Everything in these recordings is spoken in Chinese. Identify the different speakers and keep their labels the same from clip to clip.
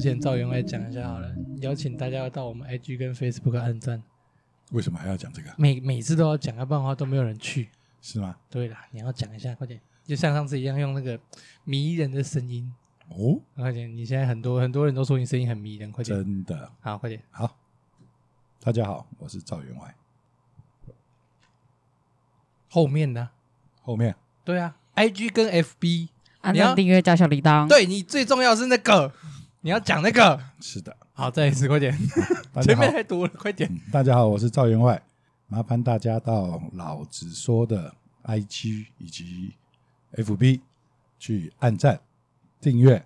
Speaker 1: 前赵员外讲一下好了，邀请大家到我们 IG 跟 Facebook 按赞，
Speaker 2: 为什么还要讲这个？
Speaker 1: 每每次都要讲，要啊不然的话都没有人去。
Speaker 2: 是吗？
Speaker 1: 对啦，你要讲一下，快点，就像上次一样，用那个迷人的声音，
Speaker 2: 哦，
Speaker 1: 快点！你现在很多很多人都说你声音很迷人，快点，
Speaker 2: 真的
Speaker 1: 好，快点。
Speaker 2: 好。大家好，我是赵员外。
Speaker 1: 后面呢？
Speaker 2: 后面
Speaker 1: 对啊，IG 跟 FB，
Speaker 3: 按
Speaker 1: 你要
Speaker 3: 赞、啊订阅、加小铃铛。
Speaker 1: 对你最重要是那个，你要讲那个。
Speaker 2: 是的，
Speaker 1: 好，再一次，快点，
Speaker 2: 大家
Speaker 1: 前
Speaker 2: 好
Speaker 1: 面，太多了，快点。
Speaker 2: 大家好，我是赵员外。麻烦大家到老子说的 IG 以及 FB 去按赞、订阅、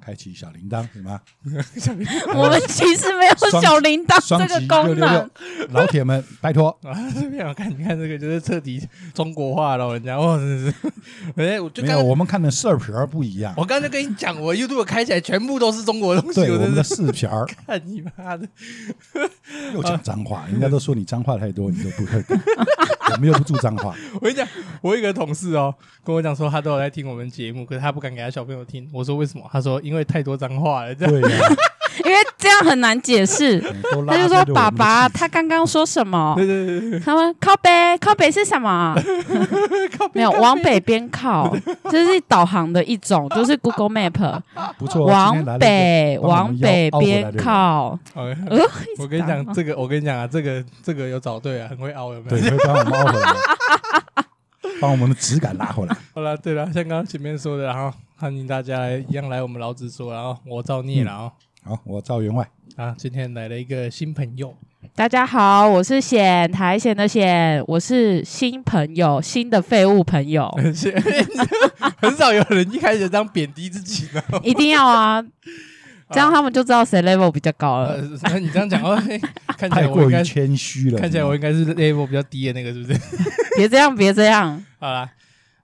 Speaker 2: 开启小铃铛，是吗？
Speaker 3: 我们其实没有小铃铛
Speaker 2: 双
Speaker 3: 这
Speaker 2: 击
Speaker 3: 个
Speaker 2: 六六
Speaker 3: 功能
Speaker 2: 六。，老铁们，拜托，
Speaker 1: 啊，这边我看，你看这个就是彻底中国化了，人家哇，真的是， 哎，我 就
Speaker 2: 没
Speaker 1: 刚
Speaker 2: 有，我们看的视频儿不一样
Speaker 1: 我。刚才就跟你讲，我 YouTube 开起来全部都是中国东西，
Speaker 2: 对，
Speaker 1: 我
Speaker 2: 我
Speaker 1: 真的
Speaker 2: 们的
Speaker 1: 是
Speaker 2: 视频儿
Speaker 1: 看你妈的，
Speaker 2: 又讲脏话，人家都说你脏话太多，你都不会。 我们又不住脏话，
Speaker 1: 我跟你讲，我有一个同事哦，跟我讲说他都有在听我们节目，可是他不敢给他小朋友听。我说为什么？他说因为太多脏话了，这样
Speaker 2: 对呀、
Speaker 3: 因为这样很难解释。
Speaker 2: 嗯都 拉
Speaker 3: 他就
Speaker 2: 开
Speaker 3: 说：“
Speaker 2: 对我
Speaker 3: 爸
Speaker 2: 们的
Speaker 3: 爸，
Speaker 2: 气
Speaker 3: 他刚刚说什么
Speaker 1: 对对对对？”
Speaker 3: 他说：“靠北，靠北是什 么？
Speaker 1: 靠北，
Speaker 3: 没有，往 北边靠，这是导航的一种，就是 Google Map，
Speaker 2: 不错，今
Speaker 3: 往
Speaker 2: 天来了一个
Speaker 3: 北，
Speaker 2: 帮我们
Speaker 3: 往北
Speaker 2: 邀
Speaker 3: 边。靠。
Speaker 1: 靠北
Speaker 3: 呃
Speaker 1: 哎我跟你
Speaker 3: 一直
Speaker 1: 讲
Speaker 3: 打
Speaker 1: 这个，我跟你讲啊，这个这个有找对啊，很会凹，有没
Speaker 2: 对，
Speaker 1: 有？
Speaker 2: 会帮我们凹回来， 帮我们的质感拉回来。
Speaker 1: 好了，对了，像刚刚前面说的，然后欢迎大家来一样来我们老子说，然后我造孽了哦。
Speaker 2: 好，我赵员外，
Speaker 1: 啊，今天来了一个新朋友，
Speaker 3: 大家好，我是显苔藓的显，我是新朋友，新的废物朋 友，
Speaker 1: 很很少有人一开始这样贬低自己的。
Speaker 3: 一定要 啊，这样他们就知道谁 level 比较高了。
Speaker 1: 呃， 那你这样讲，哦，嘿看起
Speaker 2: 太
Speaker 1: 来我应
Speaker 2: 过于
Speaker 1: 该
Speaker 2: 谦虚了。
Speaker 1: 看起来我应该是 level 比较低的那个，是不是？
Speaker 3: 别这样，别这样，
Speaker 1: 好啦，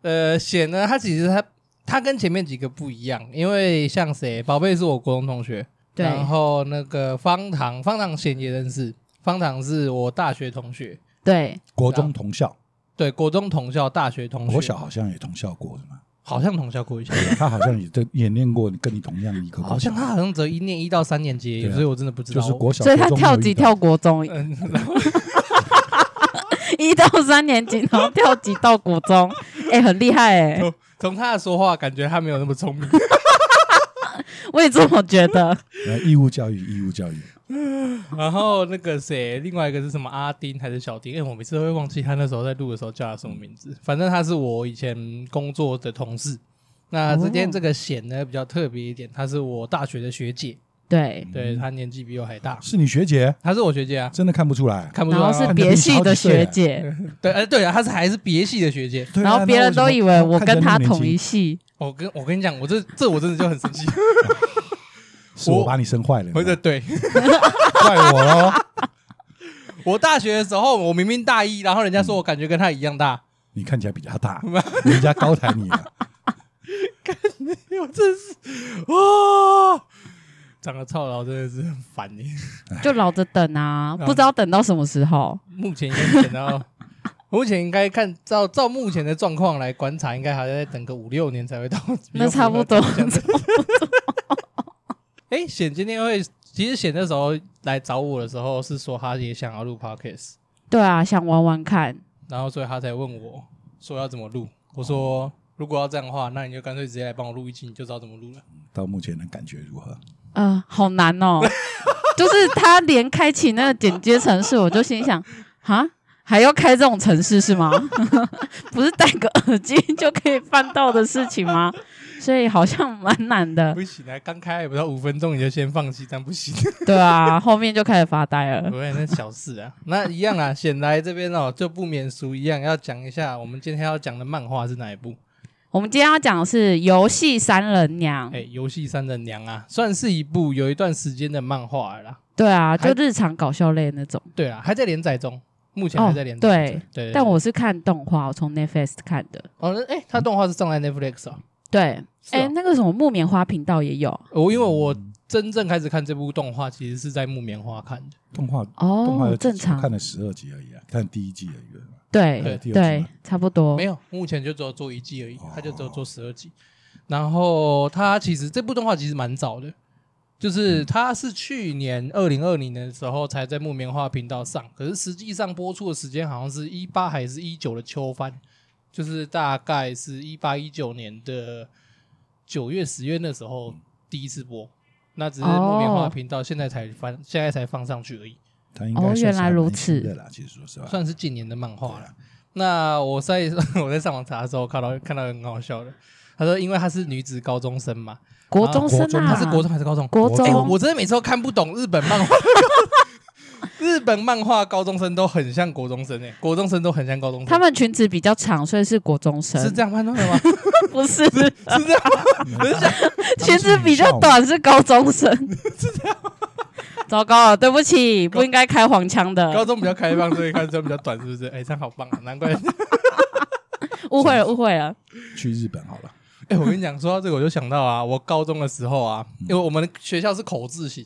Speaker 1: 呃，显呢，他其实他他跟前面几个不一样，因为像谁，宝贝是我国中同学，
Speaker 3: 对，
Speaker 1: 然后那个方糖，方糖显也认识，方糖是我大学同学，
Speaker 3: 对，
Speaker 2: 国中同校，
Speaker 1: 对，国中同校，大学同学，
Speaker 2: 国小好像也同校过，是吗？
Speaker 1: 好像同校过一下，
Speaker 2: 他好像也都也念过跟你同样一个国小，
Speaker 1: 好像他好像只有一年一到三年级而已，
Speaker 2: 对啊
Speaker 1: 所以我真的不知道，
Speaker 2: 就是国小，
Speaker 3: 所以他
Speaker 2: 国中
Speaker 3: 跳
Speaker 2: 有遇
Speaker 3: 级
Speaker 2: 到
Speaker 3: 跳国中，
Speaker 1: 嗯，
Speaker 3: 一到三年级，然后跳级到国中，哎、很厉害 哎、
Speaker 1: 从从他的说话，感觉他没有那么聪明。
Speaker 3: 我也这么觉得。
Speaker 2: 呃义务教育，义务教育，
Speaker 1: 然后那个谁，另外一个是什么阿丁还是小丁？哎、我每次都会忘记他那时候在录的时候叫他什么名字。反正他是我以前工作的同事。那今天
Speaker 3: 哦
Speaker 1: 这个显呢比较特别一点，她是我大学的学姐，
Speaker 3: 对，
Speaker 1: 对她年纪比我还大，
Speaker 2: 是你学姐，
Speaker 1: 她是我学姐啊，
Speaker 2: 真的看不出来。
Speaker 1: 看不出
Speaker 3: 然
Speaker 1: 来
Speaker 3: 后
Speaker 1: 啊。
Speaker 3: 是别系的学姐，
Speaker 1: 对，哎、对啊， 她是还是别系的学姐。
Speaker 2: 对啊
Speaker 3: 然后别人都以为我跟他同，
Speaker 2: 那
Speaker 3: 一
Speaker 2: 为
Speaker 3: 系，
Speaker 1: 我跟我跟你讲，我这这我真的就很生气，
Speaker 2: 什么看起来那么年轻是我把你生坏了，
Speaker 1: 或者对
Speaker 2: 怪我喽。
Speaker 1: 我大学的时候，我明明大一，然后人家说我感觉跟她一样大，
Speaker 2: 你看起来比他大，人家高抬你了。
Speaker 1: 我真是哦，长得操劳真的是很烦你。
Speaker 3: 就老着等啊，
Speaker 1: 嗯
Speaker 3: 不知道等到什么时候。
Speaker 1: 目前应该等到， 目前应该看照照目前的状况来观察，应该还要再等个五六年才会到。
Speaker 3: 那差不多
Speaker 1: 比较符合这样。哎，显今天会，其实显那时候来找我的时候是说他也想要录 podcast，
Speaker 3: 对啊，想玩玩看，
Speaker 1: 然后所以他才问我说要怎么录。我说如果要这样的话，那你就干脆直接来帮我录一期，你就知道怎么录了。
Speaker 2: 到目前的感觉如何？
Speaker 3: 呃，好难哦。 就是他连开启那个剪接程式，我就心想，啊，还要开这种程式是吗？ 不是戴个耳机就可以办到的事情吗？所以好像蛮难的，
Speaker 1: 不行啊，刚开也不到五分钟你就先放弃，但不行。
Speaker 3: 对啊，后面就开始发呆了。
Speaker 1: 不会，那小事啊。那一样啊，显来这边哦，就不免俗一样，要讲一下我们今天要讲的漫画是哪一部？
Speaker 3: 我们今天要讲的是游戏三人娘，
Speaker 1: 哎，《游戏三人娘》啊，算是一部有一段时间的漫画了啦。
Speaker 3: 对啊，
Speaker 1: 还
Speaker 3: 就日常搞笑类那种。
Speaker 1: 对啊，还在连载中，目前
Speaker 3: 哦
Speaker 1: 还在连载中、
Speaker 3: 对
Speaker 1: 对对，
Speaker 3: 但
Speaker 1: 对
Speaker 3: 我是看动画，我从 Netflix 看的。
Speaker 1: 哦，那哎，它动画是上在 Netflix 哦。
Speaker 3: 对，
Speaker 1: 是哦哦
Speaker 3: 哎、那个什么木棉花频道也有
Speaker 1: 我因为我真正开始看这部动画，其实是在木棉花看的。
Speaker 2: 动画动画有几
Speaker 3: 哦，正
Speaker 2: 集
Speaker 3: 常
Speaker 2: 我。看了十二集而已啊，看第一季而已啊。还
Speaker 3: 对
Speaker 2: 有第二季吗
Speaker 3: 差不多
Speaker 1: 没。有，目前就只有做一季而已
Speaker 2: 哦，
Speaker 1: 它就只有做十二集。然后它其实这部动画其实蛮早的，就是它是去年二零二零的时候才在木棉花频道上，可是实际上播出的时间好像是一八还是一九的秋番，就是大概是一八一九年的九月十月那时候第一次播，那只是木棉花
Speaker 3: 哦
Speaker 1: 频道现在才翻，现在才放上去而已，
Speaker 2: 他应该
Speaker 3: 哦
Speaker 2: 算是
Speaker 3: 原来
Speaker 2: 还蛮
Speaker 3: 如
Speaker 2: 新
Speaker 3: 此
Speaker 2: 的啦，其实说实话，
Speaker 1: 算是近年的漫画
Speaker 2: 对
Speaker 1: 了
Speaker 2: 啊。
Speaker 1: 那我在我在上网查的时候，看到看到很好笑的，他说因为她是女子高中生嘛，
Speaker 3: 国中生
Speaker 2: 国中
Speaker 3: 啊，
Speaker 1: 她是国中还是高中？
Speaker 3: 国
Speaker 2: 国
Speaker 3: 中
Speaker 1: 哎、我真的每次都看不懂日本漫画。 日本漫画高中生都很像国中生诶、国中生都很像高中生。
Speaker 3: 他们裙子比较长，所以是国中生，
Speaker 1: 是这样判断 的吗？
Speaker 3: 不是？
Speaker 1: 是这样吗，
Speaker 3: 裙子比较短是高中 生，是这样。糟糕了，对不起，不应该开黄腔
Speaker 1: 高
Speaker 3: 的，
Speaker 1: 中比较开放，所以看起来比较短，是不是？哎、这样好棒啊！难怪。
Speaker 3: 误会了，误会了。
Speaker 2: 去日本好了，
Speaker 1: 哎、我跟你讲，说到这个，我就想到啊，我高中的时候啊，因为我们学校是口字形，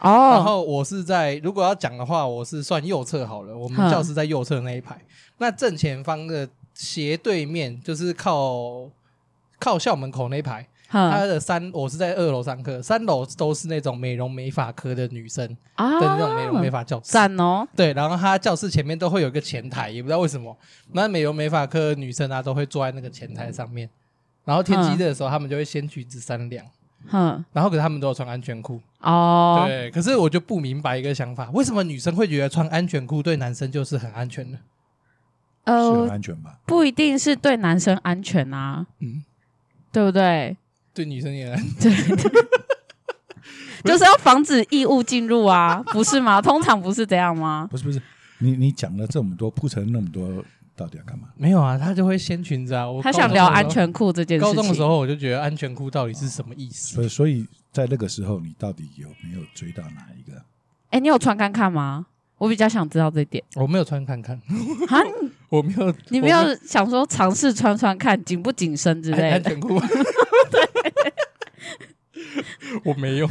Speaker 1: 然
Speaker 3: 哦，
Speaker 1: 后我是在如果要讲的话，我是算右侧好了，我们
Speaker 3: 嗯
Speaker 1: 教室在右侧那一排，那正前方的斜对面就是靠靠校门口那一排，他
Speaker 3: 哼
Speaker 1: 的三，我是在二楼上课，三楼都是那种美容美发科的女生的那种美容美
Speaker 3: 啊，
Speaker 1: 发教室。
Speaker 3: 赞哦，
Speaker 1: 对，然后他教室前面都会有一个前台，也不知道为什么，那美容美发科女生啊都会坐在那个前台上面。然后天气热的时候，他们就会先举止三两，
Speaker 3: 哼
Speaker 1: 然后可是他们都有穿安全裤。
Speaker 3: 哦，
Speaker 1: 对，可是我就不明白一个想法，为什么女生会觉得穿安全裤对男生就是很安全呢？
Speaker 2: 是很
Speaker 1: 啊
Speaker 3: 呃，
Speaker 2: 安全吧？
Speaker 3: 不一定是对男生安全啊，
Speaker 1: 嗯，
Speaker 3: 对不 对？
Speaker 1: 对女生也很
Speaker 3: 对， 就是要防止异物进入啊，不是吗？通常不是这样吗？
Speaker 2: 不是不是，你你讲了这么多，铺陈那么多，到底要干嘛？
Speaker 1: 没有啊，她就会掀裙子啊。我
Speaker 3: 他
Speaker 1: 高
Speaker 3: 想
Speaker 1: 中
Speaker 3: 聊
Speaker 1: 的时
Speaker 3: 安
Speaker 1: 候。
Speaker 3: 全裤这件事
Speaker 1: 高
Speaker 3: 情。
Speaker 1: 中的时候我就觉得安全裤到底是什么意思？
Speaker 2: 所以所以在那个时候，你到底有没有追到哪一个？
Speaker 3: 哎、你有穿看看吗？我比较想知道这 一点
Speaker 1: 我没有穿看看，
Speaker 3: 啊，
Speaker 1: 我没有，
Speaker 3: 你没有欸想说尝试穿穿看紧不紧身之
Speaker 1: 我没有安安
Speaker 3: 类的？
Speaker 1: 全 裤？我没有，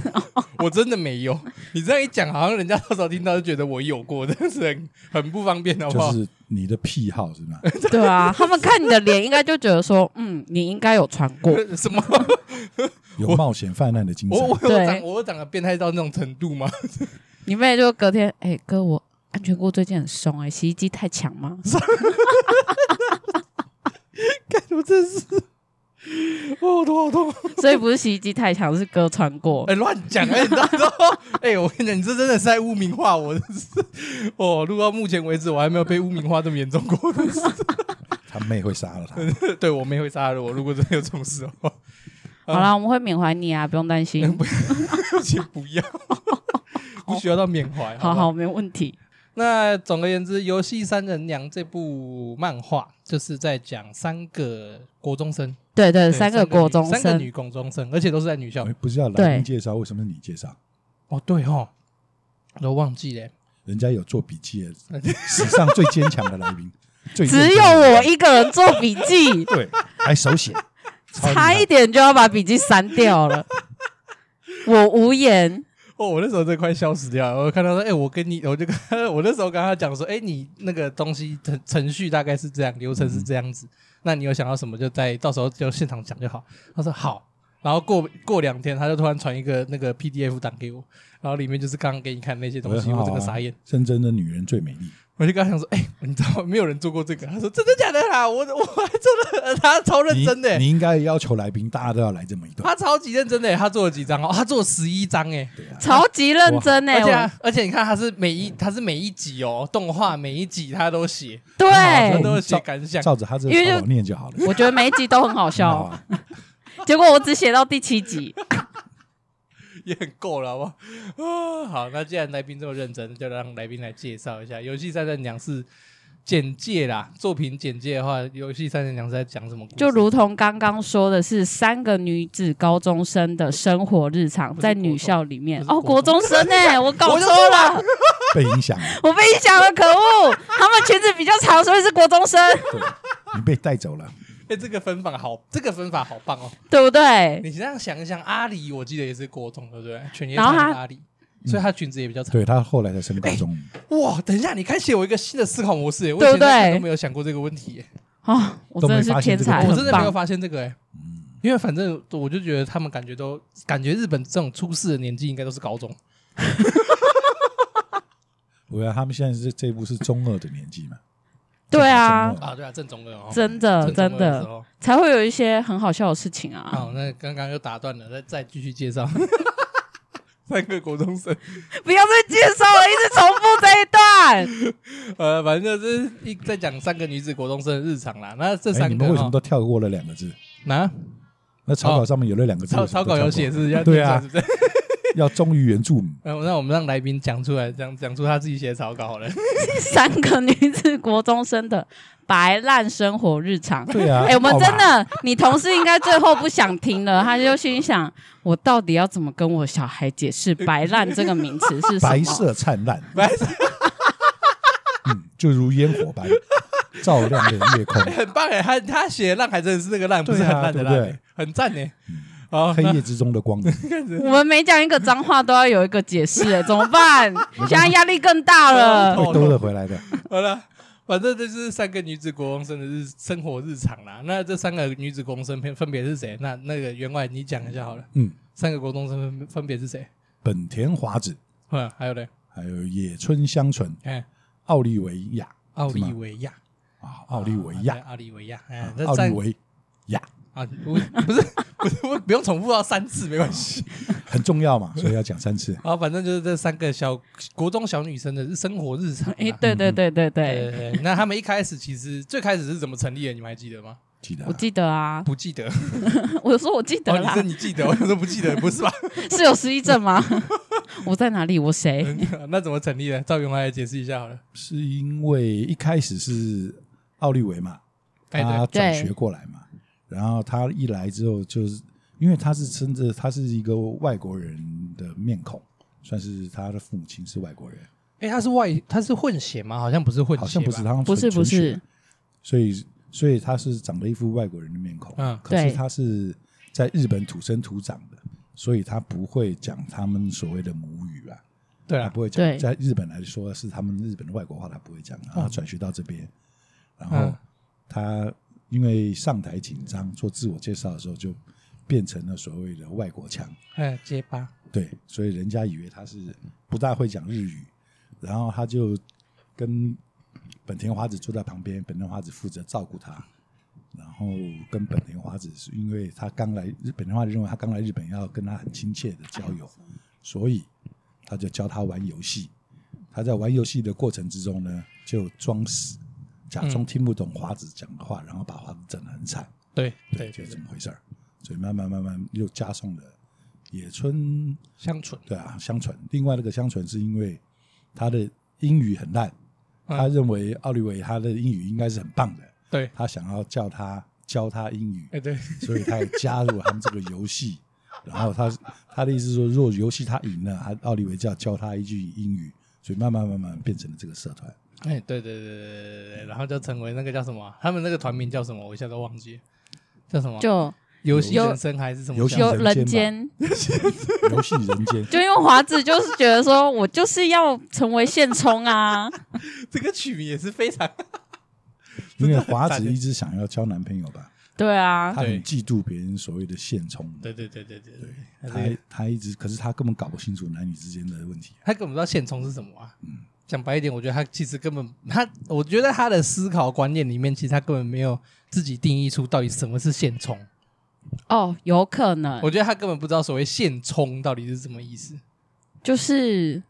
Speaker 1: 我真的没有。你这样一讲，好像人家到时候听到就觉得我有过，真是很很不方便，好不
Speaker 2: 就
Speaker 1: 好？
Speaker 2: 是你的癖好是吗？
Speaker 3: 对啊，他们看你的脸，应该就觉得说， 嗯，你应该有穿过。
Speaker 1: 什么？
Speaker 2: 有冒险犯难的精
Speaker 1: 我
Speaker 2: 神
Speaker 1: 我。有
Speaker 3: 对
Speaker 1: 长我有长得变态到那种程度吗？
Speaker 3: 你妹就隔天，哎、哥，我安全裤最近很松哎、洗衣机太强 吗？
Speaker 1: 我真是，哦，我头好痛！
Speaker 3: 所以不是洗衣机太强，是哥穿过。
Speaker 1: 哎、乱讲哎，你知道吗？ 哎、我跟你讲，你这真的是在污名化我，真是哦。录到目前为止，我还没有被污名化这么严重过。
Speaker 2: 他妹会杀了他。
Speaker 1: 对我妹会杀了我，如果真的有这种事的话，啊
Speaker 3: 好啦，我们会缅怀你啊，不用 担心。
Speaker 1: 请不要， 不需要到缅怀。
Speaker 3: 好
Speaker 1: 不
Speaker 3: 好，没问题。
Speaker 1: 那总而言之，《游戏三人娘》这部漫画就是在讲三个国中生，
Speaker 3: 对对，
Speaker 1: 对
Speaker 3: 三个
Speaker 1: 女
Speaker 3: 国中
Speaker 1: 三个
Speaker 3: 生
Speaker 1: 女国中生，而且都是在女校
Speaker 2: 哎。不是要来宾介绍，为什么是你介绍？
Speaker 1: 哦，对哦，我都忘记了。
Speaker 2: 人家有做笔记的，史上最坚强的 来宾，最，
Speaker 3: 只有我一个人做笔记
Speaker 2: 对，还手写，超厉害
Speaker 3: 差一点就要把笔记删掉 了。我无言，
Speaker 1: 哦，我那时候真的快笑死掉了。我看到说，哎、我跟你，我就跟他我那时候跟他讲说，哎、你那个东西程程序大概是这样，流
Speaker 2: 嗯
Speaker 1: 程是这样子。那你有想到什么，就在到时候就现场讲就好。他说好。然后过过两天，他就突然传一个那个 PDF 档给我，然后里面就是刚刚给你看那些东西，
Speaker 2: 很好
Speaker 1: 我
Speaker 2: 啊
Speaker 1: 整个傻眼。
Speaker 2: 认真的女人最美丽。
Speaker 1: 我就跟他讲说，哎、你知道吗没有人做过这个。他说真的假的啦，我我还做了，呃他超认
Speaker 2: 你
Speaker 1: 真的、
Speaker 2: 你应该要求来宾大家都要来这么一段。
Speaker 1: 他超级认真的、他做了几张哦，他做了十一张哎，
Speaker 2: 对啊，
Speaker 3: 超级认真
Speaker 1: 而
Speaker 3: 哎、
Speaker 1: 且
Speaker 3: 我
Speaker 1: 啊而且你看，他是每一他是每一集哦，动画每一集他都写，
Speaker 2: 哎
Speaker 1: 他
Speaker 2: 很
Speaker 3: 对
Speaker 2: 好，
Speaker 1: 都写感想。
Speaker 2: 照着他这
Speaker 3: 因为
Speaker 2: 个
Speaker 3: 就
Speaker 2: 好好念就好了。
Speaker 3: 我觉得每一集都很
Speaker 2: 很
Speaker 3: 好
Speaker 2: 好
Speaker 3: 笑，
Speaker 2: 啊
Speaker 3: 结果我只写到第七集。
Speaker 1: 也很够了，好不好？啊，好，那既然来宾这么认真，就让来宾来介绍一下《游戏三人娘》是简介啦。作品简介的话，《游戏三人娘》是在讲什么故事？
Speaker 3: 就如同刚刚说的，是三个女子高中生的生活日常，
Speaker 1: 不是
Speaker 3: 在
Speaker 1: 国
Speaker 3: 女
Speaker 1: 中
Speaker 3: 校里面。
Speaker 1: 不是
Speaker 3: 哦，
Speaker 1: 国
Speaker 3: 国
Speaker 1: 中
Speaker 3: 中生哎、我搞
Speaker 1: 我就
Speaker 3: 错
Speaker 1: 说
Speaker 3: 了，
Speaker 2: 被影响了，
Speaker 3: 我被影响了，可恶！他们裙子比较长，所以是国 中生，
Speaker 2: 你被带走了。
Speaker 1: 哎、这个分法好，这个分法好棒哦！
Speaker 3: 对不对？
Speaker 1: 你这样想一想，阿里我记得也是国中，对不对？犬夜
Speaker 3: 然后
Speaker 1: 叉
Speaker 3: 他
Speaker 1: 是阿里，所以他裙子也比较长。
Speaker 2: 对他后来才升高中，
Speaker 1: 哇，等一下，你开启我一个新的思考模式耶，我
Speaker 3: 对
Speaker 1: 以
Speaker 3: 不
Speaker 1: 前在想
Speaker 3: 对
Speaker 1: 都没有想过这个问题耶，
Speaker 3: 哦，我
Speaker 2: 都
Speaker 3: 真
Speaker 2: 没
Speaker 3: 的是
Speaker 2: 发现
Speaker 3: 天
Speaker 2: 这个
Speaker 3: 才，
Speaker 2: 问
Speaker 1: 我
Speaker 2: 题
Speaker 1: 真
Speaker 3: 很
Speaker 1: 的没有
Speaker 2: 嗯
Speaker 3: 棒。
Speaker 1: 发现这个哎。因为反正我就觉得他们感觉都感觉日本这种出事的年纪应该都是高中，
Speaker 2: 我要他们现在是这一部是中二的年纪嘛？
Speaker 3: 对啊
Speaker 2: 中，二
Speaker 1: 啊，对啊，正中二哦，
Speaker 3: 真的
Speaker 1: 正
Speaker 3: 真
Speaker 1: 中二时
Speaker 3: 的
Speaker 1: 候。
Speaker 3: 才会有一些很好笑的事情啊！
Speaker 1: 好，那刚刚又打断了，再再继续 介绍。三个国中生，
Speaker 3: 不要再介绍了，一直重复这一段。
Speaker 1: 呃，反正就是一在讲三个女子国中生的日常啦。那这
Speaker 2: 哎，
Speaker 1: 三
Speaker 2: 你
Speaker 1: 个哦
Speaker 2: 们为什
Speaker 1: 哈
Speaker 2: 么都跳过了两个字？
Speaker 1: 啊，
Speaker 2: 那草稿上面有那两个字，
Speaker 1: 草
Speaker 2: 为什么
Speaker 1: 哦草
Speaker 2: 都跳
Speaker 1: 稿
Speaker 2: 过
Speaker 1: 有写是要
Speaker 2: 对
Speaker 1: 念出来
Speaker 2: 啊
Speaker 1: 是，不是？
Speaker 2: 要忠于原著母。
Speaker 1: 那我那我们让来宾讲出来，讲讲出他自己写的草稿好了。
Speaker 3: 三个女子国中生的白烂生活日常。
Speaker 2: 对啊，
Speaker 3: 哎、我们
Speaker 2: 好吧
Speaker 3: 真的，你同事应该最后不想听了，他就心想：我到底要怎么跟我小孩解释“白烂”这个名词是什么？
Speaker 2: 白色灿烂，
Speaker 1: 白色，
Speaker 2: 嗯，就如烟火般照亮了夜空。
Speaker 1: 很棒哎，他他写的烂还真的是那个烂，不
Speaker 2: 对啊
Speaker 1: 是很烂的烂
Speaker 2: 对嗯不
Speaker 1: 欸
Speaker 2: 对，
Speaker 1: 很赞哎。好，
Speaker 2: 黑
Speaker 1: 那
Speaker 2: 夜之中的光明，
Speaker 3: 我们每讲一个脏话都要有一个解释，哎，怎么 办？现在压力更大了。
Speaker 2: 哎会兜得回来的。
Speaker 1: 好了，反正就是三个女子国中生的日生活日常啦。那这三个女子国中生分分别是谁？那那个员外你讲一下好了。
Speaker 2: 嗯，
Speaker 1: 三个国中生分分别是谁？
Speaker 2: 本田华子，
Speaker 1: 嗯，还有嘞，
Speaker 2: 还有野村香纯、
Speaker 1: 哎，
Speaker 2: 奥利维亚
Speaker 1: 奥利维亚，
Speaker 2: 啊，奥利维亚
Speaker 1: 啊，对奥利维亚，哎
Speaker 2: 啊，
Speaker 1: 这
Speaker 2: 奥利
Speaker 1: 三
Speaker 2: 维亚
Speaker 1: 啊，不不是不是不不用重复到三次没关 系。
Speaker 2: 很重要
Speaker 1: 嗯
Speaker 2: 嘛，所以要讲三次。
Speaker 1: 啊，反正就是这三个小国中小女生的生活日常啦。
Speaker 3: 哎、对对对
Speaker 1: 对
Speaker 3: 对
Speaker 1: 对
Speaker 3: 对，
Speaker 1: 对，哎那他们一开始其实最开始是怎么成立的？你们还记得吗？
Speaker 2: 记得啊
Speaker 3: 我记得啊，
Speaker 1: 不记得，
Speaker 3: 我说我记得
Speaker 1: 哦，你
Speaker 3: 啦
Speaker 1: 说，你记得，我说不记得，不是吧？
Speaker 3: 是有失忆症吗？ 我在哪里？我谁？
Speaker 1: 那怎么成立的？赵云来解释一下好了。
Speaker 2: 是因为一开始是奥利维嘛，
Speaker 1: 哎，
Speaker 2: 他
Speaker 1: 对，
Speaker 2: 转学过来嘛，然后他一来之后就是因为他是真的，他是一个外国人的面孔，算是他的父母亲是外国人，
Speaker 1: 哎，他是外，他是混血吗？好像不是混血，
Speaker 2: 好像不是，他，
Speaker 3: 不是不
Speaker 2: 纯血
Speaker 3: 是，
Speaker 2: 所以所以他是长了一副外国人的面孔，
Speaker 1: 嗯
Speaker 2: 可
Speaker 3: 对
Speaker 2: 是他是在日本土生土长的，所以他不会讲他们所谓的母语啊，
Speaker 1: 对
Speaker 2: 他
Speaker 1: 啊，
Speaker 2: 不会讲
Speaker 3: 对，
Speaker 2: 在日本来说是他们日本的外国话，他不会讲，然后他转学到这边，然后
Speaker 1: 嗯
Speaker 2: 他因为上台紧张做自我介绍的时候，就变成了所谓的外国腔，
Speaker 1: 哎，结巴，
Speaker 2: 对，所以人家以为他是不大会讲日语，然后他就跟本田华子坐在旁边，本田华子负责照顾他，然后跟本田华子是因为他刚来日，本田华子认为他刚来日本要跟他很亲切的交友，所以他就教他玩游戏。他在玩游戏的过程之中呢，就装死，假
Speaker 1: 嗯
Speaker 2: 装听不懂华子讲的话，然后把华子整得很惨。
Speaker 1: 对
Speaker 2: 对，
Speaker 1: 对
Speaker 2: 就
Speaker 1: 对
Speaker 2: 是这
Speaker 1: 对，
Speaker 2: 么回事儿。所以慢慢慢慢又加上了野村
Speaker 1: 香醇，
Speaker 2: 对啊，相传。另外那个相传是因为他的英语很烂，
Speaker 1: 嗯
Speaker 2: 他认为奥利维他的英语应该是很棒的，
Speaker 1: 对，
Speaker 2: 他想要叫他教他英语，
Speaker 1: 哎对，
Speaker 2: 所以他也加入他们这个游戏。 然后他他的意思是说，如果游戏他赢了，他奥利维就要教他一句英语，所以慢慢慢慢变成了这个社团。
Speaker 1: 哎对对对对对对对，然后就成为那个叫什么啊？他们那个团名叫什么？我一下都忘记了，叫什么？
Speaker 3: 就
Speaker 1: 游戏
Speaker 3: 游
Speaker 1: 人生还是什么
Speaker 2: 游
Speaker 1: 小？
Speaker 2: 戏
Speaker 3: 有人
Speaker 2: 人间
Speaker 3: 间，
Speaker 2: 游戏 人间
Speaker 3: 就因为华子就是觉得说我就是要成为现充啊，
Speaker 1: 这个曲名也是非常，
Speaker 2: 因为华子一直想要交男朋友吧，
Speaker 3: 对啊
Speaker 2: 他，很嫉妒别人所谓的现充
Speaker 1: 对对对对对对，他这
Speaker 2: 他
Speaker 1: 个
Speaker 2: 他一直可是他根本搞不清楚男女之间的问题。
Speaker 1: 他根本不知道现充是什么啊。讲白一点，我觉得他其实根本他，我觉得他的思考观念里面，其实他根本没有自己定义出到底什么是现充。
Speaker 3: 哦，有可能
Speaker 1: 我觉得他根本不知道所谓现充到底是什么意思。
Speaker 3: 就是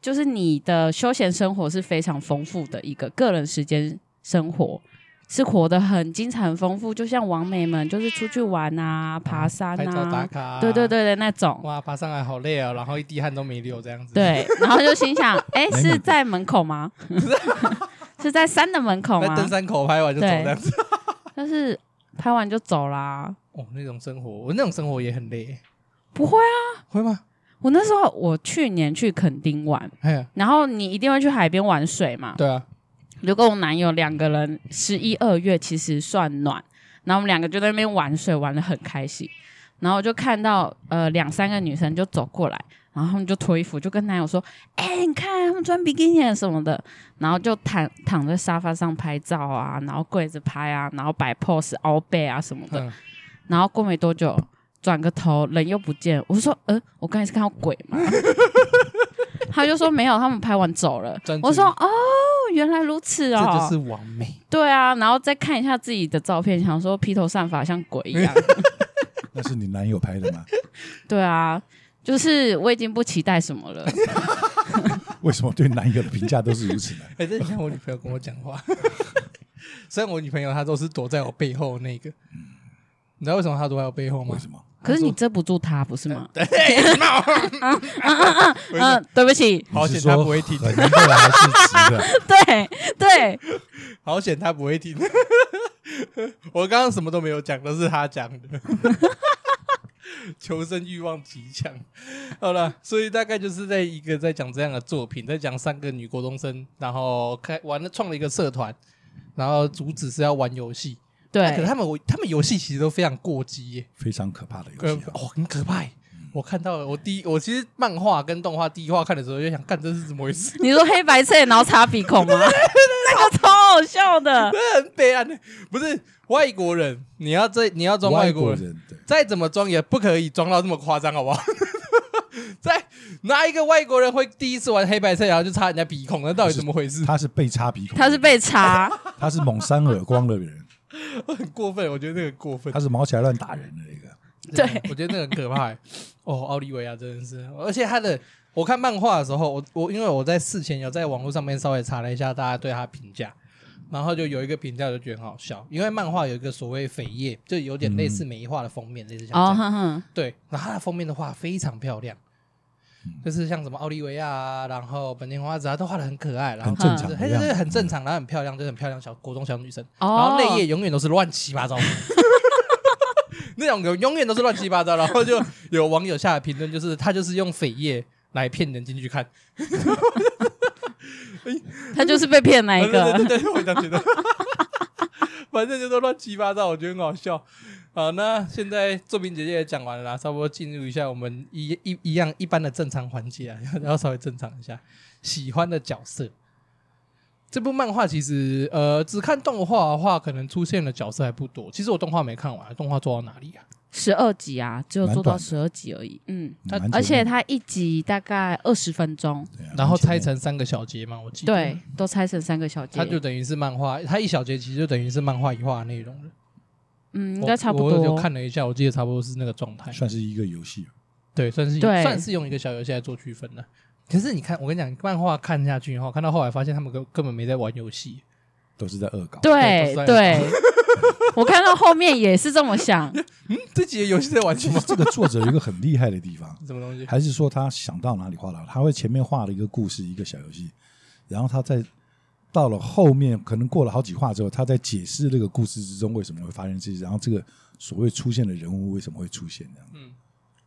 Speaker 3: 就是你的休闲生活是非常丰富的一个个人时间生活。是活得很精彩、很丰富，就像王美们就是出去玩啊、爬山
Speaker 1: 哦拍照打
Speaker 3: 啊，
Speaker 1: 卡、
Speaker 3: 对对，对的那种。
Speaker 1: 哇，爬上来好累哦，然后一滴汗都没流这样子。，
Speaker 3: 对，然后就心想，哎、
Speaker 2: 美美
Speaker 3: 是
Speaker 2: 的
Speaker 3: 在门口吗？ 是在山的门口
Speaker 1: 在
Speaker 3: 吗
Speaker 1: 登？山口拍完就走
Speaker 3: 对
Speaker 1: 这样子。
Speaker 3: 但是拍完就走啦。
Speaker 1: 哦，那种生活，我那种生活也很累，
Speaker 3: 不会啊，
Speaker 1: 会吗？
Speaker 3: 我那时候我去年去垦丁玩，
Speaker 1: 哎呀，
Speaker 3: 然后你一定会去海边玩水嘛。
Speaker 1: 对啊，
Speaker 3: 就跟我男友两个人，十一二月其实算暖，然后我们两个就在那边玩水，玩的很开心。然后我就看到呃两三个女生就走过来，然后他们就脱衣服，就跟男友说：“哎、你看他们穿比基尼啊什么的。”然后就躺躺在沙发上拍照啊，然后跪着拍啊，然后摆 pose 凹背啊什么的。
Speaker 1: 嗯，
Speaker 3: 然后过没多久，转个头人又不见，我说呃，我刚才是看到鬼吗？他就说没有，他们拍完走了
Speaker 1: 专。注
Speaker 3: 我说哦，原来如此
Speaker 1: 这
Speaker 3: 哦，
Speaker 1: 就是完美。
Speaker 3: 对啊，然后再看一下自己的照片，想说披头散发像鬼一 样。
Speaker 2: 那是你男友拍的吗？
Speaker 3: 对啊，就是我已经不期待什么 了。
Speaker 2: 为什么对男友的评价都是如此 呢？
Speaker 1: 哎、这你像我女朋友跟我讲 话，虽然我女朋友她都是躲在我背后那个，
Speaker 3: 嗯
Speaker 1: 你知道为什么她躲在我背后吗
Speaker 2: 为？什么？
Speaker 3: 可是你遮不住他，不是吗？ 啊
Speaker 1: 我就
Speaker 3: 嗯、对不起，
Speaker 1: 好
Speaker 2: 你
Speaker 1: 险
Speaker 2: 是说
Speaker 1: 她不会听，
Speaker 2: 很热还是直的？
Speaker 3: 对 对，
Speaker 1: 好险她不会听。 我刚刚什么都没有讲，都是她讲的。 求生欲望极强，好了，所以大概就是在一个在讲这样的作品，在讲三个女国中生，然后开玩了创了一个社团，然后主旨是要玩游戏。啊
Speaker 3: 对，
Speaker 1: 可是他们我他们游戏其实都非常过激耶，
Speaker 2: 非常可怕的游
Speaker 1: 呃
Speaker 2: 戏，啊！
Speaker 1: 哦，很可怕耶。我看到了，我第一，我其实漫画跟动画第一话看的时候，就想，干这是怎么回事？
Speaker 3: 你说黑白切，然后擦鼻孔吗？ 那个超好笑的。
Speaker 1: 很悲哀的，不是外国人，你要这你要装外国
Speaker 2: 国
Speaker 1: 人，
Speaker 2: 人对，
Speaker 1: 再怎么装也不可以装到这么夸张，好不好？ 再哪一个外国人会第一次玩黑白色，然后就插人家鼻孔？那到底怎么回事？
Speaker 2: 他是被插鼻孔，
Speaker 3: 他是被查，
Speaker 2: 他是猛扇耳光的 人，
Speaker 1: 很过分，我觉得那个过分
Speaker 2: 他。是毛起来乱打人的那个。
Speaker 3: 对
Speaker 1: 真的我觉得那个很可怕欸。哦，奥利维亚真的是，而且他的，我看漫画的时候，我我因为我在事前有在网络上面稍微查了一下大家对他评价，然后就有一个评价我就觉得很好笑，因为漫画有一个所谓扉页，就有点类似美画的封面，类似像这
Speaker 3: 哦，
Speaker 1: 样。
Speaker 3: 哼哼，
Speaker 1: 对，然后它的封面的画非常漂亮，
Speaker 2: 嗯
Speaker 1: 就是像什么奥利维亚啊，然后本田花子啊，都画的很可爱，然后
Speaker 2: 很嗯正
Speaker 1: 就
Speaker 2: 常
Speaker 1: 是
Speaker 2: 的
Speaker 1: 嘿
Speaker 2: 样
Speaker 1: 对
Speaker 2: 子
Speaker 1: 对，很正常，然后很漂亮，就是很漂亮小国中小女生，然后
Speaker 3: 哦，
Speaker 1: 内页永远都是乱七八糟的。 那种有永远都是乱七八糟，然后就有网友下的评论就是他就是用扉页来骗人进去看，
Speaker 3: 他就是被骗那一
Speaker 1: 对啊对
Speaker 3: 个。
Speaker 1: 对对，我也这样觉得，反正就都乱七八糟，我觉得很好笑。好，那现在作品姐姐也讲完了啦，差不多进入一下我们一一一样一般的正常环节啊， 然后稍微正常一下。喜欢的角色，这部漫画其实呃，只看动画的话，可能出现的角色还不多。其实我动画没看完，动画做到哪里啊？
Speaker 3: 十二集啊，只有做到
Speaker 2: 蛮短的
Speaker 3: 十二集而已。嗯，
Speaker 1: 他
Speaker 2: 蛮
Speaker 3: 而且
Speaker 2: 前面
Speaker 3: 他一集大概二十分钟，
Speaker 2: 对啊
Speaker 1: 然后
Speaker 2: 蛮前
Speaker 1: 拆
Speaker 2: 面
Speaker 1: 成三个小节嘛，我记得。
Speaker 3: 对，都拆成三个小节
Speaker 1: 它。就等于是漫画，它一小节其实就等于是漫画一画的内容了。
Speaker 3: 嗯，应该差
Speaker 1: 我
Speaker 3: 不
Speaker 1: 我有
Speaker 3: 多。
Speaker 1: 看了一下，我记得差不多是那个状态。
Speaker 2: 算是一个游戏，
Speaker 1: 对，算是
Speaker 3: 对
Speaker 1: 算是用一个小游戏来做区分的。可是你看，我跟你讲，漫画看下去以后，看到后来发现他们根根本没在玩游戏，
Speaker 2: 都是在恶搞。
Speaker 3: 对
Speaker 1: 对都是在
Speaker 3: 对， 我看到后面也是这么想。
Speaker 1: 这几个游戏在玩
Speaker 2: 其
Speaker 1: 什
Speaker 2: 实
Speaker 1: 么？
Speaker 2: 这个作者有一个很厉害的地方，
Speaker 1: 什么东西？
Speaker 2: 还是说他想到哪里画了，他会前面画了一个故事，一个小游戏，然后他在到了后面，可能过了好几话之后，他在解释这个故事之中为什么会发生这些，然后这个所谓出现的人物为什么会出现这样。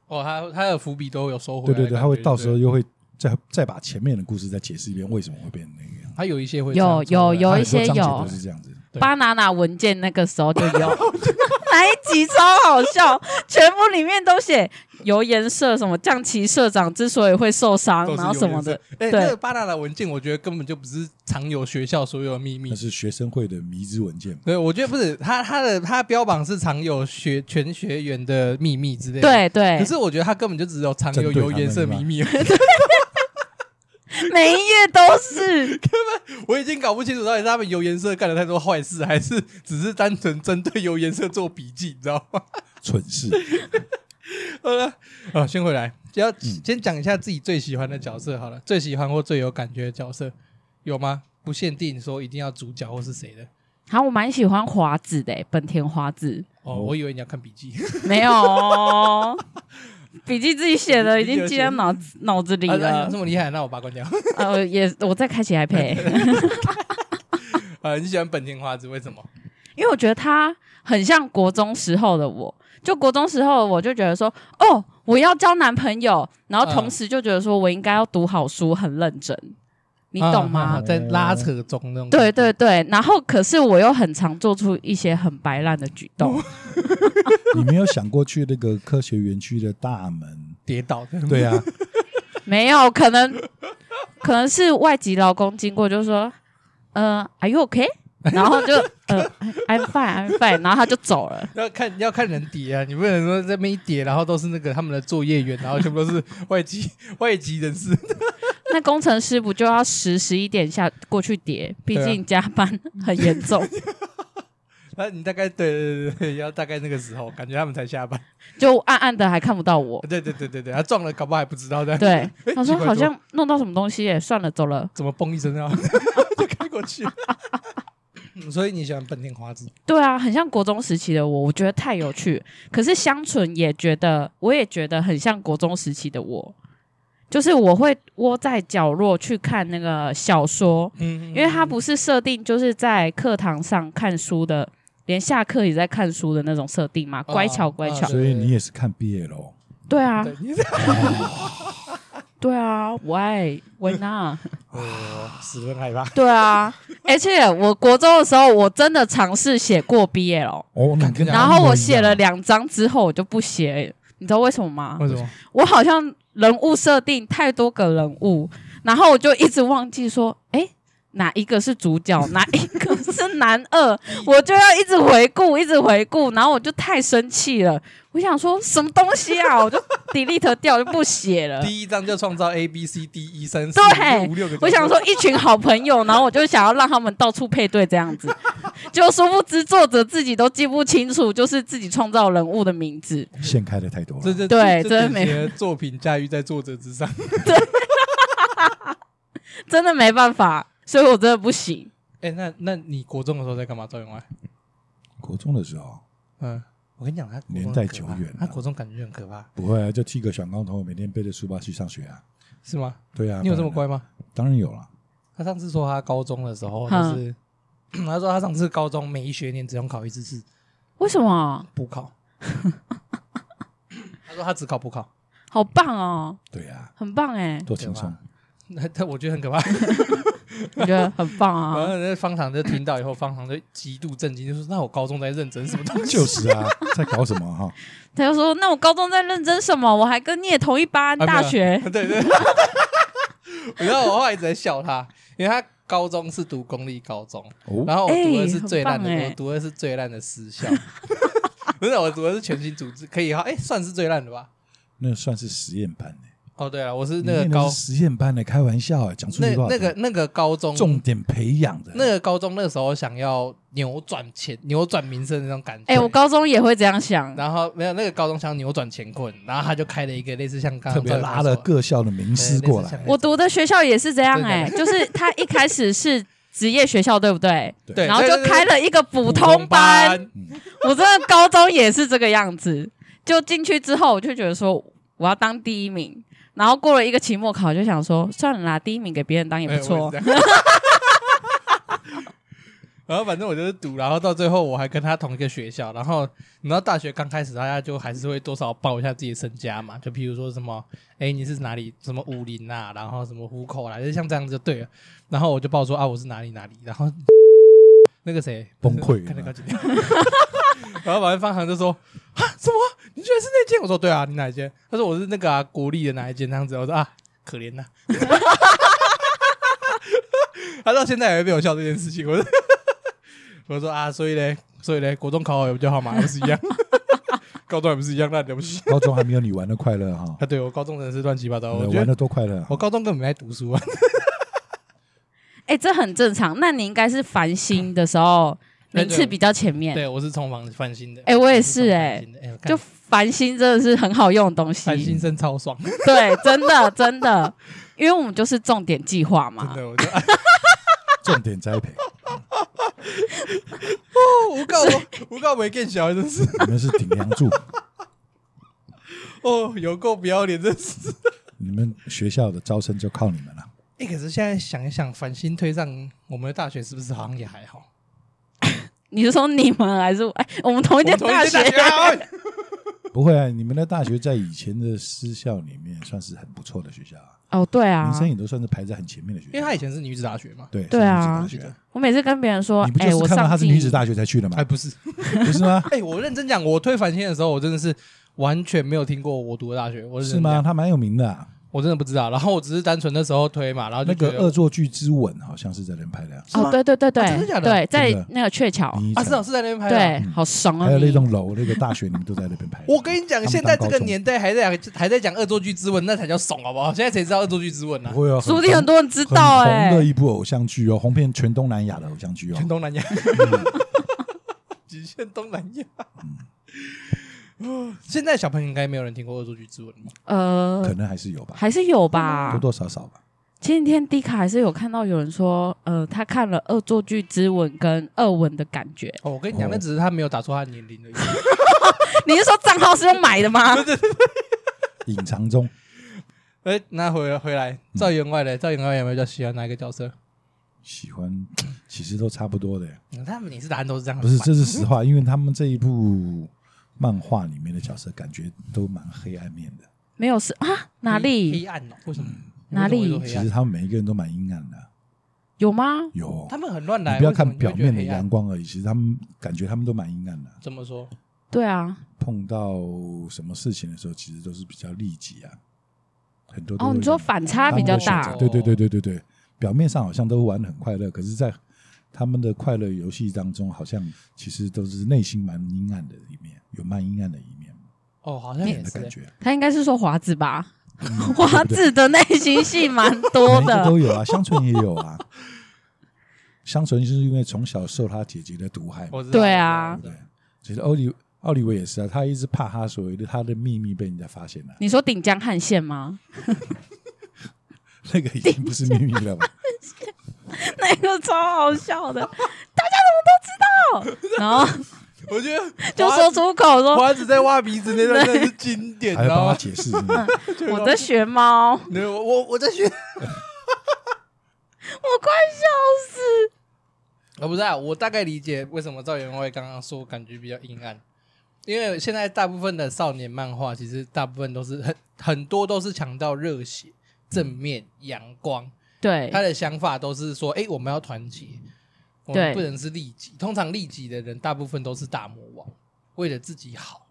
Speaker 1: 哦，他他的伏笔都有收回
Speaker 2: 对
Speaker 1: 来的
Speaker 2: 对
Speaker 1: 感觉。
Speaker 2: 对，他会到时候又会再再把前面的故事再解释一遍，为什么会变成那个样子。
Speaker 1: 他有一些会
Speaker 3: 有
Speaker 1: 这样做的
Speaker 3: 有
Speaker 2: 他很
Speaker 3: 一
Speaker 2: 多
Speaker 3: 些
Speaker 2: 章节
Speaker 3: 有
Speaker 2: 都是这样子，
Speaker 1: 对
Speaker 3: 巴拿拿文件那个时候就有， 哪一集超好笑，全部里面都写油盐社什么降旗社长之所以会受伤，
Speaker 1: 都是
Speaker 3: 然后啊什么的，
Speaker 1: 有颜色。哎，
Speaker 3: 对
Speaker 1: 那个巴拿的文件，我觉得根本就不是藏有学校所有的秘密
Speaker 2: 那。是学生会的迷之文件嘛。
Speaker 1: 对，我觉得不是他他的他标榜是藏有学全学员的秘密之类的。。
Speaker 3: 对对
Speaker 1: 可，是我觉得他根本就只有藏有
Speaker 2: 针对
Speaker 1: 有
Speaker 2: 他
Speaker 1: 颜
Speaker 2: 们
Speaker 1: 色
Speaker 2: 是吗
Speaker 1: 秘密而已，
Speaker 3: 每一页都是，
Speaker 1: 我已经搞不清楚到底是他们油颜色干了太多坏事，还是只是单纯针对油颜色做笔记，你知道吗？
Speaker 2: 蠢事，
Speaker 1: 好了，啊，先回来，只要、先讲一下自己最喜欢的角色好了，最喜欢或最有感觉的角色有吗？不限定说一定要主角或是谁的。
Speaker 3: 好，我蛮喜欢华子的、本田华子，
Speaker 1: 哦，
Speaker 2: 哦
Speaker 1: 我以为你要看笔记，啊
Speaker 3: 没 有哦。笔记自己写的，已经记在脑子脑子里
Speaker 1: 啊啊
Speaker 3: 了
Speaker 1: 你这。么厉害，那我把它关掉。
Speaker 3: 呃，也我再开启 iPad，
Speaker 1: 啊，你喜欢本田花子为什么？
Speaker 3: 因为我觉得他很像国中时候的我。就国中时候，我就觉得说，哦，我要交男朋友，然后同时就觉得说我应该要读好书，很认真，你懂吗？
Speaker 1: 啊在拉扯中那种。
Speaker 3: 对对，对，然后可是我又很常做出一些很白烂的举动，
Speaker 2: 你没有想过去那个科学园区的大门？
Speaker 1: 跌倒。
Speaker 2: 对啊，
Speaker 3: 没有，可能可能是外籍劳工经过就说，呃，Are you okay？然后就呃，I'm fine，I'm fine，然后他就走了。
Speaker 1: 要看要看人叠啊，你不能说这边一叠，然后都是那个他们的作业员，然后全部都是外籍 外籍人士，
Speaker 3: 那工程师不就要十十一点下过去叠？毕
Speaker 1: 对啊
Speaker 3: 竟加班很严重。
Speaker 1: 那你大概对对对对，要大概那个时候，感觉他们才 下班。
Speaker 3: 就暗暗的还看不到我。
Speaker 1: 对对对对对，他撞了，搞不好还不知道的。
Speaker 3: 对，
Speaker 1: 哎
Speaker 3: 他
Speaker 1: 奇
Speaker 3: 说
Speaker 1: 怪
Speaker 3: 好像弄到什么东西耶，算了，走了。
Speaker 1: 怎么嘣一声啊， 就开过去。嗯所以你喜欢本田花子？
Speaker 3: 对啊，很像国中时期的我，我觉得太有趣。可是香纯也觉得，我也觉得很像国中时期的我，就是我会窝在角落去看那个小说，
Speaker 1: 嗯
Speaker 3: 因为它不是设定就是在课堂上看书的，连下课也在看书的那种设定嘛，
Speaker 1: 哦
Speaker 3: 乖巧乖巧
Speaker 1: 对。
Speaker 2: 所以你也是看毕业喽。
Speaker 3: 对啊，
Speaker 1: 对，你
Speaker 3: 对啊，Why Why not？
Speaker 1: 我十分哦害怕。
Speaker 3: 对啊，而且我国中的时候，我真的尝试写过 BL，
Speaker 2: 哦，那跟
Speaker 1: 对啊
Speaker 3: 然后我写了
Speaker 2: 两，
Speaker 3: 两张之后，我就不写了，你知道为什么吗？
Speaker 1: 为什么？
Speaker 3: 我好像人物设定太多个人物，然后我就一直忘记说，哎，哪一个是主角， 哪一个是男二，我就要一直回顾，一直回顾，然后我就太生气了，我想说什么东西啊，我就 delete 掉，就不写了。
Speaker 1: 第一章就创造 A B C D 一三四
Speaker 3: 对
Speaker 1: 五六 个角色。
Speaker 3: 我想说一群好朋友，然后我就想要让他们到处配对这 样子，就殊不知作者自己都记不清楚，就是自己创造人物的名字。
Speaker 2: 现开的太多
Speaker 1: 这
Speaker 2: 了。
Speaker 1: 这
Speaker 3: 对
Speaker 1: 这
Speaker 3: 真的
Speaker 1: 这
Speaker 3: 没
Speaker 1: 典型的作品驾驭在作者之 上。
Speaker 3: 真的没办法，所以我真的不行。
Speaker 1: 哎，那那你国中的时候在干嘛？赵员外，
Speaker 2: 国中的时候
Speaker 1: 嗯，我跟你讲，他国中
Speaker 2: 年代
Speaker 1: 很可
Speaker 2: 久
Speaker 1: 怕
Speaker 2: 远啊了
Speaker 1: 他国中感觉很可怕，
Speaker 2: 不会啊，就剃个小光头，每天背着书包去上学啊。
Speaker 1: 是吗？
Speaker 2: 对啊，
Speaker 1: 你有这么
Speaker 2: 不然
Speaker 1: 乖
Speaker 2: 呢？
Speaker 1: 吗？
Speaker 2: 当然有了。
Speaker 1: 他上次说他高中的时候就
Speaker 3: 嗯
Speaker 1: 是， 他说他上次高中每一学年只用考一次试
Speaker 3: 为什么？
Speaker 1: 补 考。他说他只考补考，
Speaker 3: 好棒哦，
Speaker 2: 对啊，
Speaker 3: 很棒哎，
Speaker 2: 多轻松
Speaker 1: 对。那他我觉得很可怕。
Speaker 3: 哦我觉得很棒
Speaker 1: 然
Speaker 3: 啊。
Speaker 1: 后那方糖就听到以后，方糖就极度震惊，就说：“那我高中在认真什么东西
Speaker 2: 就是 啊，在搞什么哈？
Speaker 3: 他就说：“那我高中在认真什么？我还跟你也同一班？”
Speaker 1: 啊
Speaker 3: 大学？
Speaker 1: 没有 对对。然后我后来一直在笑他，因为他高中是读公立高中，
Speaker 2: 哦，
Speaker 1: 然后我读的是
Speaker 3: 哎
Speaker 1: 最烂的，
Speaker 3: 很棒哎
Speaker 1: 我读的是最烂的私校。 不是，我读的是全新组织，可以哈，哎、算是最烂的吧。
Speaker 2: 那算是实验班呢。
Speaker 1: 哦，对了，我是
Speaker 2: 你
Speaker 1: 那个
Speaker 2: 念的
Speaker 1: 高
Speaker 2: 是，实验班呢，开玩笑哎，讲出
Speaker 1: 那
Speaker 2: 去多少
Speaker 1: 那个那个高中，
Speaker 2: 重点培养的
Speaker 1: 那个高中那时候想要扭转前扭转民生的那种感觉。
Speaker 3: 哎，我高中也会这样想。
Speaker 1: 然后没有那个高中想扭转乾坤，然后他就开了一个类似像刚刚
Speaker 2: 特别
Speaker 1: 赵宇
Speaker 2: 拉
Speaker 1: 说
Speaker 2: 了各校的名师过
Speaker 1: 对类似
Speaker 2: 来
Speaker 1: 像，
Speaker 3: 我读的学校也是这样哎，
Speaker 1: 真
Speaker 3: 就是他一开始是职业学校，对不对？
Speaker 1: 对，
Speaker 3: 然后就
Speaker 1: 对
Speaker 3: 开了一个普通班。，我真的高中也是这个样子，就进去之后我就觉得说我要当第一名，然后过了一个期末考就想说算了啦，第一名给别人当也哎
Speaker 1: 哎
Speaker 3: 不错。
Speaker 1: 对对对对 然后反正我就是读，然后到最后我还跟他同一个学校。然后你知道大学刚开始，大家就还是会多少报一下自己的身家嘛，就譬如说什么，哎，你是哪里？什么武林啊，然后什么虎口啦、就像这样子就对了。然后我就报说啊，我是哪里哪里。然后 那个谁
Speaker 2: 崩溃了
Speaker 1: 看得高级点。 然后反正方航就说啊，什么？你居然是那间？我说对啊，你哪一间？他说我是那个啊国立的哪一间这样子。我说啊，可怜呐、 他到现在还会被我笑这件事情。我说，我说啊，所以嘞，所以嘞，国中考好有比较好嘛，还不是一样？ 高中还不是一样烂了不起？
Speaker 2: 高中还没有你玩的快乐哈。
Speaker 1: 啊，对我高中真的是乱七八糟， 我
Speaker 2: 我
Speaker 1: 觉
Speaker 2: 玩
Speaker 1: 得
Speaker 2: 的多快乐 啊！
Speaker 1: 我高中根本没在读书啊。
Speaker 3: 哎、这很正常。那你应该是繁星的时候
Speaker 1: 对
Speaker 3: 名次比较前 面。
Speaker 1: 对，我是从房翻新的。
Speaker 3: 嗯哎我也
Speaker 1: 从
Speaker 3: 是
Speaker 1: 繁
Speaker 3: 哎
Speaker 1: 星的哎我看
Speaker 3: 就繁星真的是很好用的东
Speaker 1: 繁星
Speaker 3: 西，
Speaker 1: 生超爽，
Speaker 3: 对，真的真的，因为我们就是重点计划
Speaker 1: 真
Speaker 3: 嘛。
Speaker 1: 的，我就啊，
Speaker 2: 重点栽培，
Speaker 1: 我告我我告没更小，真是
Speaker 2: 你们是顶梁柱，
Speaker 1: 哦，有够不要脸，真是。
Speaker 2: 你们学校的招生就靠你们了。
Speaker 1: 哎，可是现在想一想，繁星推上我们的大学，是不是好像也还好？
Speaker 3: 你是说你们还是我哎、我们同
Speaker 1: 我
Speaker 3: 一间
Speaker 1: 们同一
Speaker 3: 大
Speaker 1: 间大
Speaker 3: 学？
Speaker 1: 学 啊，哎
Speaker 2: 不会啊，你们的大学在以前的私校里面算是很不错的学校啊，
Speaker 3: 哦，对啊
Speaker 2: 民，生也都算是排在很前面的学校。
Speaker 1: 因为他以前是女子大学嘛。
Speaker 2: 对
Speaker 3: 对啊
Speaker 2: 是女子大学，
Speaker 3: 我每次跟别人说
Speaker 2: 你不，
Speaker 3: 哎、
Speaker 2: 就是
Speaker 3: 我
Speaker 2: 看到她
Speaker 3: 上
Speaker 2: 是
Speaker 3: 进
Speaker 2: 女子大学才去的吗
Speaker 1: 哎，？不是，
Speaker 2: 不是吗？
Speaker 1: 哎、我认真 讲，我推繁星的时候，我真的是完全没有听过我读的大学，我认
Speaker 2: 是
Speaker 1: 真讲
Speaker 2: 吗？？她蛮有名的啊，
Speaker 1: 我真的不知道。然后我只是单纯那时候推嘛，然后就
Speaker 2: 那
Speaker 1: 觉
Speaker 2: 个
Speaker 1: 得
Speaker 2: 恶作剧之吻好像是在那边拍的啊，
Speaker 1: 是吗
Speaker 3: 哦，对对对
Speaker 1: 啊真的
Speaker 3: 对
Speaker 1: 假的
Speaker 3: 对，在
Speaker 2: 真的
Speaker 3: 那个鹊桥，
Speaker 2: 你
Speaker 1: 啊，是哦，是在那边拍的啊。
Speaker 3: 对，好爽啊！
Speaker 2: 还有那
Speaker 3: 你
Speaker 2: 栋楼、那个大学，你们都在那边拍。
Speaker 1: 我跟你讲，
Speaker 2: 们
Speaker 1: 现在这
Speaker 2: 当高
Speaker 1: 个
Speaker 2: 中
Speaker 1: 年代还在还在讲恶作剧之吻，那才叫怂好不好？现在谁知道恶作剧之吻呢、
Speaker 2: 不会啊，
Speaker 3: 说不定很
Speaker 2: 多
Speaker 3: 多人知道
Speaker 2: 很
Speaker 3: 哎
Speaker 2: 红的，一部偶像剧哦，红遍全东南亚的偶像剧哦
Speaker 1: 全。东南亚，
Speaker 2: 嗯
Speaker 1: 极限东南亚。现在小朋友应该没有人听过恶作剧之吻吧？
Speaker 2: 可
Speaker 3: 呃，
Speaker 2: 能还是有吧，
Speaker 3: 还是有
Speaker 2: 多
Speaker 3: 吧。
Speaker 2: 多少少吧。
Speaker 3: 前几天迪卡还是有看到有人说，呃，他看了《恶作剧之吻》跟《恶吻的感觉
Speaker 1: 哦，我跟你讲，
Speaker 2: 哦
Speaker 1: 那只是他没有打出他的年龄而已。》，
Speaker 3: 你是说账号是用买的吗？
Speaker 2: 隐藏中，
Speaker 1: 哎，那回回来，赵员外的赵员外有没有叫喜欢哪一个角色？
Speaker 2: 喜欢其实都差不多的，
Speaker 1: 嗯他们每次答案都是这样，
Speaker 2: 不是，
Speaker 1: 很烦
Speaker 2: 这是实话，因为他们这一部漫画里面的角色，感觉都蛮黑暗面的。
Speaker 3: 没有是啊，哪
Speaker 1: 黑黑
Speaker 3: 里嗯
Speaker 1: 暗哦？为什么？
Speaker 3: 哪里
Speaker 1: 为什么会
Speaker 2: 其
Speaker 1: 说黑
Speaker 2: 实
Speaker 1: 暗？
Speaker 2: 他们每一个人都蛮阴暗的，
Speaker 3: 有吗？
Speaker 2: 有。
Speaker 1: 他们很乱
Speaker 2: 你
Speaker 1: 来，
Speaker 2: 不要
Speaker 1: 为什么
Speaker 2: 看
Speaker 1: 你会
Speaker 2: 表
Speaker 1: 觉得
Speaker 2: 面的
Speaker 1: 黑暗
Speaker 2: 阳光而已，其实他们感觉他们都蛮阴暗的。
Speaker 1: 怎么说？
Speaker 3: 对啊，
Speaker 2: 碰到什么事情的时候，其实都是比较利己啊，很多都
Speaker 3: 哦，
Speaker 2: 会
Speaker 3: 你说
Speaker 2: 有
Speaker 3: 反差比
Speaker 2: 们
Speaker 3: 较
Speaker 2: 的选择
Speaker 3: 大
Speaker 1: 哦，
Speaker 2: 对对对对对对，表面上好像都玩得很快乐，可是，在他们的快乐游戏当中，好像其实都是内心蛮阴暗的一面，有蛮阴暗的一面
Speaker 1: 哦，好像也
Speaker 2: 的
Speaker 1: 是
Speaker 2: 感
Speaker 1: 欸。
Speaker 2: 觉，啊
Speaker 3: 他应该是说华子吧？
Speaker 2: 嗯
Speaker 3: 华
Speaker 2: 对不对
Speaker 3: 子的内心戏蛮多
Speaker 2: 每一个
Speaker 3: 的
Speaker 2: 都有啊，香纯也有啊， 香纯是因为从小受他姐姐的毒害嘛，
Speaker 1: 我知道
Speaker 3: 对啊
Speaker 1: 我知
Speaker 2: 对
Speaker 1: 道
Speaker 2: 不对，其实奥利奥利维也是啊，他一直怕他所谓的他的秘密被人家发现了、
Speaker 3: 你说顶江汉线吗？
Speaker 2: 那个已经不是秘密了吧？
Speaker 3: 那个超好笑 的，大家怎么都 知道，然后
Speaker 1: 我觉得
Speaker 3: 就说出口说
Speaker 1: 花子在挖鼻子那段真的是经典，
Speaker 2: 还要
Speaker 1: 然
Speaker 2: 帮
Speaker 1: 后
Speaker 2: 他解释是不是，
Speaker 1: 啊
Speaker 3: 我在学猫，我
Speaker 1: 没有我我我在学
Speaker 3: 快笑死。
Speaker 1: 啊，不是啊，我大概理解为什么赵员外刚刚说感觉比较阴暗，因为现在大部分的少年漫画其实大部分都是很很多都是强调热血、正面、阳光，
Speaker 3: 对
Speaker 1: 他的想法都是说，哎、我们要团结，我
Speaker 3: 对
Speaker 1: 们不能是利己。通常利己的人大部分都是大魔王，为了自己好，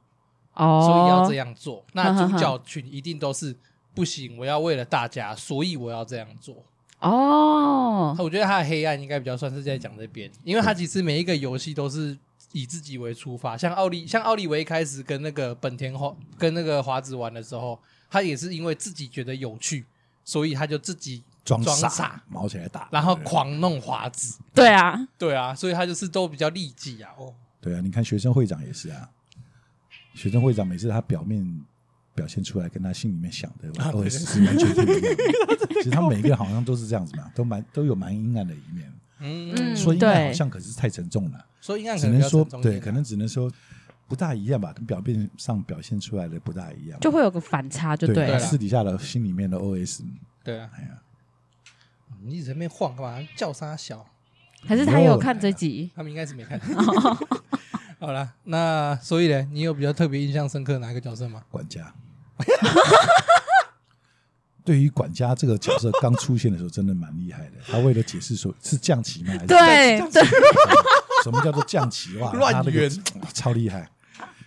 Speaker 1: 所以要
Speaker 3: 哦
Speaker 1: 这，样做。那主角群一定都是不行，我要为了大家，所以我要这样做。
Speaker 3: 哦，
Speaker 1: 我觉得他的黑暗应该比较算是在讲这边，因为他其实每一个游戏都是以自己为出发，像奥利像奥利维一开始跟那个本田华跟那个华子玩的时候，他也是因为自己觉得有趣，所以他就自己
Speaker 2: 装
Speaker 1: 傻，
Speaker 2: 傻，毛起来打，
Speaker 1: 然后
Speaker 2: 对
Speaker 1: 狂弄华子。
Speaker 3: 对啊，
Speaker 1: 对啊，所以他就是都比较利己啊。哦，
Speaker 2: 对啊，你看学生会长也是啊，学生会长每次他表面表现出来，跟他心里面想的 OS 是完全不一样的。其实他们每一个人好像都是这样子嘛，都蛮都有蛮阴暗的一面。
Speaker 1: 嗯
Speaker 3: 嗯，
Speaker 2: 说阴暗
Speaker 3: 对
Speaker 2: 好像可是太沉重了，
Speaker 1: 所以应该
Speaker 2: 只
Speaker 1: 可能
Speaker 2: 能
Speaker 1: 比较
Speaker 2: 说
Speaker 1: 沉重一点啊
Speaker 2: 对，可能只能说不大一样吧，跟表面上表现出来的不大一样。
Speaker 3: 就会有个反差，就
Speaker 2: 对
Speaker 3: 对
Speaker 2: 他
Speaker 3: 了。
Speaker 2: 私底下的心里面的 OS，
Speaker 1: 对啊。嗯
Speaker 2: 哎呀，
Speaker 1: 你一直在那边晃干嘛？叫啥小？
Speaker 3: 还是他有看这集？
Speaker 1: 他们应该是没看。好啦，那所以呢，你有比较特别印象深刻哪一个角色吗？
Speaker 2: 管 家。对于管家这个角色刚出现的时候，真的蛮厉害的。他为了解释说是降旗吗？还是
Speaker 3: 对对，
Speaker 2: 什么叫做降旗 哇？
Speaker 1: 乱
Speaker 2: 他那个
Speaker 1: 源
Speaker 2: 超厉害。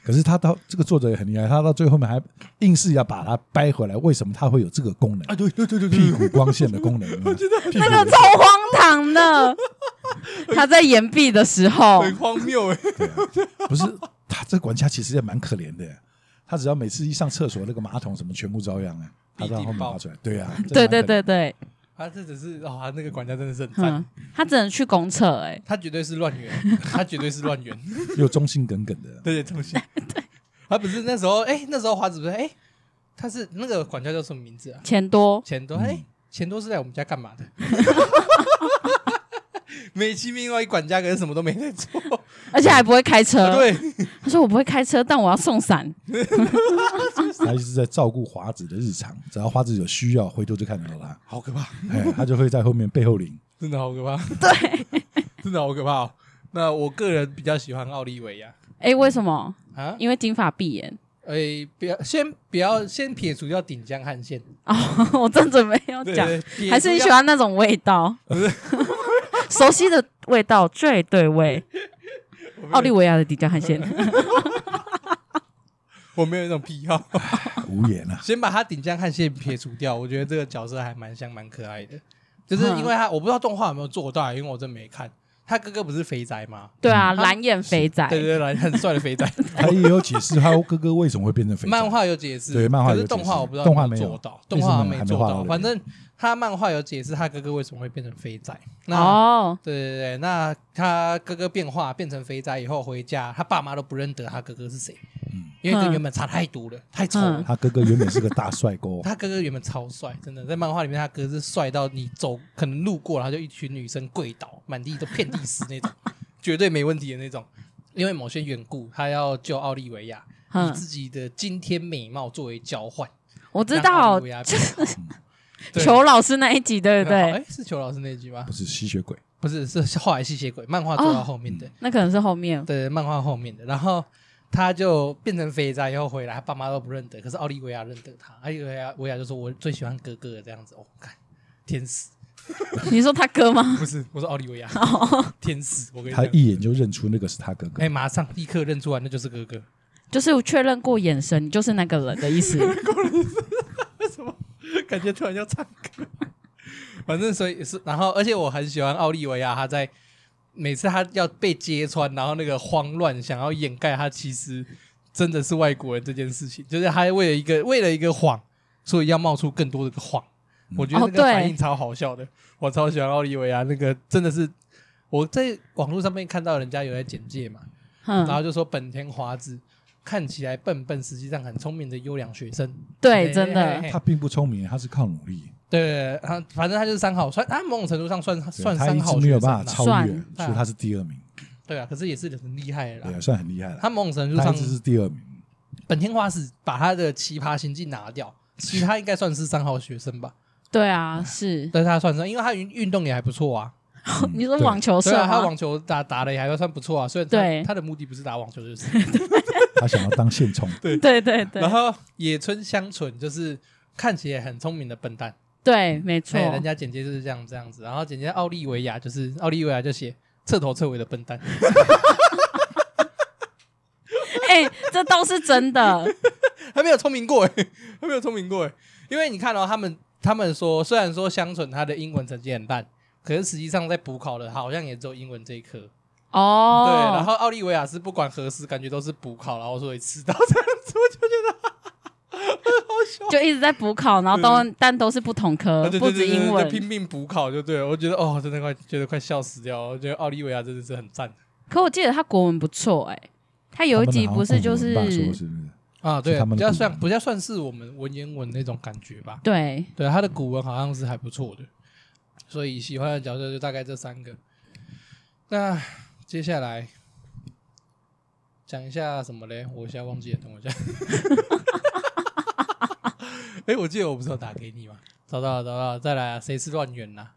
Speaker 2: 可是他到这个作者也很厉害，他到最后面还硬是要把它掰回来。为什么他会有这个功能？啊，对对对对屁股光线的 功能。我觉得
Speaker 3: 那个超荒唐的。他在岩壁的时候，
Speaker 1: 荒谬哎、
Speaker 2: 不是他这管家其实也蛮可怜的，他只要每次一上厕所，那个马桶什么全部遭殃哎，他到后面拿出来。对啊，真的蛮可
Speaker 3: 对对
Speaker 2: 怜
Speaker 3: 对对，
Speaker 1: 他这只是哇，那个管家真的是很赞，
Speaker 3: 嗯，他只能去公厕哎，
Speaker 1: 他绝对是乱源，他绝对是乱源，
Speaker 2: 又忠心耿耿的。
Speaker 1: 对对，东西。对，他不是那时候，哎、那时候华子不是，哎、他是那个管家叫什么名字啊？
Speaker 3: 钱多
Speaker 1: 钱多，哎、钱多是来我们家干嘛的？ 美其名曰管家，可是什么都没在做。
Speaker 3: 而且还不会开车。
Speaker 1: 嗯啊对，
Speaker 3: 他说我不会开车，但我要送伞。
Speaker 2: 他一直在照顾华子的日常，只要华子有需要，回头就看得到他，
Speaker 1: 好可怕，
Speaker 2: 哎，他就会在后面背后领。
Speaker 1: 真的好可怕。对， 真的好可怕、哦。那我个人比较喜欢奥利维亚
Speaker 3: 哎，为什么？
Speaker 1: 啊，
Speaker 3: 因为金发碧眼。
Speaker 1: 哎、不要先不要先撇除掉顶江汉线，
Speaker 3: 哦，我正准备要
Speaker 1: 对
Speaker 3: 哦讲，
Speaker 1: 对撇
Speaker 3: 还
Speaker 1: 除
Speaker 3: 是你
Speaker 1: 掉
Speaker 3: 喜欢那种味道？ 熟悉的味道最 对味。奥利维亚的迪迦海鲜，
Speaker 1: 我没有那种癖好。
Speaker 2: 无言啊。
Speaker 1: 先把他顶江汉线撇除掉，我觉得这个角色还蛮像蛮可爱的。就是
Speaker 3: 嗯
Speaker 1: 因为他，我不知道动画有没有做到，因为我真没看。他哥哥不是肥宅吗？
Speaker 3: 对啊，蓝眼肥仔，
Speaker 1: 对对对，很帅的肥 宅。
Speaker 2: 他也有解释他哥哥为什么会变成肥
Speaker 1: 漫
Speaker 2: 仔，
Speaker 1: 画有解释，
Speaker 2: 对漫画有
Speaker 1: 可是
Speaker 2: 解释
Speaker 1: 动画我不知道
Speaker 2: 动画
Speaker 1: 有没有做到，
Speaker 2: 没
Speaker 1: 动
Speaker 2: 有
Speaker 1: 画
Speaker 2: 为什么还没
Speaker 1: 做
Speaker 2: 画到
Speaker 1: 到。
Speaker 2: 嘞
Speaker 1: 反正他漫画有解释他哥哥为什么会变成肥仔。那、
Speaker 3: 哦，
Speaker 1: 对对对，那他哥哥变化变成肥宅以后回家，他爸妈都不认得他哥哥是谁，
Speaker 2: 嗯
Speaker 1: 因为跟原本差太多了，太丑了。
Speaker 3: 嗯
Speaker 2: 他哥哥原本是个大帅哥，
Speaker 1: 他哥哥原本超帅，真的，在漫画里面他哥是帅到你走可能路过，然后就一群女生跪倒，满地都遍地是 那种，绝对没问题的那种。因为某些缘故，他要救奥利维亚，以
Speaker 3: 嗯，
Speaker 1: 自己的今天美貌作为交换，
Speaker 3: 我知
Speaker 1: 让奥
Speaker 3: 道
Speaker 1: 利维亚变好对
Speaker 3: 裘老师那一集，对不对？
Speaker 1: 哎，是裘老师那句吗
Speaker 2: 不？是吸血鬼，
Speaker 1: 不是，是后来吸血鬼，漫画
Speaker 3: 哦
Speaker 1: 做到后面的，
Speaker 3: 那可能是后面，
Speaker 1: 对，漫画后面的。然后他就变成肥宅以后回来，他爸妈都不认得，可是奥利维亚认得他，奥利维亚维亚就说：“我最喜欢哥哥了这样子。”哦，看天使。
Speaker 3: 你说他哥 吗？
Speaker 1: 不是，我说奥利维亚，天使，我跟你
Speaker 2: 他
Speaker 1: 讲，
Speaker 2: 一眼就认出那个是他哥哥
Speaker 1: 哎、。马上立刻认出来，那就是哥哥。
Speaker 3: 就是确认过眼神，你就是那个人的 意思。
Speaker 1: 感觉突然要唱歌，反正所以是，然后而且我很喜欢奥利维亚，他在每次他要被揭穿，然后那个慌乱想要掩盖他其实真的是外国人这件事情，就是他为了一个为了一个谎，所以要冒出更多的个谎。我觉得
Speaker 3: 哦
Speaker 1: 那个
Speaker 3: 对
Speaker 1: 反应超好笑的，我超喜欢奥利维亚那个，真的是我在网络上面看到人家有在简介嘛，然
Speaker 3: 嗯，
Speaker 1: 后就说本田华子看起来笨笨，实际上很聪明的优良学生。
Speaker 3: 对，真的，
Speaker 1: 对
Speaker 2: 他并不聪明，他是靠努力，
Speaker 1: 对对，对然后反正他就是三好，算他某种程度上算
Speaker 2: 对
Speaker 1: 算
Speaker 2: 他
Speaker 1: 三
Speaker 2: 一
Speaker 1: 好
Speaker 2: 直
Speaker 1: 学
Speaker 2: 没有
Speaker 1: 生
Speaker 2: 办
Speaker 1: 啦
Speaker 2: 法超越，
Speaker 3: 算
Speaker 2: 所以他是第二名，
Speaker 1: 对啊，可是也是很厉害的
Speaker 2: 对
Speaker 1: 啦
Speaker 2: 啊，。算很厉害
Speaker 1: 他
Speaker 2: 了。
Speaker 1: 某种程度
Speaker 2: 他
Speaker 1: 上
Speaker 2: 一，直是第二名，
Speaker 1: 本天花是把他的奇葩行径拿掉，其他应该算是三好学生吧？
Speaker 3: 对啊，是。
Speaker 1: 但是他算上，因为他运运动也还不错啊，
Speaker 2: 嗯
Speaker 3: 你说网球
Speaker 1: 对
Speaker 3: 社
Speaker 1: 啊，他
Speaker 3: 吗？
Speaker 1: 网球打打的也还算不错啊，所以他
Speaker 3: 哦对
Speaker 1: 他的目的不是打网球就是。
Speaker 2: 对他想要当 线虫，
Speaker 3: 对对对
Speaker 1: 然，后野村香纯就是看起来很聪明的笨蛋，
Speaker 3: 对，没错
Speaker 1: 哎，，人家简介就是这样这样子，然后简介奥利维亚就是奥利维亚就写彻头彻尾的笨蛋，
Speaker 3: 哎，这倒是真 的，
Speaker 1: 还没有聪明过哎、还没有聪明过哎、因为你看哦，他们他们说，虽然说香纯他的英文成绩很烂，可是实际上在补考的好像也只有英文这一科。
Speaker 3: 哦，
Speaker 1: 对，然后奥利维亚是不管何时，感觉都是补考，然后所以迟到这样子，我就觉得
Speaker 3: 就一直在补考，然后都但都是不同科
Speaker 1: 啊， 对
Speaker 3: 呃不
Speaker 1: 对
Speaker 3: 止
Speaker 1: 对
Speaker 3: 英
Speaker 1: 对，就
Speaker 3: 文。
Speaker 1: 拼命补考就对了。我觉得哦，真的快觉得快笑死掉了，我觉得奥利维亚真的是很赞
Speaker 3: 可我记得他国文不错，哎，他有一集不是就
Speaker 2: 他们好像说
Speaker 3: 是
Speaker 2: 是不是
Speaker 1: 啊，
Speaker 2: 是
Speaker 1: 对，
Speaker 2: 他们
Speaker 1: 比
Speaker 2: 的
Speaker 1: 较
Speaker 2: 部
Speaker 1: 算
Speaker 2: 门
Speaker 1: 比较算是我们文言文那种感觉吧。
Speaker 3: 对，
Speaker 1: 对，他的古文好像是还不错的，所以喜欢的角色就大概这三个。那接下来讲一下什么嘞？我现在忘记了，等我一下。 哎、我记得我不是有打给你吗？找到了，找到了，再来啊！谁是乱源呐、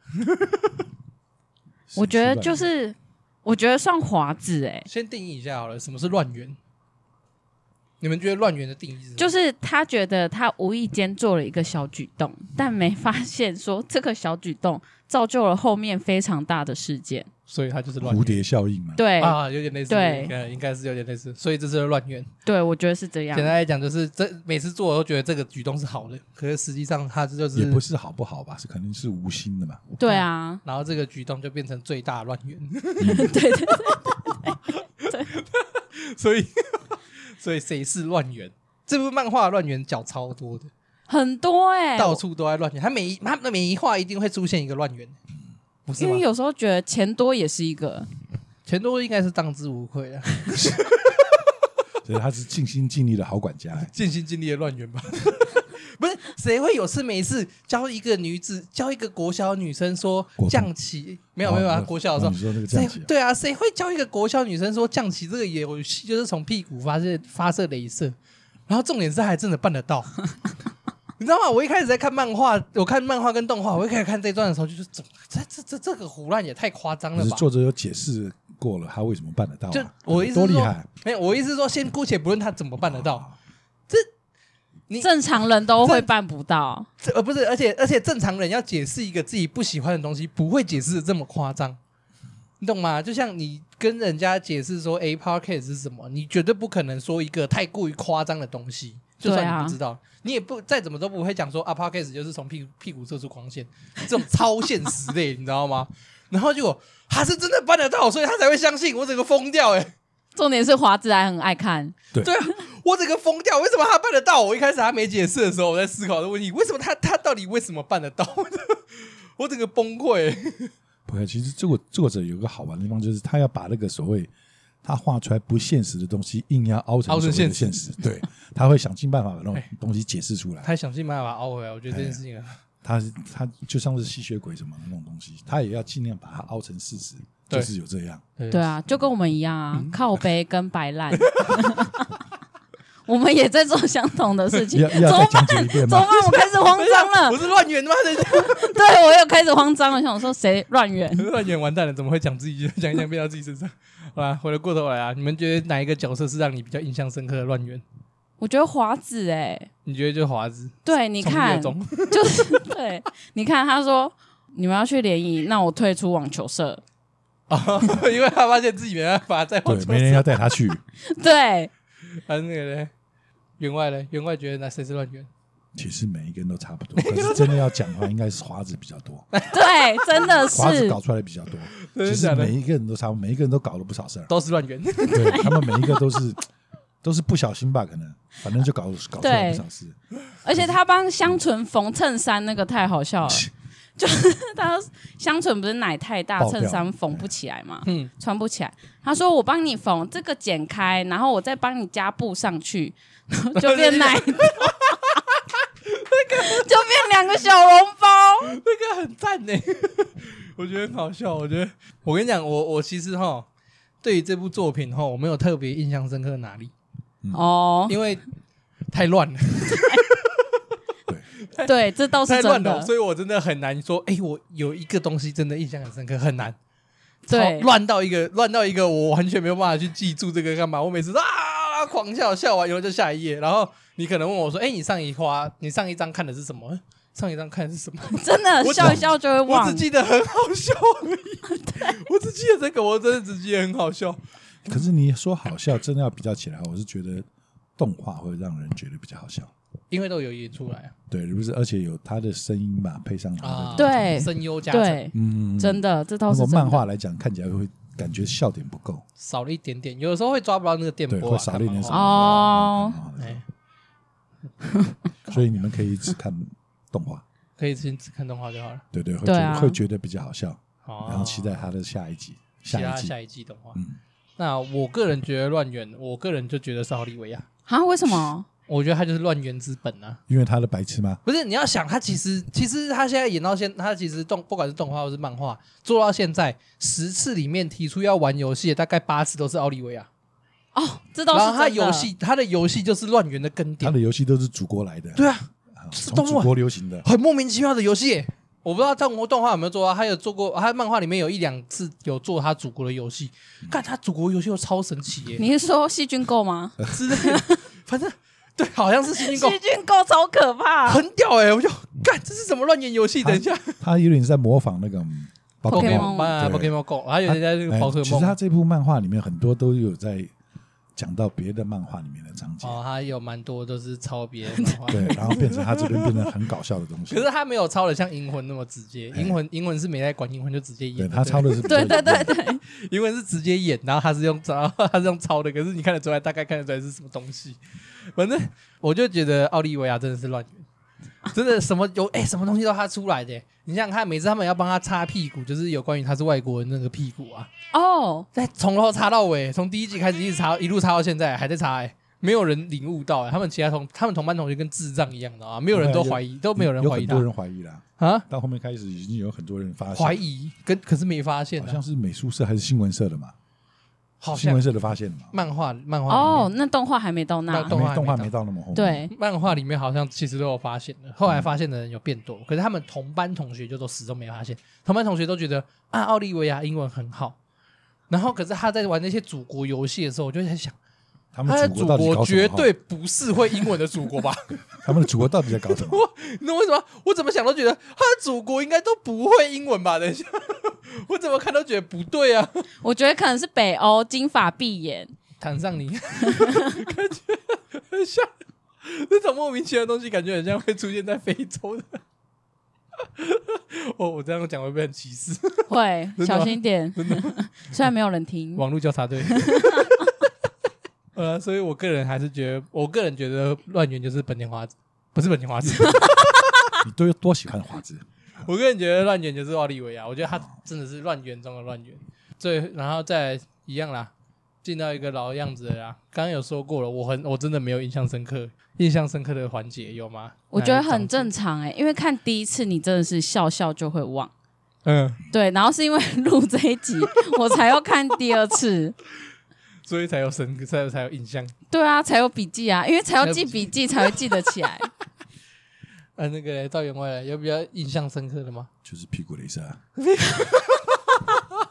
Speaker 3: 我觉得就是，我觉得算华子哎、
Speaker 1: 先定义一下好了，什么是乱源？你们觉得乱源的定义是什么？
Speaker 3: 就是他觉得他无意间做了一个小举动，但没发现说这个小举动造就了后面非常大的事件。
Speaker 1: 所以它就是乱
Speaker 2: 蝴
Speaker 1: 源
Speaker 2: 蝶效应嘛，
Speaker 3: 对、
Speaker 1: 啊，有点类似，
Speaker 3: 对
Speaker 1: 应该应该是有点类似，所以这是乱源。
Speaker 3: 对，我觉得是这样
Speaker 1: 简。单来讲，就是这每次做我都觉得这个举动是好的，可是实际上他这就是，
Speaker 2: 也不是好不好吧，是肯定是无心的嘛。
Speaker 3: 对啊，
Speaker 1: 然后这个举动就变成最大乱源，
Speaker 3: 对对，
Speaker 1: 所以 所以谁是乱源？这部漫画的乱源角超多的，
Speaker 3: 很多哎、
Speaker 1: 到处都在乱源，他每一他的每一话一定会出现一个乱源，不是
Speaker 3: 因
Speaker 1: 吗
Speaker 3: 为？有时候觉得钱多也是一个，
Speaker 1: 全都应该是当之无愧啊的，
Speaker 2: 所以他是尽心尽力的好管家、哎
Speaker 1: 尽心尽力的乱源吧。 不是谁会有事没事教一个女子教一个国小女生说
Speaker 2: 国中
Speaker 1: 降旗？没有没有啊，
Speaker 2: 哦
Speaker 1: 国小的时候
Speaker 2: 哦你说那个
Speaker 1: 谁
Speaker 2: 降旗、啊，
Speaker 1: 对啊，谁会教一个国小女生说降旗这个游戏就是从屁股发射发射镭射？然后重点是还真的办得到， 你知道吗？我一开始在看漫画，我看漫画跟动画，我一开始看这一段的时候，就是怎么这这这这个胡乱也太夸张
Speaker 2: 可
Speaker 1: 了
Speaker 2: 是
Speaker 1: 吧？
Speaker 2: 作者有解释过了，他为什么办得到、啊？
Speaker 1: 就我意思
Speaker 2: 多
Speaker 1: 是
Speaker 2: 厉
Speaker 1: 说
Speaker 2: 害，
Speaker 1: 没有，我意思是说，先姑且不论他怎么办得到，你
Speaker 3: 正常人都会
Speaker 1: 这
Speaker 3: 办不到。
Speaker 1: 这呃不是，而且而且正常人要解释一个自己不喜欢的东西，不会解释的这么夸张，你懂吗？就像你跟人家解释说 A podcast 是什么，你绝对不可能说一个太过于夸张的东西。就
Speaker 3: 对
Speaker 1: 算
Speaker 3: 啊
Speaker 1: 你不知道，你也不再怎么都不会讲说啊，podcast 就是从屁股屁股射出光线这种超现实类， 你知道吗？然后结果他是真的办得到，所以他才会相信我整个疯掉哎、欸
Speaker 3: 重点是华子还很爱看，
Speaker 1: 对啊，我整个疯掉，为什么他办得到？我一开始他没解释的时候，我在思考的问题，为什么他他到底为什么办得到？我整个崩溃。
Speaker 2: 不会，其实作作者有个好玩的地方，就是他要把那个所谓他画出来不现实的东西，硬要凹成
Speaker 1: 凹成
Speaker 2: 所谓
Speaker 1: 现
Speaker 2: 的现实。对，他会想尽办法把那种
Speaker 1: 哎
Speaker 2: 东西解释出 来。
Speaker 1: 他想尽办法凹回来，我觉得这件事情啊很
Speaker 2: 他他就像是吸血鬼什么那种东西，他也要尽量把它凹成事实，
Speaker 1: 对
Speaker 2: 就是有这样。
Speaker 3: 对啊，就跟我们一样啊，
Speaker 2: 嗯
Speaker 3: 靠背跟白烂， 我们也在做相同的事情。
Speaker 2: 要
Speaker 3: 怎
Speaker 2: 要再
Speaker 3: 么
Speaker 2: 讲
Speaker 3: 办？
Speaker 2: 解一遍
Speaker 3: 怎
Speaker 2: 吗
Speaker 3: 么办？我开始慌张
Speaker 1: 我
Speaker 3: 了，
Speaker 1: 是乱演吗？
Speaker 3: 对我又开始慌张了，想说谁乱圆？
Speaker 1: 乱演完蛋了，怎么会讲自己讲一讲变到自己身上？ 好啦，回了过头来啊，你们觉得哪一个角色是让你比较印象深刻的乱演？
Speaker 3: 我觉得华子哎、
Speaker 1: 你觉得就是华子？
Speaker 3: 对，你看，
Speaker 1: 从一而终
Speaker 3: 就是对，你看他说你们要去联谊，那我退出网球社，
Speaker 1: 哦，因为他发现自己没办法再往
Speaker 2: 对，
Speaker 1: 前
Speaker 2: 没人要带他去。
Speaker 3: 对，
Speaker 1: 还是那个嘞，员外嘞，员外觉得那谁是乱演？
Speaker 2: 其实每一个人都差不多，可是真的要讲的话，应该是华子比较多，
Speaker 3: 对，真的
Speaker 2: 华子
Speaker 3: 啊是
Speaker 2: 搞出来的比较多。
Speaker 1: 真
Speaker 2: 其
Speaker 1: 的
Speaker 2: 实
Speaker 1: 假的
Speaker 2: 每？一个人都差不多，每一个人都搞了不少事儿。
Speaker 1: 都是乱演。
Speaker 2: 对他们每一个都是都是不小心吧，可能反正就搞搞出来不少事。
Speaker 3: 而且他帮香纯缝衬衫那个太好笑了，就是他说香纯不是奶太大，
Speaker 2: 爆掉
Speaker 3: 衬衫缝不起来嘛，
Speaker 1: 嗯
Speaker 3: 穿不起来。他说我帮你缝，这个剪开，然后我再帮你加布 上去，然后就变奶， 就变两个小笼包。
Speaker 1: 那个很赞呢， 我觉得很好笑。我觉得，我跟你讲，我我其实哈，对于这部作品哈，我没有特别印象深刻哪里，
Speaker 3: 哦，
Speaker 1: 因为太乱了，
Speaker 3: 对，这倒
Speaker 1: 嗯太
Speaker 3: 是
Speaker 1: 乱
Speaker 3: 真
Speaker 1: 了，
Speaker 3: 的
Speaker 1: 所，以我真的很难说。哎、我有一个东西真的印象很深刻，很难。
Speaker 3: 对
Speaker 1: 超，乱到一个乱到一个，我完全没有办法去记住这个干嘛。我每次都啊狂笑，笑完以后就下一页。然后你可能问我说：“哎、你上一花，你上一张看的是什么？上一张看的是什么？”
Speaker 3: 真的
Speaker 1: 我
Speaker 3: 笑一笑就会
Speaker 1: 我
Speaker 3: 忘
Speaker 1: 只。记得很好笑而 已。我只记得这个，我真的只记得很好笑。
Speaker 2: 可是你说好笑，真的要比较起来，我是觉得动画会让人觉得比较好笑。
Speaker 1: 因为都有演出来
Speaker 2: 对，不是，而且有他的声音吧，配上他的，
Speaker 1: 啊，
Speaker 3: 对
Speaker 1: 声优加成
Speaker 3: 对，
Speaker 2: 嗯，
Speaker 3: 真的，这倒
Speaker 2: 如
Speaker 3: 是
Speaker 2: 果
Speaker 3: 真的
Speaker 2: 漫画来讲，看起来会感觉笑点不够，
Speaker 1: 少了一点点，有的时候会抓不到那个电
Speaker 2: 对，
Speaker 1: 波啊，
Speaker 2: 会少了一点什
Speaker 1: 干
Speaker 2: 么
Speaker 1: 嘛
Speaker 3: 哦
Speaker 2: 嗯很好
Speaker 1: 哎，
Speaker 2: 的所以你们可以只看动 画，
Speaker 1: 可以先只看动画就好了。
Speaker 2: 对对，会觉
Speaker 3: 对
Speaker 2: 得、
Speaker 3: 啊
Speaker 2: 会觉得比较好笑，
Speaker 1: 好，
Speaker 2: 然后期待他的下一集，
Speaker 1: 其
Speaker 2: 下
Speaker 1: 他
Speaker 2: 一季，
Speaker 1: 哦下一季动画。
Speaker 2: 嗯，
Speaker 1: 那我个人觉得乱源，我个人就觉得是奥利维亚。
Speaker 3: 啊？为什么？
Speaker 1: 我觉得他就是乱源之本啊！嗯
Speaker 2: 因为他的白痴吗？
Speaker 1: 不是你要想，他其实其实他现在演到现，他其实动不管是动画或是漫画，做到现在十次里面提出要玩游戏的，大概八次都是奥利维亚。
Speaker 3: 哦，这倒
Speaker 1: 然
Speaker 3: 是
Speaker 1: 后他
Speaker 3: 真的
Speaker 1: 游戏他的游戏就是乱源的根
Speaker 2: 他
Speaker 1: 点
Speaker 2: 的，游戏都是祖国来的，
Speaker 1: 对啊，
Speaker 2: 啊，
Speaker 1: 是
Speaker 2: 从
Speaker 1: 动
Speaker 2: 祖
Speaker 1: 画
Speaker 2: 国流行的，
Speaker 1: 很莫名其妙的游戏耶。我不知道中国动画有没有做到，他有做过，他漫画里面有一两次有做他祖国的游戏，看他祖国游戏又超神奇耶，
Speaker 3: 你是说细菌 够吗？
Speaker 1: 之类的，反正对，好像是新进
Speaker 3: 细
Speaker 1: 狗
Speaker 3: 菌够超可怕，
Speaker 1: 很屌哎、我就干这是什么乱演游戏？等一下
Speaker 2: 他有点在模仿那个嗯
Speaker 3: Pokemon
Speaker 1: 啊
Speaker 2: 对
Speaker 1: ，Pokemon Go，还有人家那个
Speaker 2: 哎
Speaker 1: 宝可
Speaker 2: 其实
Speaker 1: 梦
Speaker 2: 他，这部漫画里面很多都有在讲到别的漫画里面的章节，
Speaker 1: 哦，他有蛮多都是抄别人的话，
Speaker 2: 对，然后变成他这边变成很搞笑的东西
Speaker 1: 可。是他没有抄的像银魂那么直接，银魂银魂是没在管，银魂就直接
Speaker 2: 对
Speaker 1: 演，
Speaker 2: 他抄的是比较
Speaker 3: 对对对对，
Speaker 1: 英文是直接演，然后他是用抄， 他是用抄的，可是你看得出来，大概看得出来是什么东西。反正我就觉得奥利维亚真的是乱源，真的什么有哎、什么东西都他出来的。你想想看，每次他们要帮他擦屁股，就是有关于他是外国人那个屁股啊，
Speaker 3: 哦，
Speaker 1: 在从头擦到尾，从第一集开始一直擦，一路擦到现在还在擦、哎，没有人领悟到、哎他们其他同他们同班同学跟智障一样的啊，没有人都怀疑，都没有人
Speaker 2: 有
Speaker 1: 怀疑
Speaker 2: 很
Speaker 1: 他
Speaker 2: 多人怀疑啦。
Speaker 1: 啊，
Speaker 2: 到后面开始已经有很多人发现，
Speaker 1: 怀疑跟可是没发现、
Speaker 2: 好
Speaker 1: 啊，
Speaker 2: 像是美术社还是新闻社的嘛，
Speaker 1: 好
Speaker 2: 新
Speaker 1: 像
Speaker 2: 闻社的发现的嘛，
Speaker 1: 漫画漫画里面
Speaker 3: 哦，那动画还没到那
Speaker 1: 到，
Speaker 2: 还没
Speaker 1: 动
Speaker 2: 动
Speaker 1: 画
Speaker 2: 画
Speaker 1: 还没
Speaker 2: 没到那么红，，
Speaker 3: 对，
Speaker 1: 漫画里面好像其实都有发现
Speaker 2: 嗯
Speaker 1: 的，后来发现的人有变多，可是他们同班同学就都始终没发现，同班同学都觉得啊，奥利维亚英文很好，然后可是他在玩那些祖国游戏的时候，我就在想，
Speaker 2: 他
Speaker 1: 他的
Speaker 2: 们祖
Speaker 1: 祖
Speaker 2: 国到底搞什
Speaker 1: 国
Speaker 2: 么
Speaker 1: 绝
Speaker 2: 哈
Speaker 1: 对，不是会英文的祖 国吧？
Speaker 2: 他们的祖国到底在搞什么？
Speaker 1: 那为什么我怎么想都觉得他的祖国应该都不会英文吧？等一下，我怎么看都觉得不对啊！
Speaker 3: 我觉得可能是北欧金发 碧眼，
Speaker 1: 坦上你，感觉很像那种莫名其妙的东西，感觉很像会出现在非洲的。哦我我这样讲会不会很歧视？
Speaker 3: 会
Speaker 1: 真的吗
Speaker 3: 小心点。 虽然没有人听，
Speaker 1: 网络交叉队。 呃，所以我个人还是觉得，我个人觉得乱源就是本田华子，不是本田华子。
Speaker 2: 你都有多喜欢华子？
Speaker 1: 我个人觉得乱源就是奥利维亚，我觉得他真的是乱源中的乱源。最然后再来一样啦，进到一个老样子了啦。刚刚有说过了，我很我真的没有印象深刻，印象深刻的环节有吗？
Speaker 3: 我觉得
Speaker 1: 哪一
Speaker 3: 很
Speaker 1: 种
Speaker 3: 正常哎、因为看第一次你真的是笑笑就会忘。
Speaker 1: 嗯，
Speaker 3: 对，然后是因为录这一 集，我才要看第二次。
Speaker 1: 所以才有深才有才有印象。
Speaker 3: 对啊，才有笔记啊，因为才要记笔记才会记得起 来。
Speaker 1: 呃，那个到员外来有比较印象深刻的吗？
Speaker 2: 就是屁股雷射 啊，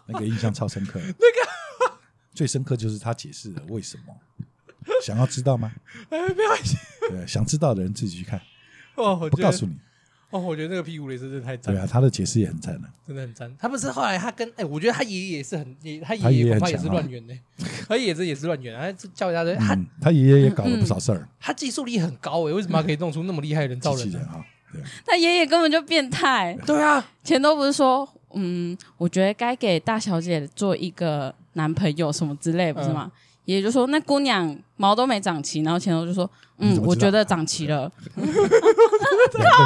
Speaker 2: 那个印象超深刻。那个最深刻就是他解释了为什么，想要知道吗？
Speaker 1: 哎，不要紧
Speaker 2: 对，想知道的人自己去看，
Speaker 1: 哦，我
Speaker 2: 不
Speaker 1: 觉
Speaker 2: 告
Speaker 1: 得
Speaker 2: 诉你。
Speaker 1: 哦，我觉得那个屁股雷声真的太赞
Speaker 2: 对
Speaker 1: 了
Speaker 2: 啊，，他的解释也很赞啊。
Speaker 1: 真的很赞。他不是后来他跟哎、我觉得他爷爷也是很，也他
Speaker 2: 他
Speaker 1: 爷
Speaker 2: 爷爷
Speaker 1: 爷恐
Speaker 2: 很
Speaker 1: 怕也是
Speaker 2: 强啊
Speaker 1: 乱源呢、他爷爷这也是乱源啊，他叫人家的他
Speaker 2: 嗯，他爷爷也搞了不少事儿，
Speaker 1: 他技术力很高欸诶、为什么他可以弄出那么厉害的嗯人造
Speaker 2: 机器
Speaker 1: 人
Speaker 2: 人
Speaker 1: 呢？
Speaker 2: 啊，对，
Speaker 3: 他爷爷根本就变态，
Speaker 1: 对啊，
Speaker 3: 前都不是说，嗯，我觉得该给大小姐做一个男朋友什么之类，不是吗？爷爷就说那姑娘毛都没长齐，然后前头就说，
Speaker 2: 嗯你
Speaker 3: 嗯
Speaker 2: 怎，么嗯
Speaker 3: 我
Speaker 2: 知道
Speaker 3: 觉得长齐了，
Speaker 2: 两个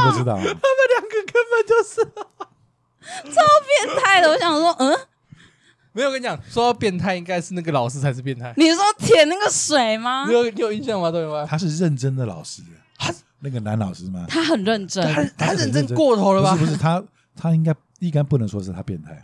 Speaker 2: 不知道啊，
Speaker 1: 那两个根本就是
Speaker 3: 变态的。我想说，嗯，
Speaker 1: 没有我跟你讲，说到变态，应该是那个老师才是变态。
Speaker 3: 你是说舔那个水吗
Speaker 1: 你？有你有印象吗？对吗？
Speaker 2: 他是认真的老师
Speaker 1: 他，
Speaker 2: 那个男老师吗？
Speaker 3: 他很认真，
Speaker 1: 他
Speaker 2: 他
Speaker 1: 他
Speaker 2: 是
Speaker 1: 认
Speaker 2: 很
Speaker 1: 真
Speaker 2: 认真
Speaker 1: 过头了
Speaker 2: 不
Speaker 1: 吧
Speaker 2: 是？不是，他他应该应该不能说是他变态，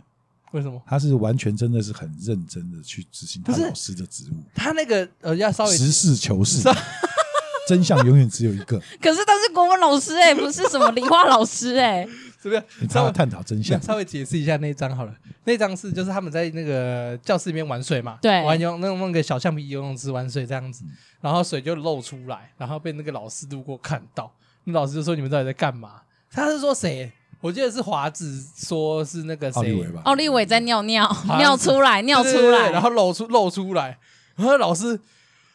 Speaker 1: 为什么？
Speaker 2: 他是完全真的是很认真的去执行他
Speaker 1: 不是
Speaker 2: 老师的职务，
Speaker 1: 他那个呃，要稍微
Speaker 2: 实事求是， 真相永远只有一 个，
Speaker 3: 可是他是国文老师哎、不是什么理化老师哎、
Speaker 1: 是不是
Speaker 2: 你才
Speaker 1: 稍
Speaker 2: 要
Speaker 1: 微
Speaker 2: 探讨真相。
Speaker 1: 稍微解释一下那一张好了。那张是就是他们在那个教室里面玩水嘛，
Speaker 3: 对
Speaker 1: 玩游弄弄个小橡皮游泳池玩水这样子，
Speaker 2: 嗯
Speaker 1: 然后水就漏出来，然后被那个老师路过看到，那老师就说你们到底在干嘛？他是说谁？我记得是华子说是那个
Speaker 2: 奥利
Speaker 1: 谁哦
Speaker 2: 维吧，
Speaker 3: 奥利维在尿尿
Speaker 1: 像，
Speaker 3: 尿出来，尿
Speaker 1: 对
Speaker 3: 出
Speaker 1: 对对
Speaker 3: 来，
Speaker 1: 然后露出露出来，然后老师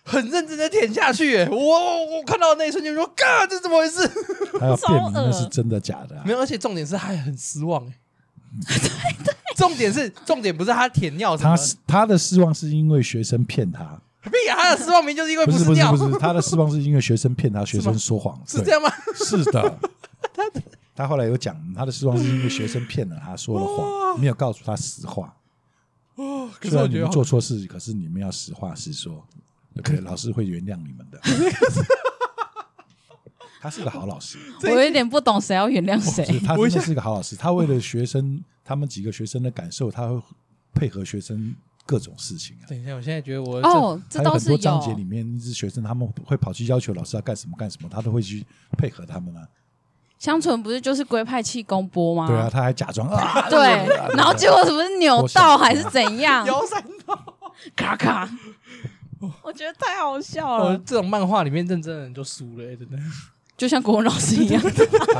Speaker 1: 很认真的舔下去，哎我我我看到的那一瞬间我说，嘎，这怎么回事？
Speaker 2: 他要
Speaker 3: 超
Speaker 2: 辨明那
Speaker 3: 恶
Speaker 2: 是真的假的啊
Speaker 1: 没。有，而且重点是他还很失 望，哎，重点是重点不是他舔尿什么
Speaker 2: 他，是他的失望是因为学生骗他，
Speaker 1: 屁啊！他的失望名就是因为
Speaker 2: 不是
Speaker 1: 是
Speaker 2: 不是
Speaker 1: 尿，
Speaker 2: 不是，他的失望是因为学生骗他，学生说 谎，
Speaker 1: 是
Speaker 2: 对
Speaker 1: 这样吗？
Speaker 2: 是 的，他后来有讲，他的失望是因为学生骗了他，说了谎，没有告诉他实话。
Speaker 1: 可是啊
Speaker 2: 虽
Speaker 1: 我
Speaker 2: 然你
Speaker 1: 觉得
Speaker 2: 们
Speaker 1: 好
Speaker 2: 做错事，可是你们要实话实说，对不对？老师会原谅你 们的。他是个好 老师，
Speaker 1: 这一
Speaker 3: 我有点不懂谁要原谅
Speaker 2: 是
Speaker 1: 哎
Speaker 3: 谁。
Speaker 2: 他真的是个好老师。他为了学生，他们几个学生的感受，他会配合学生各种事情啊。
Speaker 1: 等一下，我现在觉得我
Speaker 3: 哦，这
Speaker 2: 还有
Speaker 3: 倒
Speaker 2: 很
Speaker 3: 是
Speaker 2: 多章
Speaker 3: 有，
Speaker 2: 节里面，一直学生他们会跑去要求老师要干什么干什么，他都会去配合他们啊。
Speaker 3: 香醇不是就是龟派气功波吗？
Speaker 2: 对啊，，他还假装 啊，
Speaker 3: 对
Speaker 2: 啊，
Speaker 3: 然后结果是不是扭到还是怎样
Speaker 1: 哦这？摇三套。
Speaker 3: 咔咔，我觉得太好笑
Speaker 1: 哦，
Speaker 3: 了，
Speaker 1: 这种漫画里面认真的人就输了、欸， 真的
Speaker 3: 就像国文老师一样，
Speaker 2: 他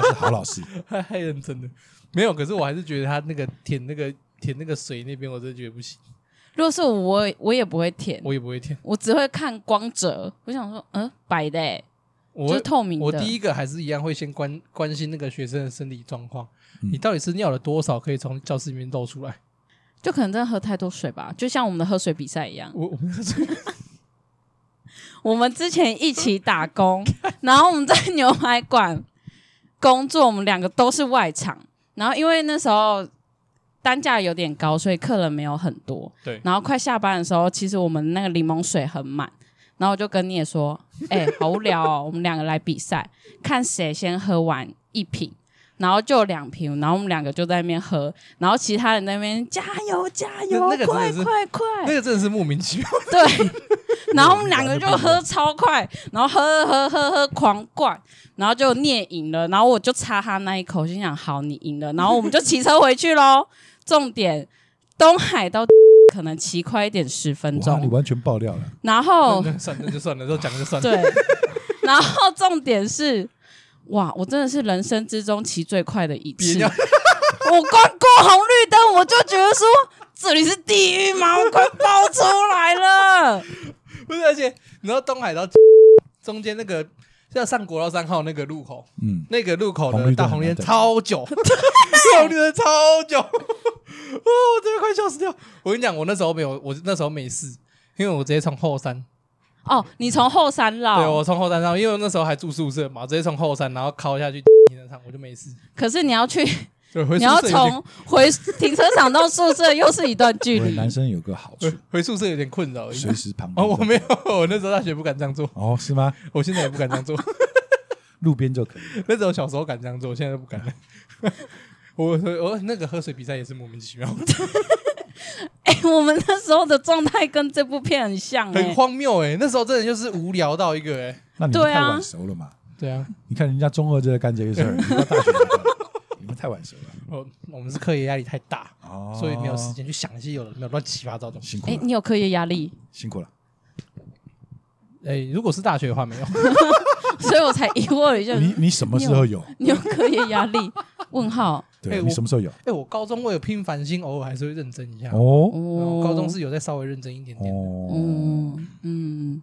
Speaker 2: 是好老师。
Speaker 1: 太太认真了。没有，可是我还是觉得他那个舔那个舔那个水那边，我真的觉得不行，
Speaker 3: 如果是我，我也我也不会舔，
Speaker 1: 我也不会舔。
Speaker 3: 我只会看光泽。我想说，嗯，白的、欸，就
Speaker 1: 我
Speaker 3: 是透明的。
Speaker 1: 我第一个还是一样会先关关心那个学生的生理状况，
Speaker 2: 嗯
Speaker 1: 你到底是尿了多少可以从教室里面漏出来？
Speaker 3: 就可能真的喝太多水吧，就像我们的喝水比赛一样。
Speaker 1: 我我们
Speaker 3: 我们之前一起打工， 然后我们在牛排馆工作，我们两个都是外场。然后因为那时候单价有点高，所以客人没有很多。
Speaker 1: 对
Speaker 3: 然后快下班的时候，其实我们那个柠檬水很满，然后我就跟你也说：“ 哎、好无聊哦，我们两个来比赛，看谁先喝完一瓶。”然后就有两瓶，然后我们两个就在那边喝，然后其他人在那边加油加油，
Speaker 1: 那那个真
Speaker 3: 快
Speaker 1: 的是
Speaker 3: 快快！
Speaker 1: 那个真的是莫名其妙。
Speaker 3: 对，然后我们两个就喝超快，然后喝喝喝喝狂灌，然后就聂赢了，然后 我就插他那一口，心想好你赢了，然后我们就骑车回去喽。重点东海到 可能骑快一点十分
Speaker 2: 哇，你
Speaker 3: 钟，
Speaker 2: 完全爆料了，
Speaker 3: 然后
Speaker 1: 那 算了就算了，都讲了就算了。
Speaker 3: 哦对， 然后重点是，哇，我真的是人生之中骑最快的一
Speaker 1: 别
Speaker 3: 次。
Speaker 1: 尿
Speaker 3: 我光过红绿灯，我就觉得说这里是地狱吗？我快爆出来了！
Speaker 1: 不是，而且你知道东海到中间那个要上国道三号那个路口，
Speaker 2: 嗯，
Speaker 1: 那个路口
Speaker 2: 红
Speaker 1: 的
Speaker 2: 绿灯
Speaker 1: 大红绿
Speaker 2: 对
Speaker 1: 灯超久，红绿灯超久，哦，我真的快笑死掉。我跟你讲，我那时候没有，我那时候没事，因为我直接从后山，
Speaker 3: 哦，你从后山
Speaker 1: 对
Speaker 3: 绕，
Speaker 1: 我从后山上，因为我那时候还住宿舍嘛，直接从后山然后靠下去停车场，我就没事。
Speaker 3: 可是你要去，
Speaker 1: 对，回宿
Speaker 3: 你要
Speaker 1: 舍有点
Speaker 3: 从回停车场到宿舍又是一段 距
Speaker 2: 对，
Speaker 3: 离。
Speaker 2: 男生有个好处
Speaker 1: 回，回宿舍有点困扰而已。
Speaker 2: 随时旁边
Speaker 1: 哦，我没有，我那时候大学不敢这样做，
Speaker 2: 哦，是吗？
Speaker 1: 我现在也不敢这样做。
Speaker 2: 路边就可以，
Speaker 1: 那时候小时候敢这样做，我现在都不敢了。 我我那个喝水比赛也是莫名其 妙，
Speaker 3: 哎、我们那时候的状态跟这部片很像、欸，
Speaker 1: 很荒谬哎、那时候真的就是无聊到一个哎、
Speaker 2: 那你们
Speaker 3: 对
Speaker 2: 太
Speaker 3: 啊
Speaker 2: 晚熟了嘛？
Speaker 1: 对啊，
Speaker 2: 你看人家中二就在干这个事 儿，你们到大学才干你们太晚熟了
Speaker 1: 我哦我们是课业压力太大，
Speaker 2: 哦，
Speaker 1: 所以没有时，间去想一些有的没有乱七八糟的东西。
Speaker 2: 辛苦
Speaker 3: 哎、
Speaker 2: 了，
Speaker 3: 你有课业压力，
Speaker 2: 辛苦了。
Speaker 1: 哎、如果是大学的话没有，
Speaker 3: 所以我才疑惑了一下，
Speaker 2: 你你什么时候有？
Speaker 3: 你有课业压 力？问号
Speaker 1: 哎
Speaker 2: 对
Speaker 1: 我
Speaker 2: 你什么时候有？
Speaker 1: 哎、我高中我有拼繁星，偶尔还是会认真一下。
Speaker 2: 哦
Speaker 1: 然后
Speaker 3: 哦，
Speaker 1: 高中是有再稍微认真一点点的。
Speaker 2: 哦，
Speaker 3: 嗯嗯，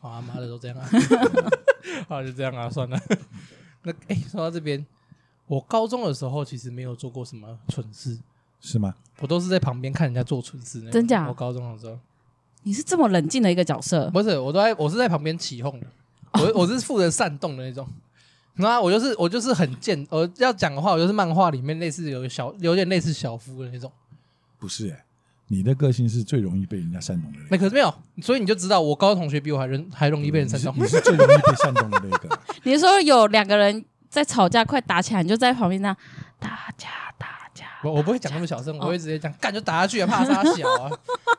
Speaker 1: 好啊，妈的都这 样啊，好就这样啊，算了。 那哎、说到这边，我高中的时候其实没有做过什么蠢事，
Speaker 2: 是吗？
Speaker 1: 我都是在旁边看人家做蠢事那种。
Speaker 3: 真假
Speaker 1: 我高中的时候
Speaker 3: 你是这么冷静的一个角色，
Speaker 1: 不是，我都在我是在旁边起哄的，我我是负责煽动的那种。然后我就是我就是很贱，我要讲的话，我就是漫画里面类似有小有点类似小夫的那种。
Speaker 2: 不是哎，你的个性是最容易被人家煽动的人
Speaker 1: 那，可是没有，所以你就知道我高中同学比我还容还容易被人煽动
Speaker 2: 你。是你是最容易被煽动的 那个。
Speaker 3: 你是说有两个人在吵架，快打起来，你就在旁边那样打架打架。
Speaker 1: 我我不会讲那么小声，我会直接讲，干就打下去啊，怕他小啊！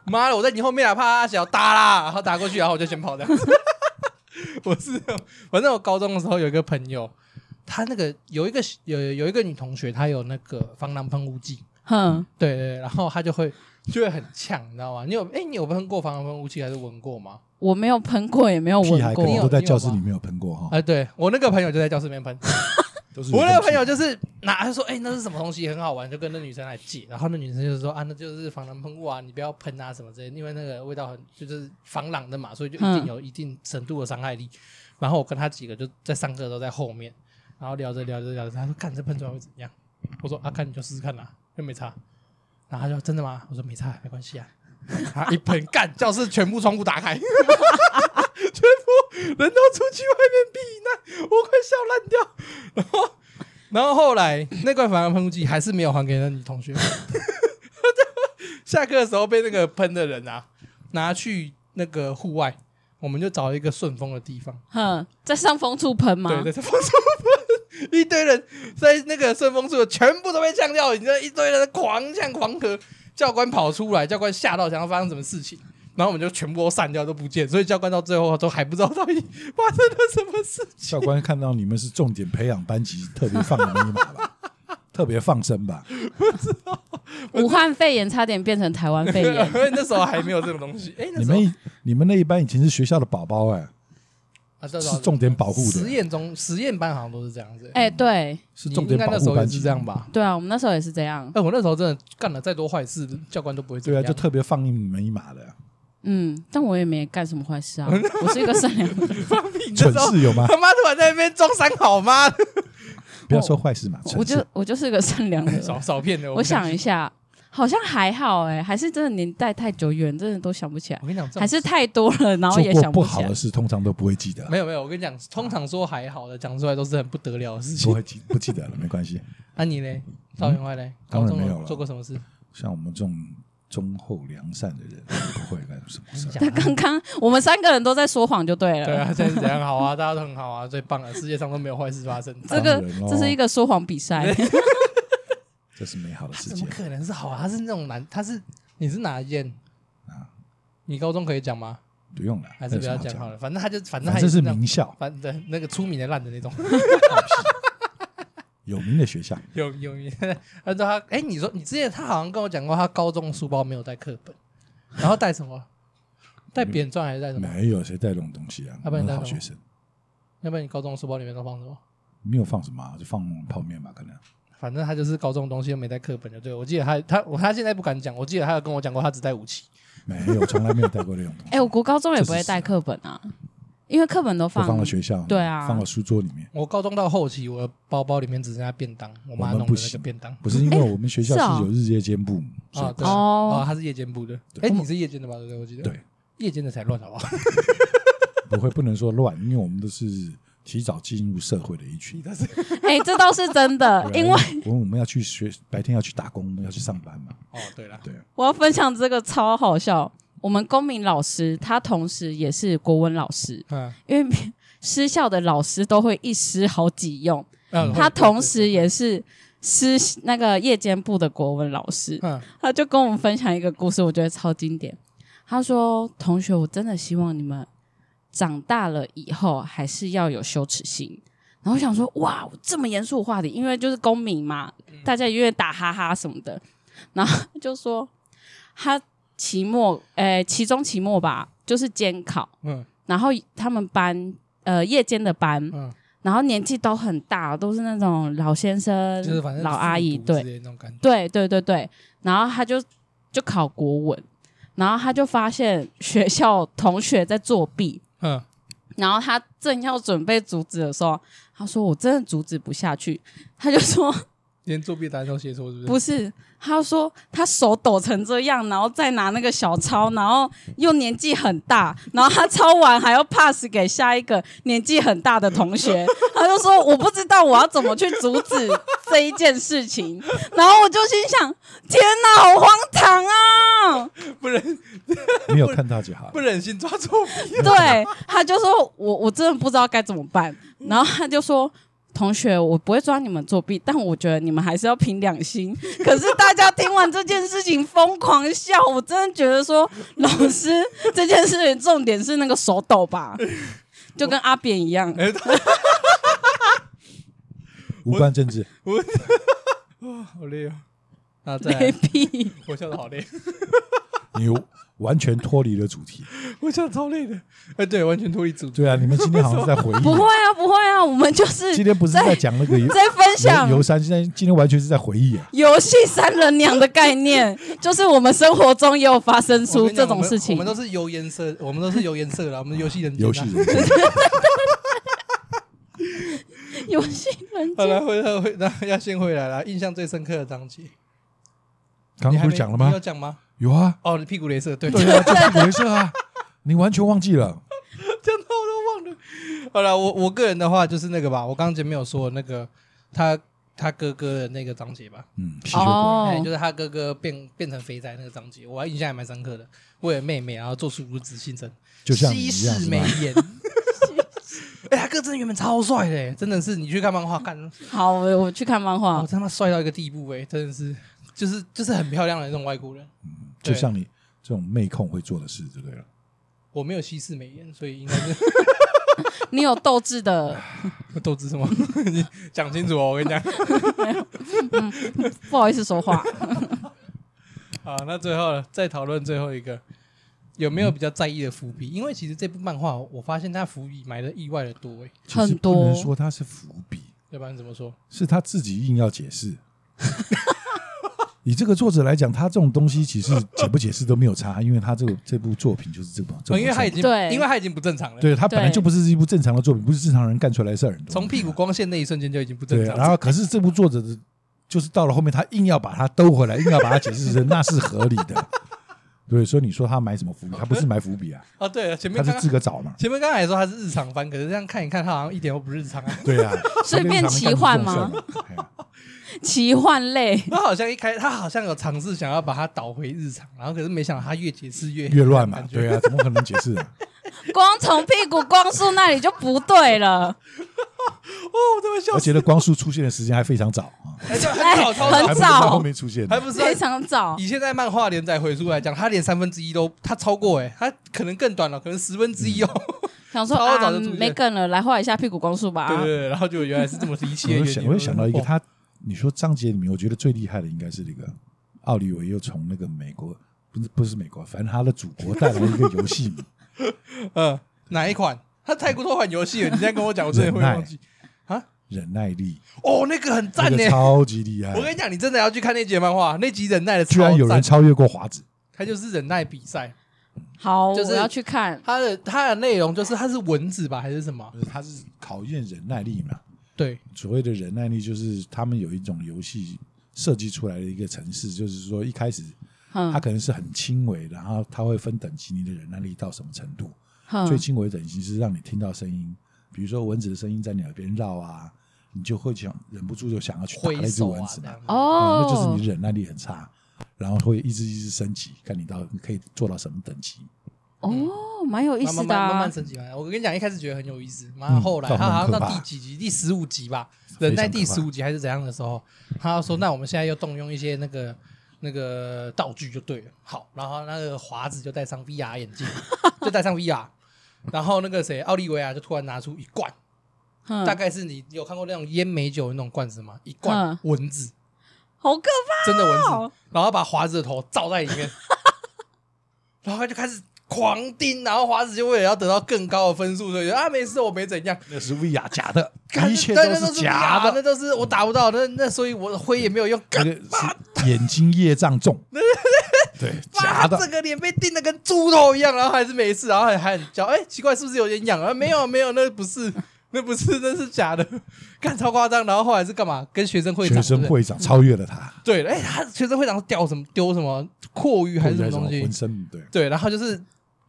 Speaker 1: 妈的，我在你后面啊，怕他小，打啦！然后打过去，然后我就先跑这样子。 我是，反正我高中的时候有一个朋友，她那个有一个有有一个女同学，她有那个防狼喷雾剂，
Speaker 3: 哼，
Speaker 1: 对对对，然后她就会就会很呛，你知道吗？你有哎、你有喷过防狼喷雾剂还是闻过吗？
Speaker 3: 我没有喷过，也没有
Speaker 2: 屁
Speaker 3: 闻
Speaker 2: 孩
Speaker 3: 过
Speaker 2: 可。能
Speaker 1: 有
Speaker 2: 都在
Speaker 1: 你有
Speaker 2: 教室
Speaker 1: 吗
Speaker 2: 里没有喷过
Speaker 1: 啊、
Speaker 2: 哈，
Speaker 1: 对我那个朋友就在教室里面喷，
Speaker 2: 都是
Speaker 1: 哎我那个
Speaker 2: 喷
Speaker 1: 朋友就是拿他说，哎、那是什么东西，很好玩，就跟那女生来借，然后那女生就是说啊，那就是防狼喷雾啊，你不要喷啊什么之类的，因为那个味道很就是防狼的嘛，所以就一定
Speaker 3: 嗯
Speaker 1: 有一定程度的伤害力。然后我跟他几个就在上课的时候在后面，然后聊着聊着聊着，他说看这喷出来会怎样？我说啊，看你就试试看啦、又没差。然后他说真的吗？我说没差，没关系啊。 他一喷干，教室全部窗户打开， 全部人都出去外面避难，我快笑烂掉。 然后，然后后来那罐防狼喷雾剂还是没有还给那女同学。 下课的时候被那个喷的人啊拿去那个户外，我们就找一个顺风的地方，
Speaker 3: 哼，在上风处喷吗？
Speaker 1: 对，在风速喷，一堆人在那个顺风处全部都被呛掉，你知道一堆人在狂呛狂咳，教官跑出来，教官吓到想要发生什么事情。然后我们就全部都散掉，都不见，所以教官到最后都还不知道到底发生了什么事情。
Speaker 2: 教官看到你们是重点培养班级，特别放你们一马吧，特别放 生吧。
Speaker 3: 武汉肺炎差点变成台湾 肺炎。
Speaker 1: 因为那时候还没有这种东西。哎，那
Speaker 2: 你
Speaker 1: 时候
Speaker 2: 们你们那一班以前是学校的宝宝哎，
Speaker 1: 啊对对
Speaker 2: 是
Speaker 1: 对
Speaker 2: 重点保护
Speaker 1: 实
Speaker 2: 的，
Speaker 1: 验中实验班好像都是这样子、
Speaker 3: 哎、对
Speaker 2: 是重点
Speaker 1: 你应该
Speaker 2: 保
Speaker 1: 那时
Speaker 2: 护
Speaker 1: 候
Speaker 2: 班
Speaker 1: 也
Speaker 2: 级
Speaker 1: 是这样。吧？
Speaker 3: 对啊，我们那时候也是这样。
Speaker 1: 哎、我那时候真的干了再多坏事，教官都不会这
Speaker 2: 对
Speaker 1: 样。
Speaker 2: 啊，就特别放你们一马的，
Speaker 3: 嗯，但我也没干什么坏 事啊，我是一个善良的人。
Speaker 1: 放屁！你那
Speaker 2: 蠢
Speaker 1: 时候
Speaker 2: 事有吗？
Speaker 1: 他妈突然在那边装三好 妈，
Speaker 2: 不要说坏事嘛，
Speaker 3: 我
Speaker 2: 蠢
Speaker 3: 就
Speaker 2: 事。
Speaker 3: 我就是个善良 的人。
Speaker 1: 少少骗的。
Speaker 3: 我想一，下，好像还好哎、还是真的年代太久远，真的都想不起来，
Speaker 1: 我跟你讲，这种
Speaker 3: 还是太多了，然后
Speaker 2: 做
Speaker 3: 也
Speaker 2: 过
Speaker 3: 想
Speaker 2: 不
Speaker 3: 起
Speaker 2: 好
Speaker 3: 来
Speaker 2: 的。事，通常都不会记得，
Speaker 1: 没有没有。我跟你讲，通常说还好的，讲出来都是很不得了的事
Speaker 2: 不
Speaker 1: 情。
Speaker 2: 会记不记得了，没关系。
Speaker 1: 啊，你嘞？赵员外嘞？
Speaker 2: 嗯当
Speaker 1: 高
Speaker 2: 然
Speaker 1: 中
Speaker 2: 没有了
Speaker 1: 做过什么 事？
Speaker 2: 像我们这种忠厚良善的人，不会干什么事儿。
Speaker 1: 他
Speaker 3: 刚刚我们三个人都在说谎就对了。
Speaker 1: 对啊，现在是怎样好啊？大家都很好啊，最棒了，世界上都没有坏事发生。啊
Speaker 3: 这个
Speaker 2: 当然咯
Speaker 3: 这是一个说谎比 赛，
Speaker 2: 这是美好的世
Speaker 1: 怎
Speaker 2: 界
Speaker 1: 么。可能是好啊？他是那种男，他是你是哪一件
Speaker 2: 啊
Speaker 1: 你高中可以讲吗？
Speaker 2: 不用了，
Speaker 1: 还是不要
Speaker 2: 那有什
Speaker 1: 讲
Speaker 2: 么
Speaker 1: 好
Speaker 2: 好
Speaker 1: 了，反正他就反正 他
Speaker 2: 讲的，反
Speaker 1: 也
Speaker 2: 正是
Speaker 1: 那种
Speaker 2: 名校，
Speaker 1: 反正那个出名的烂的那种，
Speaker 2: 有名的学校，
Speaker 1: 有有，按照 他，哎，你说你之前他好像跟我讲过，他高中书包没有带课本，然后带什么？带扁钻还是带什么？
Speaker 2: 没有谁带这种东西啊，
Speaker 1: 要不然
Speaker 2: 我
Speaker 1: 你
Speaker 2: 是
Speaker 1: 带
Speaker 2: 好
Speaker 1: 什么
Speaker 2: 学生，
Speaker 1: 要不然你高中书包里面都放什么？
Speaker 2: 没有放什么啊、就放泡面吧，可能
Speaker 1: 反正他就是高中东西又没带课本，就对了我记得他他我他现在不敢讲，我记得他有跟我讲过，他只带武器。
Speaker 2: 没有，从来没有带过这种 东西。
Speaker 3: 哎、我国高中也不会带课本啊，因为课本都
Speaker 2: 我
Speaker 3: 放
Speaker 2: 放了学校，
Speaker 3: 对啊
Speaker 2: 放了书桌里面。
Speaker 1: 我高中到后期，我的包包里面只剩下便当，我妈
Speaker 2: 我们
Speaker 1: 弄
Speaker 2: 不
Speaker 1: 的那个
Speaker 2: 行
Speaker 1: 便当。
Speaker 2: 不是因为我们学校
Speaker 3: 是哦
Speaker 2: 是有日夜间部，所
Speaker 1: 啊，
Speaker 2: 以
Speaker 1: 对
Speaker 3: 哦
Speaker 1: 哦，他是夜间部的。哎，
Speaker 2: 对
Speaker 1: 你是夜间的吧？对不对，我记得。
Speaker 2: 对，
Speaker 1: 夜间的才乱，好不好？
Speaker 2: 不会不能说乱，因为我们都是提早进入社会的一群。
Speaker 3: 哎、这倒是真的，
Speaker 2: 对啊
Speaker 3: 因为
Speaker 2: 我们我们要去学，白天要去打工，我们要去上班嘛。
Speaker 1: 哦，对了，
Speaker 2: 对啊，
Speaker 3: 我要分享这个超好笑。我们公民老师他同时也是国文老师，
Speaker 1: 嗯
Speaker 3: 因为 失校的老师都会一师好几用，
Speaker 1: 嗯，
Speaker 3: 他
Speaker 1: 会
Speaker 3: 同时也是师那个夜间部的国文老师，
Speaker 1: 嗯，
Speaker 3: 他就跟我们分享一个故事，我觉得超经典。他说：“同学，我真的希望你们长大了以后还是要有羞耻心。”然后我想说：“哇，这么严肃的话题，因为就是公民嘛，
Speaker 1: 嗯
Speaker 3: 大家因为打哈哈什么的。”然后他就说他期末，呃，期中、期末吧，就是监考。
Speaker 1: 嗯
Speaker 3: 然后他们班，呃，夜间的班，
Speaker 1: 嗯，
Speaker 3: 然后年纪都很大，都是那种老先生、
Speaker 1: 就是反正
Speaker 3: 老阿姨，
Speaker 1: 复读之
Speaker 3: 对，
Speaker 1: 类的那种感觉。
Speaker 3: 对对对对，然后他就就考国文，然后他就发现学校同学在作弊，
Speaker 1: 嗯，
Speaker 3: 然后他正要准备阻止的时候，他说：“我真的阻止不下去。”他就说
Speaker 1: 连作弊答案都写错，是：“不是？
Speaker 3: 不是。”他说：“他手抖成这样，然后再拿那个小抄，然后又年纪很大，然后他抄完还要 pass 给下一个年纪很大的 同学。”他就说：“我不知道我要怎么去阻止这一件事情。”然后我就心想：“天哪，好荒唐啊！
Speaker 1: 不忍
Speaker 2: 没有看到就好
Speaker 1: 不
Speaker 2: 了。
Speaker 1: 忍心抓错笔。
Speaker 3: 对，他就说我我真的不知道该怎么办，
Speaker 1: 嗯
Speaker 3: 然后他就说。同学，我不会抓你们作弊，但我觉得你们还是要凭良心。 可是大家听完这件事情疯狂笑，我真的觉得说，老师这件事情重点是那个手抖吧， 就跟阿扁一 样。
Speaker 1: 哎，
Speaker 2: 无关政治，
Speaker 1: 好累哦。啊，再
Speaker 3: 没
Speaker 1: 来，
Speaker 3: 屁，
Speaker 1: 我笑的好 累，
Speaker 2: 你 完全脱离了主题。
Speaker 1: 我笑得超累的。哎，对，完全脱离主题。
Speaker 2: 对啊，你们今天好像是在回忆。
Speaker 3: 不会啊，不会啊，我们就是
Speaker 2: 今天不是在讲那个游
Speaker 3: 在分享
Speaker 2: 游游山，现在今天完全是在回忆啊。
Speaker 3: 游戏三人娘的概 念，就是我们生活中也有发生
Speaker 1: 我
Speaker 3: 出
Speaker 1: 跟你讲
Speaker 3: 这种事情。
Speaker 1: 我们我们都是油颜色，我们都是油颜色啦，我们游戏人啊
Speaker 2: 游戏 人生，
Speaker 3: 游戏人
Speaker 1: 好
Speaker 3: 间
Speaker 1: 了，回来回来，要先回来了。印象最深刻的章节，
Speaker 2: 刚
Speaker 1: 你
Speaker 2: 刚
Speaker 1: 还
Speaker 2: 不
Speaker 1: 没
Speaker 2: 是讲了吗
Speaker 1: 你有？讲吗？
Speaker 2: 有啊，
Speaker 1: 哦，你屁股镭射，对，
Speaker 2: 对 啊，就是回事啊，你完全忘记了。
Speaker 1: 真的我都忘了。好了，我我个人的话就是那个吧，我刚刚前面有说的那个他他哥哥的那个章节吧，
Speaker 2: 嗯，吸血鬼，
Speaker 3: 哦
Speaker 1: 哎，就是他哥哥变变成肥宅那个章节，我印象还蛮深刻的。为了妹妹，然后做出无耻性征，
Speaker 2: 就像你
Speaker 1: 西
Speaker 2: 一样
Speaker 1: 式
Speaker 2: 是
Speaker 1: 美
Speaker 2: 吧？
Speaker 1: 颜。 哎、他哥真的原本超帅的、欸真的是你去看漫画看，
Speaker 3: 好，我我去看漫
Speaker 1: 我、
Speaker 3: 画。
Speaker 1: 他妈帅到一个地步哎、真的是，就是就是很漂亮的那种外国人。
Speaker 2: 就像你这种妹控会做的事，就对了。
Speaker 1: 我没有西式美颜，所以应该是
Speaker 3: 你有斗志的，
Speaker 1: 斗志什么？你讲清楚哦，我跟你讲。
Speaker 3: 不好意思说话。
Speaker 1: 好，那最后了，再讨论最后一个，有没有比较在意的伏笔？因为其实这部漫画，我发现它伏笔埋的意外的多哎、
Speaker 2: 其实
Speaker 3: 很多
Speaker 2: 不能说它是伏笔，
Speaker 1: 要不然怎么说？
Speaker 2: 是他自己硬要解释。 以这个作者来讲，他这种东西其实解不解释都没有差，因为他这个这部作品就是这部，这
Speaker 1: 哦
Speaker 2: 部
Speaker 1: 因为他已经，
Speaker 3: 对
Speaker 1: 因为他已经不正常了。
Speaker 2: 对他本来
Speaker 3: 对
Speaker 2: 就不是一部正常的作品，不是正常人干出来的事儿。
Speaker 1: 从屁股光线那一瞬间就已经不正
Speaker 2: 对，
Speaker 1: 常
Speaker 2: 然
Speaker 1: 了。
Speaker 2: 后可是这部作者的，就是到了后面，他硬要把它兜回来，硬要把它解释成那是合理的。对，所以你说他埋什么伏笔？他不是埋伏笔啊，
Speaker 1: 哦，对了，前面
Speaker 2: 他
Speaker 1: 刚
Speaker 2: 是
Speaker 1: 刚
Speaker 2: 自个找嘛。
Speaker 1: 前面刚才说它是日常番，可是这样看一看，它好像一点都不日常 啊。
Speaker 2: 对啊，
Speaker 3: 所以变奇幻吗
Speaker 2: 哎呀？
Speaker 3: 奇幻类，
Speaker 1: 它好像一开，它好像有尝试想要把它导回日常，然后可是没想到它越解释越
Speaker 2: 越乱嘛
Speaker 1: 感，觉
Speaker 2: 对啊，怎么可能解 释啊？
Speaker 3: 光从屁股光速那里就不 对了。
Speaker 1: 哦，我都会笑
Speaker 2: 而
Speaker 1: 死
Speaker 2: 且。呢，光速出现的时间还非常早啊，
Speaker 1: 而且很早，
Speaker 3: 哎
Speaker 1: 超
Speaker 3: 很
Speaker 1: 早
Speaker 2: 还不是
Speaker 3: 早
Speaker 2: 在后面出现的
Speaker 1: 还不是
Speaker 3: 非常早，
Speaker 1: 以现在漫画连载回数来讲，它连三分之一都它超过哎、欸，它可能更短了，可能十分之一哦。
Speaker 3: 想说
Speaker 1: 超
Speaker 3: 啊
Speaker 1: 早就出现
Speaker 3: 没梗了，来画一下屁股光束吧
Speaker 1: 对。对对，然后就原来是这么离 奇的
Speaker 2: 我
Speaker 1: 原
Speaker 2: 就
Speaker 1: 因
Speaker 2: 嗯想，我就想到一个，
Speaker 1: 哇
Speaker 2: 他你说章节里面，我觉得最厉害的应该是那个奥利维又从那个美国，不是不是美国，反正他的祖国带来一个游戏 嘛，
Speaker 1: 嗯，哪一款？他泰国都玩游戏了，你现在跟我讲，我真的会 忘记。
Speaker 2: 忍耐力，
Speaker 1: 哦，那个很
Speaker 2: 那
Speaker 1: 赞呢
Speaker 2: 个。超级厉害
Speaker 1: 我，跟你讲，你真的要去看那集的漫画，那集忍耐的
Speaker 2: 哎居然有人超越过华子，
Speaker 1: 他就是忍耐比赛，
Speaker 3: 好，
Speaker 1: 就是
Speaker 3: 我要去看。
Speaker 1: 他的他的内容就是他是蚊子吧还是什么？
Speaker 2: 就是他是考验忍耐力嘛。
Speaker 1: 对，
Speaker 2: 所谓的忍耐力，就是他们有一种游戏设计出来的一个城市，就是说一开始它
Speaker 3: 哼
Speaker 2: 可能是很轻微，然后它会分等级，你的忍耐力到什么程度。最
Speaker 3: 哼，
Speaker 2: 轻微的等级是让你听到声音，比如说蚊子的声音在你耳边绕啊，你就会想忍不住就想要去打
Speaker 1: 挥
Speaker 2: 那只
Speaker 1: 手
Speaker 2: 蚊
Speaker 1: 啊
Speaker 2: 子
Speaker 1: 这
Speaker 2: 嘛
Speaker 1: 样。。
Speaker 2: 啊
Speaker 3: 哦，
Speaker 2: 那就是你忍耐力很差，然后会一直一直升级，看你到你可以做到什么等级。
Speaker 3: 哦，蛮有意
Speaker 1: 慢
Speaker 3: 思
Speaker 1: 慢
Speaker 3: 的
Speaker 1: 慢
Speaker 3: 啊。
Speaker 1: 慢慢升级嘛。我跟你讲，一开始觉得很有意思，然后
Speaker 2: 嗯
Speaker 1: 后来
Speaker 2: 到
Speaker 1: 他
Speaker 2: 后面
Speaker 1: 好像到
Speaker 2: 很
Speaker 1: 第
Speaker 2: 可怕
Speaker 1: 几集，第十五集吧，
Speaker 2: 非
Speaker 1: 忍
Speaker 2: 常
Speaker 1: 耐
Speaker 2: 可
Speaker 1: 第
Speaker 2: 怕
Speaker 1: 十五集还是怎样的时候，他说：“那我们现在要动用一些那个那个道具就对了。”好，然后那个华子就戴上 VR 眼镜，就戴上 VR，然后那个谁奥利维亚就突然拿出一罐，
Speaker 3: 哼
Speaker 1: 大概是你你有看过那种烟美酒的那种罐子吗？一罐
Speaker 3: 嗯
Speaker 1: 蚊子，
Speaker 3: 好可
Speaker 1: 真的蚊
Speaker 3: 哦
Speaker 1: 子，然后把华子的头罩在里 面，然后他就开始狂盯，然后华子就为了要得到更高的分数，所以就啊没事，我没怎样，
Speaker 2: 那是 VR 假的，
Speaker 1: 干
Speaker 2: 一切
Speaker 1: 但那
Speaker 2: 是假
Speaker 1: 假
Speaker 2: 的嗯
Speaker 1: 那，都是我打不到，那那所以我的灰也没有 用，
Speaker 2: 那
Speaker 1: 干
Speaker 2: 个是眼睛业障 重，对，假
Speaker 1: 妈，
Speaker 2: 的
Speaker 1: 这。个脸被叮的跟猪头一样，然后还是没事，然后还还很焦，哎，奇怪，是不是有点痒啊？没有没有，那不是。那不是，那是假的，干超夸张。然后后来是干嘛？跟学生会长，
Speaker 2: 学生
Speaker 1: 对不对
Speaker 2: 会长超越了他，
Speaker 1: 对，哎、他学生会长掉什么丢什么阔鱼还是什么东西？
Speaker 2: 浑身不对，
Speaker 1: 对，然后就是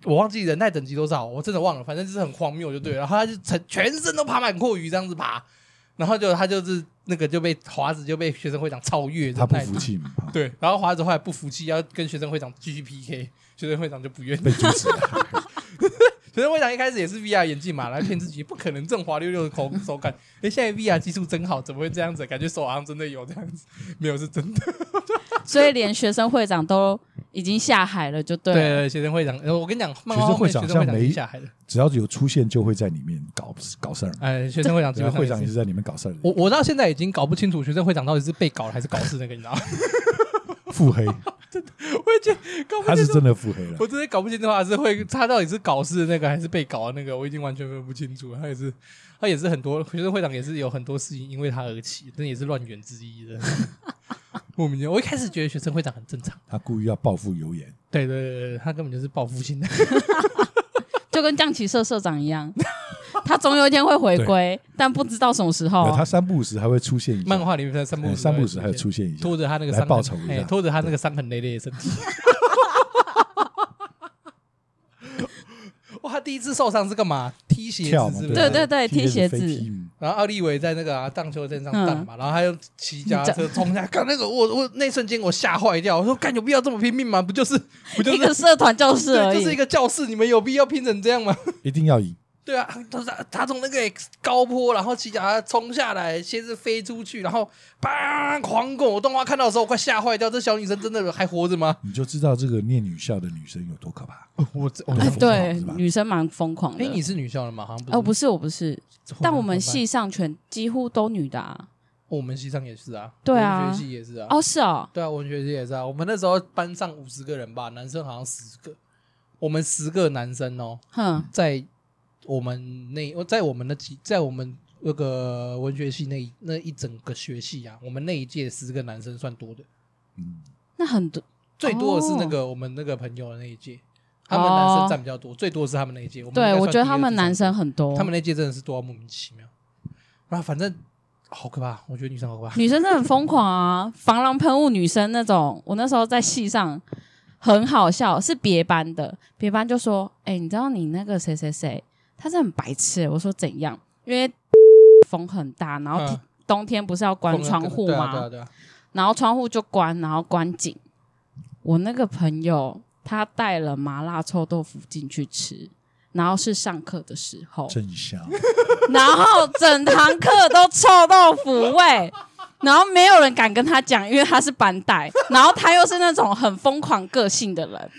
Speaker 1: 我忘记忍耐等级多少，我真的忘了，反正就是很荒谬就对了。然后他就全全身都爬满阔鱼这样子爬，然后就他就是那个就被华子就被学生会长超越，
Speaker 2: 他不
Speaker 1: 忍耐
Speaker 2: 服气嘛，啊
Speaker 1: 对，然后华子后来不服气，要跟学生会长继续 PK，学生会长就不愿意。
Speaker 2: 被阻止了。
Speaker 1: 学生会长一开始也是 VR 眼镜嘛，来骗自己，不可能这种滑溜溜的口手感。哎，现在 VR 技术真好，怎么会这样子？感觉手好像真的有这样子，没有是真的。
Speaker 3: 所以连学生会长都已经下海了，就对了。
Speaker 1: 对，学生会长，呃我跟你讲，漫
Speaker 2: 学
Speaker 1: 画
Speaker 2: 生
Speaker 1: 后
Speaker 2: 会
Speaker 1: 面学
Speaker 2: 长
Speaker 1: 生会
Speaker 2: 像
Speaker 1: 长已
Speaker 2: 没
Speaker 1: 经下海了。
Speaker 2: 只要有出现，就会在里面搞搞事儿。
Speaker 1: 哎，学生会长基
Speaker 2: 然
Speaker 1: 本
Speaker 2: 后
Speaker 1: 上也
Speaker 2: 会长
Speaker 1: 是
Speaker 2: 也是在里面搞事儿的，
Speaker 1: 我我到现在已经搞不清楚学生会长到底是被搞了还是搞事那个，你知道 吗？
Speaker 2: 腹黑，
Speaker 1: 我已经搞不
Speaker 2: 他
Speaker 1: 清
Speaker 2: 是
Speaker 1: 楚，
Speaker 2: 真的腹黑了。
Speaker 1: 我哦真的搞不清楚他是会他到底是搞事的那个还是被搞的那个，我已经完全分不清楚。他也是他也是很多学生会长也是有很多事情因为他而起，真的也是乱源之一 的。莫名其妙，我一开始觉得学生会长很正常，
Speaker 2: 他故意要报复油盐，
Speaker 1: 对对对对，他根本就是报复性的。
Speaker 3: 就跟降旗社社长一样， 他总有一天会回归，但不知道什么时候。
Speaker 2: 他三不五时还会出现一下
Speaker 1: 漫画里面他三
Speaker 2: 哎
Speaker 1: 步
Speaker 2: 三不五时还有出现一下
Speaker 1: 拖，着他那个
Speaker 2: 来
Speaker 1: 伤痕
Speaker 2: 报仇一下
Speaker 1: 哎拖着他那个伤痕累累的身体。 哇，他第一次受伤是干嘛？啊踢鞋
Speaker 2: 跳嘛
Speaker 1: 子是不是？
Speaker 3: 对对对
Speaker 2: 踢
Speaker 3: 踢鞋子
Speaker 2: 飞踢嘛
Speaker 1: 然后奥利维在那个、啊、荡秋千上荡
Speaker 3: 嗯
Speaker 1: 嘛，然后他又骑脚踏车冲下，看那个我我那瞬间我吓坏掉，我说干有必要这么拼命吗？不就是不就
Speaker 3: 一个
Speaker 1: 是
Speaker 3: 社团教室而
Speaker 1: 对，
Speaker 3: 已，
Speaker 1: 就是一个教室，你们有必要拼成这样吗？
Speaker 2: 一定要赢。
Speaker 1: 对啊，他他他从那个高坡，然后骑脚踏冲下来，先是飞出去，然后砰狂滚。我动画看到的时候，我快吓坏掉。这小女生真的还活着吗？
Speaker 2: 你就知道这个念女校的女生有多可怕。
Speaker 1: 我我
Speaker 3: 哎
Speaker 2: 很疯狂
Speaker 3: 对
Speaker 2: 是吧，
Speaker 3: 女生蛮疯狂的。
Speaker 1: 哎，你是女校的吗？好像不是。
Speaker 3: 哦，不是，我不是，
Speaker 1: 是，
Speaker 3: 但我们系上全几乎都女的啊。
Speaker 1: 哦我们系上也是啊，
Speaker 3: 对啊
Speaker 1: 文学系也是啊。
Speaker 3: 哦，是哦，
Speaker 1: 对啊，文学系也是啊。我们那时候班上五十个人吧，男生好像十个，我们十个男生哦，
Speaker 3: 哼，
Speaker 1: 在我们那哦在我们那几在我们那个文学系那一那一整个学系啊，我们那一届十个男生算多的。
Speaker 2: 嗯，
Speaker 3: 那很多
Speaker 1: 最多的是那个、
Speaker 3: 哦
Speaker 1: 我们那个朋友的那一届，他们男生占比较多，最多的是他们那一届。我们应
Speaker 3: 哦
Speaker 1: 该
Speaker 3: 对，我
Speaker 1: 算
Speaker 3: 觉得
Speaker 1: 第二
Speaker 3: 他们
Speaker 1: 第三
Speaker 3: 男生很多，
Speaker 1: 他们那届真的是多到莫名其妙。啊，反正好可怕，我觉得女生好可怕。
Speaker 3: 女生真的很疯狂啊，防狼喷雾女生那种。我那时候在戏上很好笑，是别班的，别班就说：“哎、你知道你那个谁谁谁，他是很白痴欸、我说：“怎样？”因为 风很大，然后
Speaker 1: 嗯
Speaker 3: 冬天不是要关窗户
Speaker 1: 对
Speaker 3: 吗？
Speaker 1: 啊对啊对啊，
Speaker 3: 然后窗户就关，然后关紧。我那个朋友他带了麻辣臭豆腐进去吃，然后是上课的时候，
Speaker 2: 真 香。
Speaker 3: 然后整堂课都臭豆腐味，然后没有人敢跟他讲，因为他是班带，然后他又是那种很疯狂个性的人，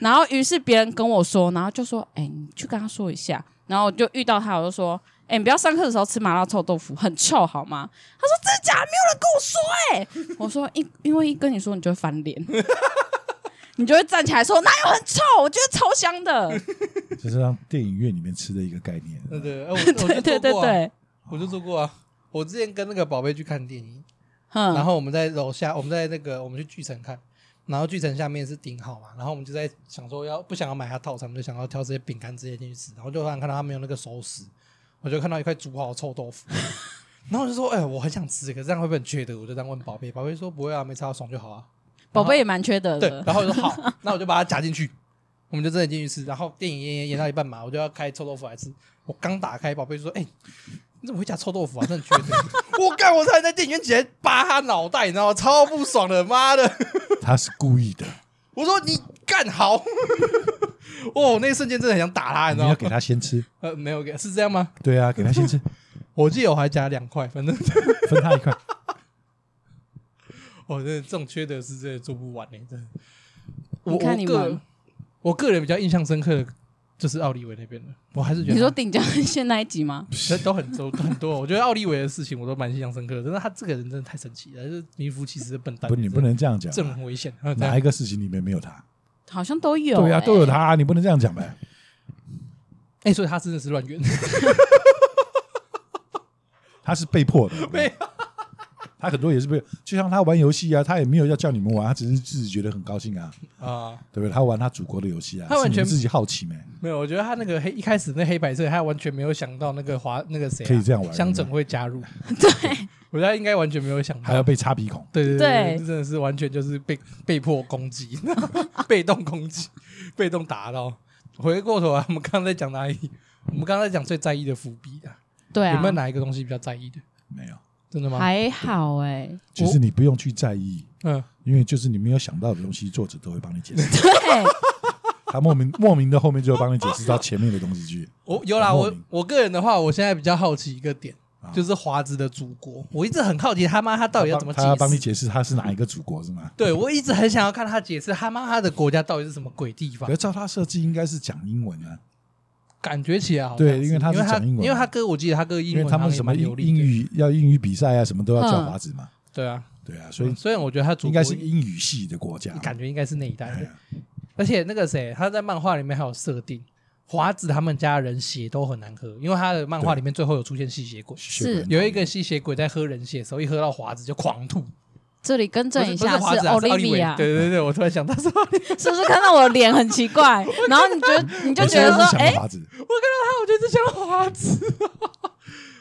Speaker 3: 然后于是别人跟我说，然后就说：“哎、你去跟他说一下。”
Speaker 4: 然后我就遇到他，我就说：“哎、你不要上课的时候吃麻辣臭豆腐，很臭好吗？”他说：“真的假的？没有人跟我说、欸。”我说：“因因为一跟你说，你就会翻脸，你就会站起来说哪有很臭？我觉得超香的。
Speaker 2: 就是让电影院里面吃的一个概念。
Speaker 1: 对对，哎我 我
Speaker 4: 对对
Speaker 1: 就做
Speaker 4: 对
Speaker 1: 过啊，
Speaker 4: 对，
Speaker 1: 我就做过啊。我之前跟那个宝贝去看电影，
Speaker 4: 嗯，
Speaker 1: 然后我们在楼下，我们在那个我们去巨城看，然后巨城下面是顶好嘛，然后我们就在想说要不想要买它套餐，我们就想要挑这些饼干直接进去吃，然后就突然看到他们有那个熟食，我就看到一块煮好的臭豆腐， 然后我就说，哎、我很想吃，可是这样会不会很缺德？我就这样问宝贝，宝贝说不会啊，没差，爽就好啊。
Speaker 4: 宝贝也蛮缺德
Speaker 1: 对
Speaker 4: 的，。
Speaker 1: 然后我就说好，那我就把它夹进去，我们就真的进去吃。然后电影演演演到一半嘛，我就要开臭豆腐来吃。我刚打开，宝贝就说：“哎、你怎么会夹臭豆腐啊？真的绝对！” 我干，我差点在电影院起来扒他脑袋，你知道吗？超不爽的，妈的！
Speaker 2: 他是故意 的，
Speaker 1: 我说你干好， 哦，那一瞬间真的很想打他，你
Speaker 2: 你
Speaker 1: 知道
Speaker 2: 要
Speaker 1: 吗？
Speaker 2: 给他先吃。
Speaker 1: 呃，没有给，是这样吗？
Speaker 2: 对啊，给 他先吃，
Speaker 1: 我记得我还夹两块，反正
Speaker 2: 分他一块。
Speaker 1: 我真的哦这种缺德事真的做不完呢、欸真的。我
Speaker 4: 你看你
Speaker 1: 我个
Speaker 4: 忙
Speaker 1: 我个人比较印象深刻的就是奥利维那边的，我还是觉得
Speaker 4: 你说
Speaker 1: 他
Speaker 4: 顶江县那一集吗？
Speaker 1: 其实都很都很多。我觉得奥利维的事情我都蛮印象深刻的，但是他这个人真的太神奇了，就是名副其实的笨蛋。
Speaker 2: 不，你不能这样讲啊。
Speaker 1: 这很危险。啊
Speaker 2: 哪一个事情里面没有他？
Speaker 4: 好像都有、欸，
Speaker 2: 对啊，都有他啊，你不能这样讲呗。
Speaker 1: 哎，所以他真的是乱源，
Speaker 2: 他是被迫的，
Speaker 1: 没有
Speaker 2: 他很多也是被，就像他玩游戏啊，他也没有要叫你们玩，他只是自己觉得很高兴啊，
Speaker 1: 啊，
Speaker 2: 对不对？他玩他祖国的游戏啊，
Speaker 1: 他完全嗯
Speaker 2: 是你们自己好奇没？
Speaker 1: 没有。我觉得他那个黑一开始那黑白色，他完全没有想到那个华那个谁啊
Speaker 2: 可以这样玩
Speaker 1: 乡整会加入。对，我觉得他应该完全没有想
Speaker 2: 还要
Speaker 1: 到。
Speaker 2: 被擦鼻孔，
Speaker 1: 对对
Speaker 4: 对
Speaker 1: 对，这真的是完全就是被被迫攻击， 被动攻击，被动打到。回过头来，我们刚刚在讲哪里？我们刚刚在讲最在意的伏笔啊，
Speaker 4: 对啊，
Speaker 1: 有没有哪一个东西比较在意的？
Speaker 2: 没有，
Speaker 1: 真的吗？
Speaker 4: 还好哎、
Speaker 2: 其实你不用去在意，
Speaker 1: 嗯，
Speaker 2: 因为就是你没有想到的东西，作者都会帮你解释。
Speaker 4: 对，
Speaker 2: 他莫名莫名的后面就会帮你解释到前面的东西去。
Speaker 1: 我有啦，
Speaker 2: 很莫
Speaker 1: 我
Speaker 2: 名
Speaker 1: 我个人的话，我现在比较好奇一个点，
Speaker 2: 啊
Speaker 1: 就是华子的祖国，我一直很好奇他妈他到底要怎么解
Speaker 2: 他要帮你
Speaker 1: 释。
Speaker 2: 解释他是哪一个祖国是吗？
Speaker 1: 对，我一直很想要看他解释他妈他的国家到底是什么鬼地方
Speaker 2: 可，是照他设计应该是讲英文啊，
Speaker 1: 感觉起来好像
Speaker 2: 对
Speaker 1: 是
Speaker 2: 因为他是
Speaker 1: 他
Speaker 2: 讲英文
Speaker 1: 因为他哥我记得他哥英
Speaker 2: 因为
Speaker 1: 文
Speaker 2: 他
Speaker 1: 好
Speaker 2: 们
Speaker 1: 像也
Speaker 2: 什么
Speaker 1: 蛮
Speaker 2: 英
Speaker 1: 流利的
Speaker 2: 英语要英语比赛啊，什么都要叫华子嘛。
Speaker 1: 对啊，
Speaker 2: 对啊，所以
Speaker 1: 虽然我觉得他祖
Speaker 2: 应
Speaker 1: 国
Speaker 2: 该是英语系的国家。
Speaker 1: 感觉应该是那一代
Speaker 2: 哎
Speaker 1: 的，
Speaker 2: 呀
Speaker 1: 而且那个谁他在漫画里面还有设定。华子他们家人血都很难喝，因为他的漫画里面最后有出现吸血鬼，
Speaker 2: 血管
Speaker 1: 有一个吸血鬼在喝人血的时候，一喝到华子就狂吐，
Speaker 4: 这里更正一下，
Speaker 1: 不是不是华子啊
Speaker 4: 奥
Speaker 1: 是奥
Speaker 4: 利
Speaker 1: 利
Speaker 4: 维
Speaker 1: 维
Speaker 4: 亚，
Speaker 1: 对对对，我突然想到是奥利维，
Speaker 4: 是不是看到我的脸很奇怪？然后你觉得你就觉得
Speaker 2: 我现在是
Speaker 4: 说，哎、
Speaker 2: 想华子
Speaker 1: 我看到他，我觉得这像华子，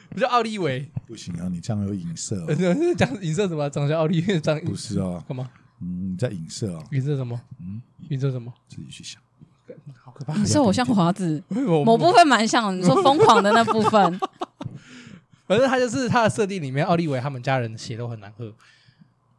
Speaker 1: 不叫奥利维，
Speaker 2: 不行啊，你这样有影射哦，
Speaker 1: 呃讲影射什么？长相奥利维，长
Speaker 2: 不是哦，
Speaker 1: 干嘛？
Speaker 2: 嗯，你在影射哦，
Speaker 1: 影射什么？
Speaker 2: 嗯
Speaker 1: 影射什么？
Speaker 2: 自己去想。
Speaker 1: 好可怕！
Speaker 4: 你说我像华子，
Speaker 1: 我
Speaker 4: 某部分蛮像，你说疯狂的那部分，
Speaker 1: 反正他就是他的设定里面，奥利维他们家人的血都很难喝。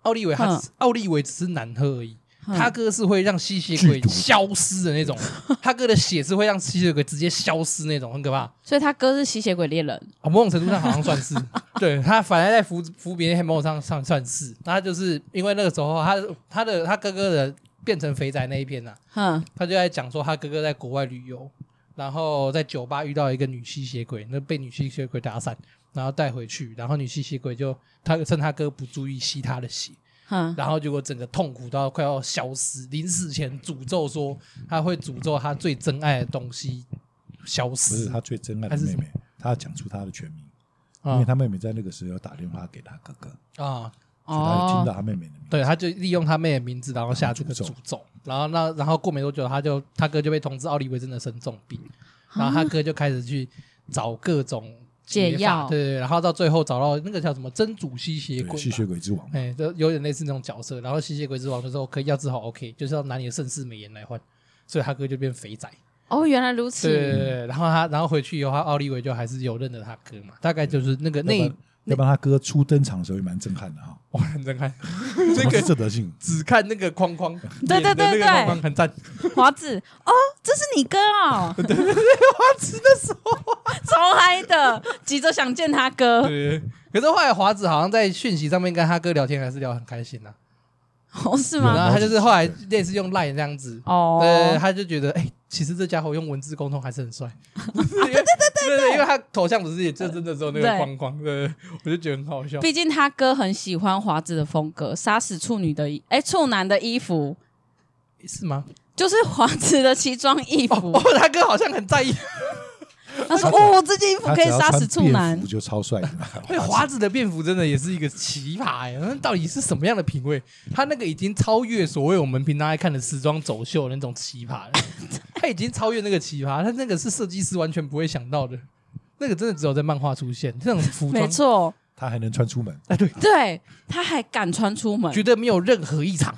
Speaker 1: 奥利维他
Speaker 4: 嗯
Speaker 1: 只奥利维只是难喝而已，
Speaker 4: 嗯
Speaker 1: 他哥是会让吸血鬼消失的那种，他哥的血是会让吸血鬼直接消失那种，很可怕。
Speaker 4: 所以他哥是吸血鬼猎人，
Speaker 1: 啊，某种程度上好像算是，对他反而在扶扶别人，某种上上算是，那他就是因为那个时候他他的他哥哥的变成肥宅那一篇呐、啊，
Speaker 4: 哼，
Speaker 1: 他就在讲说他哥哥在国外旅游，然后在酒吧遇到一个女吸血鬼，那被女吸血鬼打散，然后带回去，然后女吸血鬼就他趁他哥不注意吸他的血，
Speaker 4: 哼，
Speaker 1: 然后结果整个痛苦到快要消失，临死前诅咒说他会诅咒他最珍爱的东西消
Speaker 2: 不是
Speaker 1: 失，
Speaker 2: 他最珍爱的
Speaker 1: 还是
Speaker 2: 妹
Speaker 1: 什么
Speaker 2: 妹，他要讲出他的全名，因为
Speaker 1: 啊
Speaker 2: 他妹妹在那个时候打电话给他哥哥，所
Speaker 1: 啊。
Speaker 2: 以他有听到
Speaker 4: 哦，
Speaker 2: 他妹妹的名字。
Speaker 1: 对，他就利用他妹的名字，然后下这个
Speaker 2: 诅
Speaker 1: 诅
Speaker 2: 咒
Speaker 1: 咒，然后那然后过没多久，他就他哥就被通知奥利维真的生重
Speaker 4: 啊
Speaker 1: 病，然后他哥就开始去找各种
Speaker 4: 解
Speaker 1: 法
Speaker 4: 药
Speaker 1: 对对对，然后到最后找到那个叫什么真主吸血
Speaker 2: 对，
Speaker 1: 鬼，
Speaker 2: 吸血，鬼之王，
Speaker 1: 哎，就有点类似那种角色。然后吸血鬼之王就说可以药治好 OK，就是要拿你的盛世美颜来换，所以他哥就变肥仔。
Speaker 4: 哦，原来如
Speaker 1: 对对
Speaker 4: 此，
Speaker 1: 对对，然后他然后回去以后，他奥利维就还是有认得他哥嘛，大概就是那个那
Speaker 2: 要
Speaker 1: 一
Speaker 2: 不然要不然他哥初登场的时候也蛮震撼的哈，
Speaker 1: 哇，很震 撼，
Speaker 2: 这
Speaker 1: 那
Speaker 2: 个
Speaker 1: 个
Speaker 2: 这德性，
Speaker 1: 只看那个框框，
Speaker 4: 对对
Speaker 1: 脸的那
Speaker 4: 对
Speaker 1: 个
Speaker 4: 对
Speaker 1: 框框很赞。
Speaker 4: 华子，哦，这是你哥哦，对对对，华子的时 候，超嗨的，急着想见他哥，
Speaker 1: 对，可是后来华子好像在讯息上面跟他哥聊天，还是聊得很开心呐、啊
Speaker 3: 哦，是
Speaker 2: 有
Speaker 3: 吗？
Speaker 1: 然后他就是后来类似用赖这样子，对，
Speaker 3: 哦，
Speaker 1: 他就觉得哎、其实这家伙用文字沟通还是 很帅，对对对对，因为他头像不是也就真的只有那个
Speaker 3: 对
Speaker 1: 框框，对，对对我就觉得很好笑。
Speaker 3: 毕竟他哥很喜欢华子的风格，杀死处女的衣，哎，处男的衣服
Speaker 1: 是吗？
Speaker 3: 就是华子的奇装异
Speaker 1: 哦
Speaker 3: 服。
Speaker 1: 哦，他哥好像很在意。
Speaker 3: 他说：“哦，我这件衣服
Speaker 2: 他
Speaker 3: 可
Speaker 2: 只
Speaker 3: 以
Speaker 2: 要
Speaker 3: 杀
Speaker 2: 穿
Speaker 3: 死处男
Speaker 2: 便服。就超帅的 啦。
Speaker 1: 哎，华子的便服真的也是一个奇葩哎，那到底是什么样的品味？他那个已经超越所谓我们平常爱看的时装走秀的那种奇 葩了，他已经超越那个奇葩，他那个是设计师完全不会想到的，那个真的只有在漫画出现，这种服
Speaker 3: 没
Speaker 1: 装
Speaker 3: 错，
Speaker 2: 他还能穿出门，
Speaker 3: 对，他还敢穿出门。
Speaker 1: 觉得没有任何异常。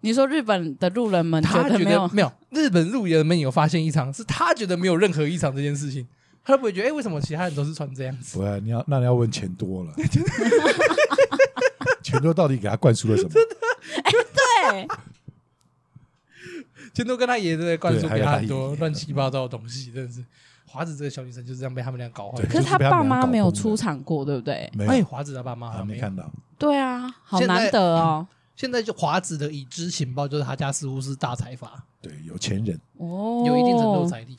Speaker 3: 你说日本的路人们
Speaker 1: 他
Speaker 3: 嗯
Speaker 1: 觉
Speaker 3: 觉得没有
Speaker 1: 得没有，日本路人们有发现异常，是他觉得没有任何异常这件事情，他都不会觉得哎、为什么其他人都是穿这样子？
Speaker 2: 不啊然你要那你要问钱多了，钱多到底给他灌输了什么？
Speaker 3: 对，
Speaker 1: 钱都跟他爷爷在灌输
Speaker 2: 对还
Speaker 1: 给
Speaker 2: 有
Speaker 1: 他
Speaker 2: 他
Speaker 1: 很多
Speaker 2: 爷爷
Speaker 1: 乱七八糟的东西，真的是华子这个小女生就是这样被他们俩搞坏
Speaker 2: 对
Speaker 1: 的。
Speaker 3: 可是他爸妈没有
Speaker 2: 就是被他们俩搞疯的
Speaker 3: 出场过，对不对？
Speaker 2: 没
Speaker 1: 哎，
Speaker 2: 有，
Speaker 1: 华子他爸妈好
Speaker 2: 还
Speaker 1: 像
Speaker 2: 没
Speaker 1: 有。
Speaker 2: 看到。
Speaker 3: 对啊，好
Speaker 1: 现在
Speaker 3: 难得哦。
Speaker 1: 现在就华子的已知情报就是他家似乎是大财阀，
Speaker 2: 对，有钱人
Speaker 3: 哦，
Speaker 1: 有一定程度的财力。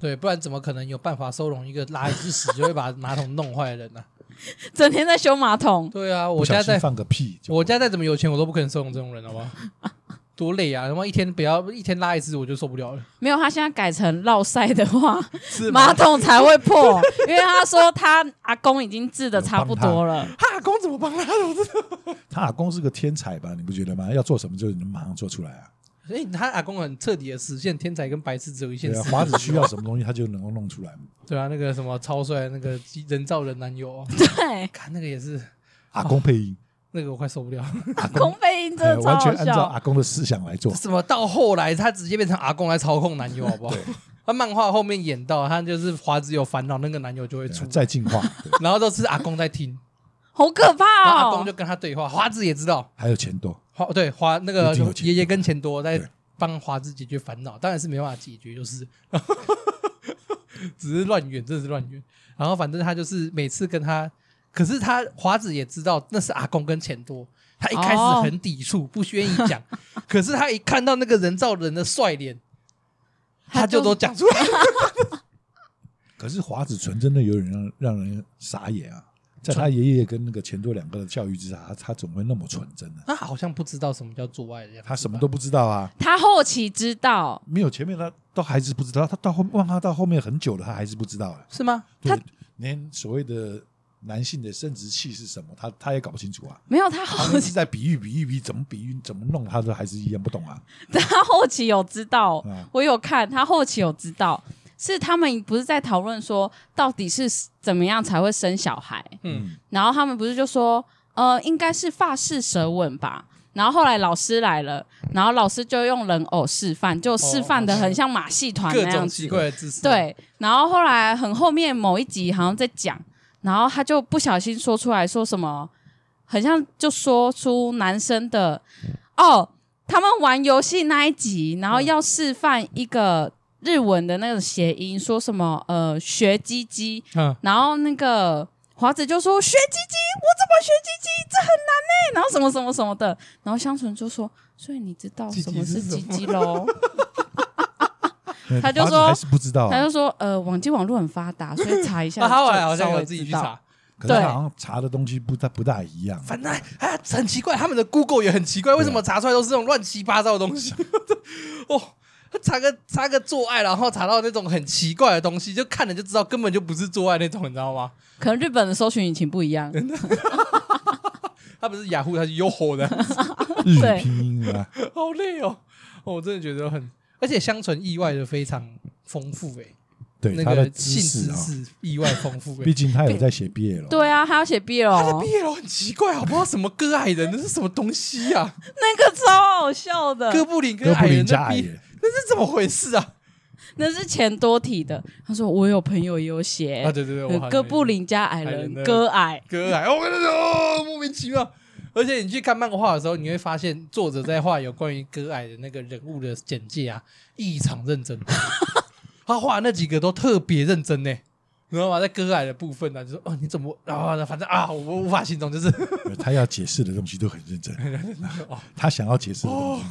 Speaker 1: 对，不然怎么可能有办法收容一个拉一只屎就会把马桶弄坏的人呢、
Speaker 3: 整天在修马桶。
Speaker 1: 对啊，
Speaker 2: 不
Speaker 1: 我
Speaker 2: 小
Speaker 1: 家
Speaker 2: 心
Speaker 1: 在
Speaker 2: 放个屁，就
Speaker 1: 我家再怎么有钱，我都不可能收容这种人，好不好？ 多累啊！他妈一天不要一天拉一次，我就受不了了。
Speaker 3: 没有，他现在改成绕塞的话，
Speaker 1: 是
Speaker 3: 马桶才会破， 因为他说他阿公已经治的差不多了。
Speaker 1: 哈，公怎么帮他？ 我真的。
Speaker 2: 他阿公是个天才吧？你不觉得吗？要做什么就能马上做出来啊！
Speaker 1: 所以哎他阿公很彻底的实现天才跟白痴只有一线
Speaker 2: 对
Speaker 1: 之
Speaker 2: 啊，
Speaker 1: 隔。
Speaker 2: 华子需要什么东西，他就能够弄出来。
Speaker 1: 对啊，那个什么超帅那个人造人男友，
Speaker 3: 对，
Speaker 1: 看那个也是
Speaker 2: 阿公配音，
Speaker 1: 那个我快受不了。
Speaker 3: 阿公配音真
Speaker 2: 哎
Speaker 3: 的超
Speaker 2: 完全
Speaker 3: 好
Speaker 2: 按照
Speaker 3: 笑。
Speaker 2: 阿公的思想来 做。
Speaker 1: 什么到后来他直接变成阿公来操控男友，好不好？ 他漫画后面演到他就是华子有烦恼，那个男友就会
Speaker 2: 对啊
Speaker 1: 出，
Speaker 2: 再进化，对
Speaker 1: 然后都是阿公在听，
Speaker 3: 好可怕
Speaker 1: 然后阿
Speaker 3: 哦
Speaker 1: 公！就跟他对话，华子也知道。
Speaker 2: 还有钱多，
Speaker 1: 华对华那个
Speaker 2: 一定有钱
Speaker 1: 爷爷跟钱多在
Speaker 2: 对
Speaker 1: 帮华子解决烦恼，当然是没办法解决，就是 只是乱远，真的是乱远。然后反正他就是每次跟他，可是他华子也知道那是阿公跟钱多，他一开始很抵触，不愿意 讲，可是他一看到那个人造人的帅脸，他
Speaker 3: 他就
Speaker 1: 就都讲出 来。
Speaker 2: 可是华子纯真的有点让让人傻眼啊！在他爷爷跟那个钱多两个的教育之下，他他怎么会那么纯真呢、
Speaker 1: 他好像不知道什么叫做爱的样子吧，
Speaker 2: 他什么都不知道啊，
Speaker 3: 他后期知道，
Speaker 2: 没有前面他都还是不知道，他到后望他到后面很久了，他还是不知道啊。
Speaker 1: 是吗？
Speaker 2: 对，连所谓的男性的生殖器是什么，他他也搞不清 楚啊。
Speaker 3: 没有他
Speaker 2: 他
Speaker 3: 后
Speaker 2: 们
Speaker 3: 期
Speaker 2: 是在比喻比喻比喻怎么比喻怎么弄，他都还是一样不懂啊。
Speaker 3: 他后期有知道
Speaker 2: 嗯，
Speaker 3: 我有看，他后期有知道，是他们不是在讨论说到底是怎么样才会生小孩，
Speaker 1: 嗯，
Speaker 3: 然后他们不是就说，呃，应该是发式舌吻吧。然后后来老师来了，然后老师就用人偶示范，就示范的很像马戏
Speaker 1: 哦
Speaker 3: 团
Speaker 1: 各
Speaker 3: 那样
Speaker 1: 种
Speaker 3: 子。
Speaker 1: 奇怪的姿势，，
Speaker 3: 对，然后后来很后面某一集好像在讲，然后他就不小心说出来说什么，很像就说出男生的哦，他们玩游戏那一集，然后
Speaker 1: 嗯
Speaker 3: 要示范一个日文的那个谐音，说什么呃学鸡鸡，
Speaker 1: 嗯，
Speaker 3: 然后那个华子就说学鸡鸡，我怎么学鸡鸡？这很难呢、然后什么什么什么的，然后香纯就说，所以你知道
Speaker 1: 鸡
Speaker 3: 什
Speaker 1: 鸡
Speaker 3: 么
Speaker 1: 是什
Speaker 3: 是鸡
Speaker 1: 么
Speaker 3: 鸡喽？他就
Speaker 2: 华子
Speaker 3: 说
Speaker 2: 还是不知道、
Speaker 3: 他
Speaker 2: 啊，
Speaker 3: 就说，呃，网际网络很发达，所以查 一下。
Speaker 1: 那他后来好
Speaker 3: 就稍
Speaker 1: 像
Speaker 3: 微
Speaker 1: 有自己去
Speaker 3: 知道
Speaker 1: 查，
Speaker 2: 可是
Speaker 3: 对
Speaker 2: 他好像查的东西不大不大一样。
Speaker 1: 反正啊，很奇怪，他们的 Google 也很奇
Speaker 2: 啊
Speaker 1: 怪，为什么查出来都是这种乱七八糟的东西？ 哦，他查个查个做爱，然后查到那种很奇怪的东西，就看了就知道根本就不是做爱那种，你知道吗？
Speaker 3: 可能日本的搜寻引擎不一样。
Speaker 1: 他不是雅虎，他是优火的，
Speaker 2: 日
Speaker 3: 对
Speaker 2: 语拼音啊，
Speaker 1: 好累哦。哦我真的觉得很，而且香醇意外的非常丰富诶、
Speaker 2: 对
Speaker 1: 那
Speaker 2: 他的
Speaker 1: 个
Speaker 2: 知
Speaker 1: 性
Speaker 2: 识
Speaker 1: 知
Speaker 2: 啊，
Speaker 1: 识意外丰富诶、
Speaker 2: 毕竟他有在写毕业了。
Speaker 3: 对啊，他要写 BL，
Speaker 1: 他的
Speaker 3: 哦
Speaker 1: 毕业了很奇怪，我不知道什么割矮人，那是什么东西 呀、
Speaker 3: 那个超好笑的，
Speaker 1: 哥布林跟
Speaker 2: 哥
Speaker 1: 矮
Speaker 2: 布林
Speaker 1: 人的
Speaker 2: 加矮
Speaker 1: 毕，
Speaker 2: 人，
Speaker 1: 那是怎么回事啊？
Speaker 3: 那是钱多提的。他说我有朋友也有写
Speaker 1: 啊，对对对，我好像
Speaker 3: 呃哥布
Speaker 1: 也
Speaker 3: 林加矮
Speaker 1: 矮人
Speaker 3: 人
Speaker 1: 的
Speaker 3: 哥矮，
Speaker 1: 割癌，我跟你说，哦莫名其妙。而且你去看漫画的时候，你会发现作者在画有关于割癌的那个人物的 简介啊，异常认真。他画那几个都特别认真呢、你知道吗？在割爱的部分呢，就说哦，你怎么啊？反正啊，我无法形容，就是，
Speaker 2: 呃他要解释的东西都很认真，
Speaker 1: 哦
Speaker 2: 他想要解释的东西，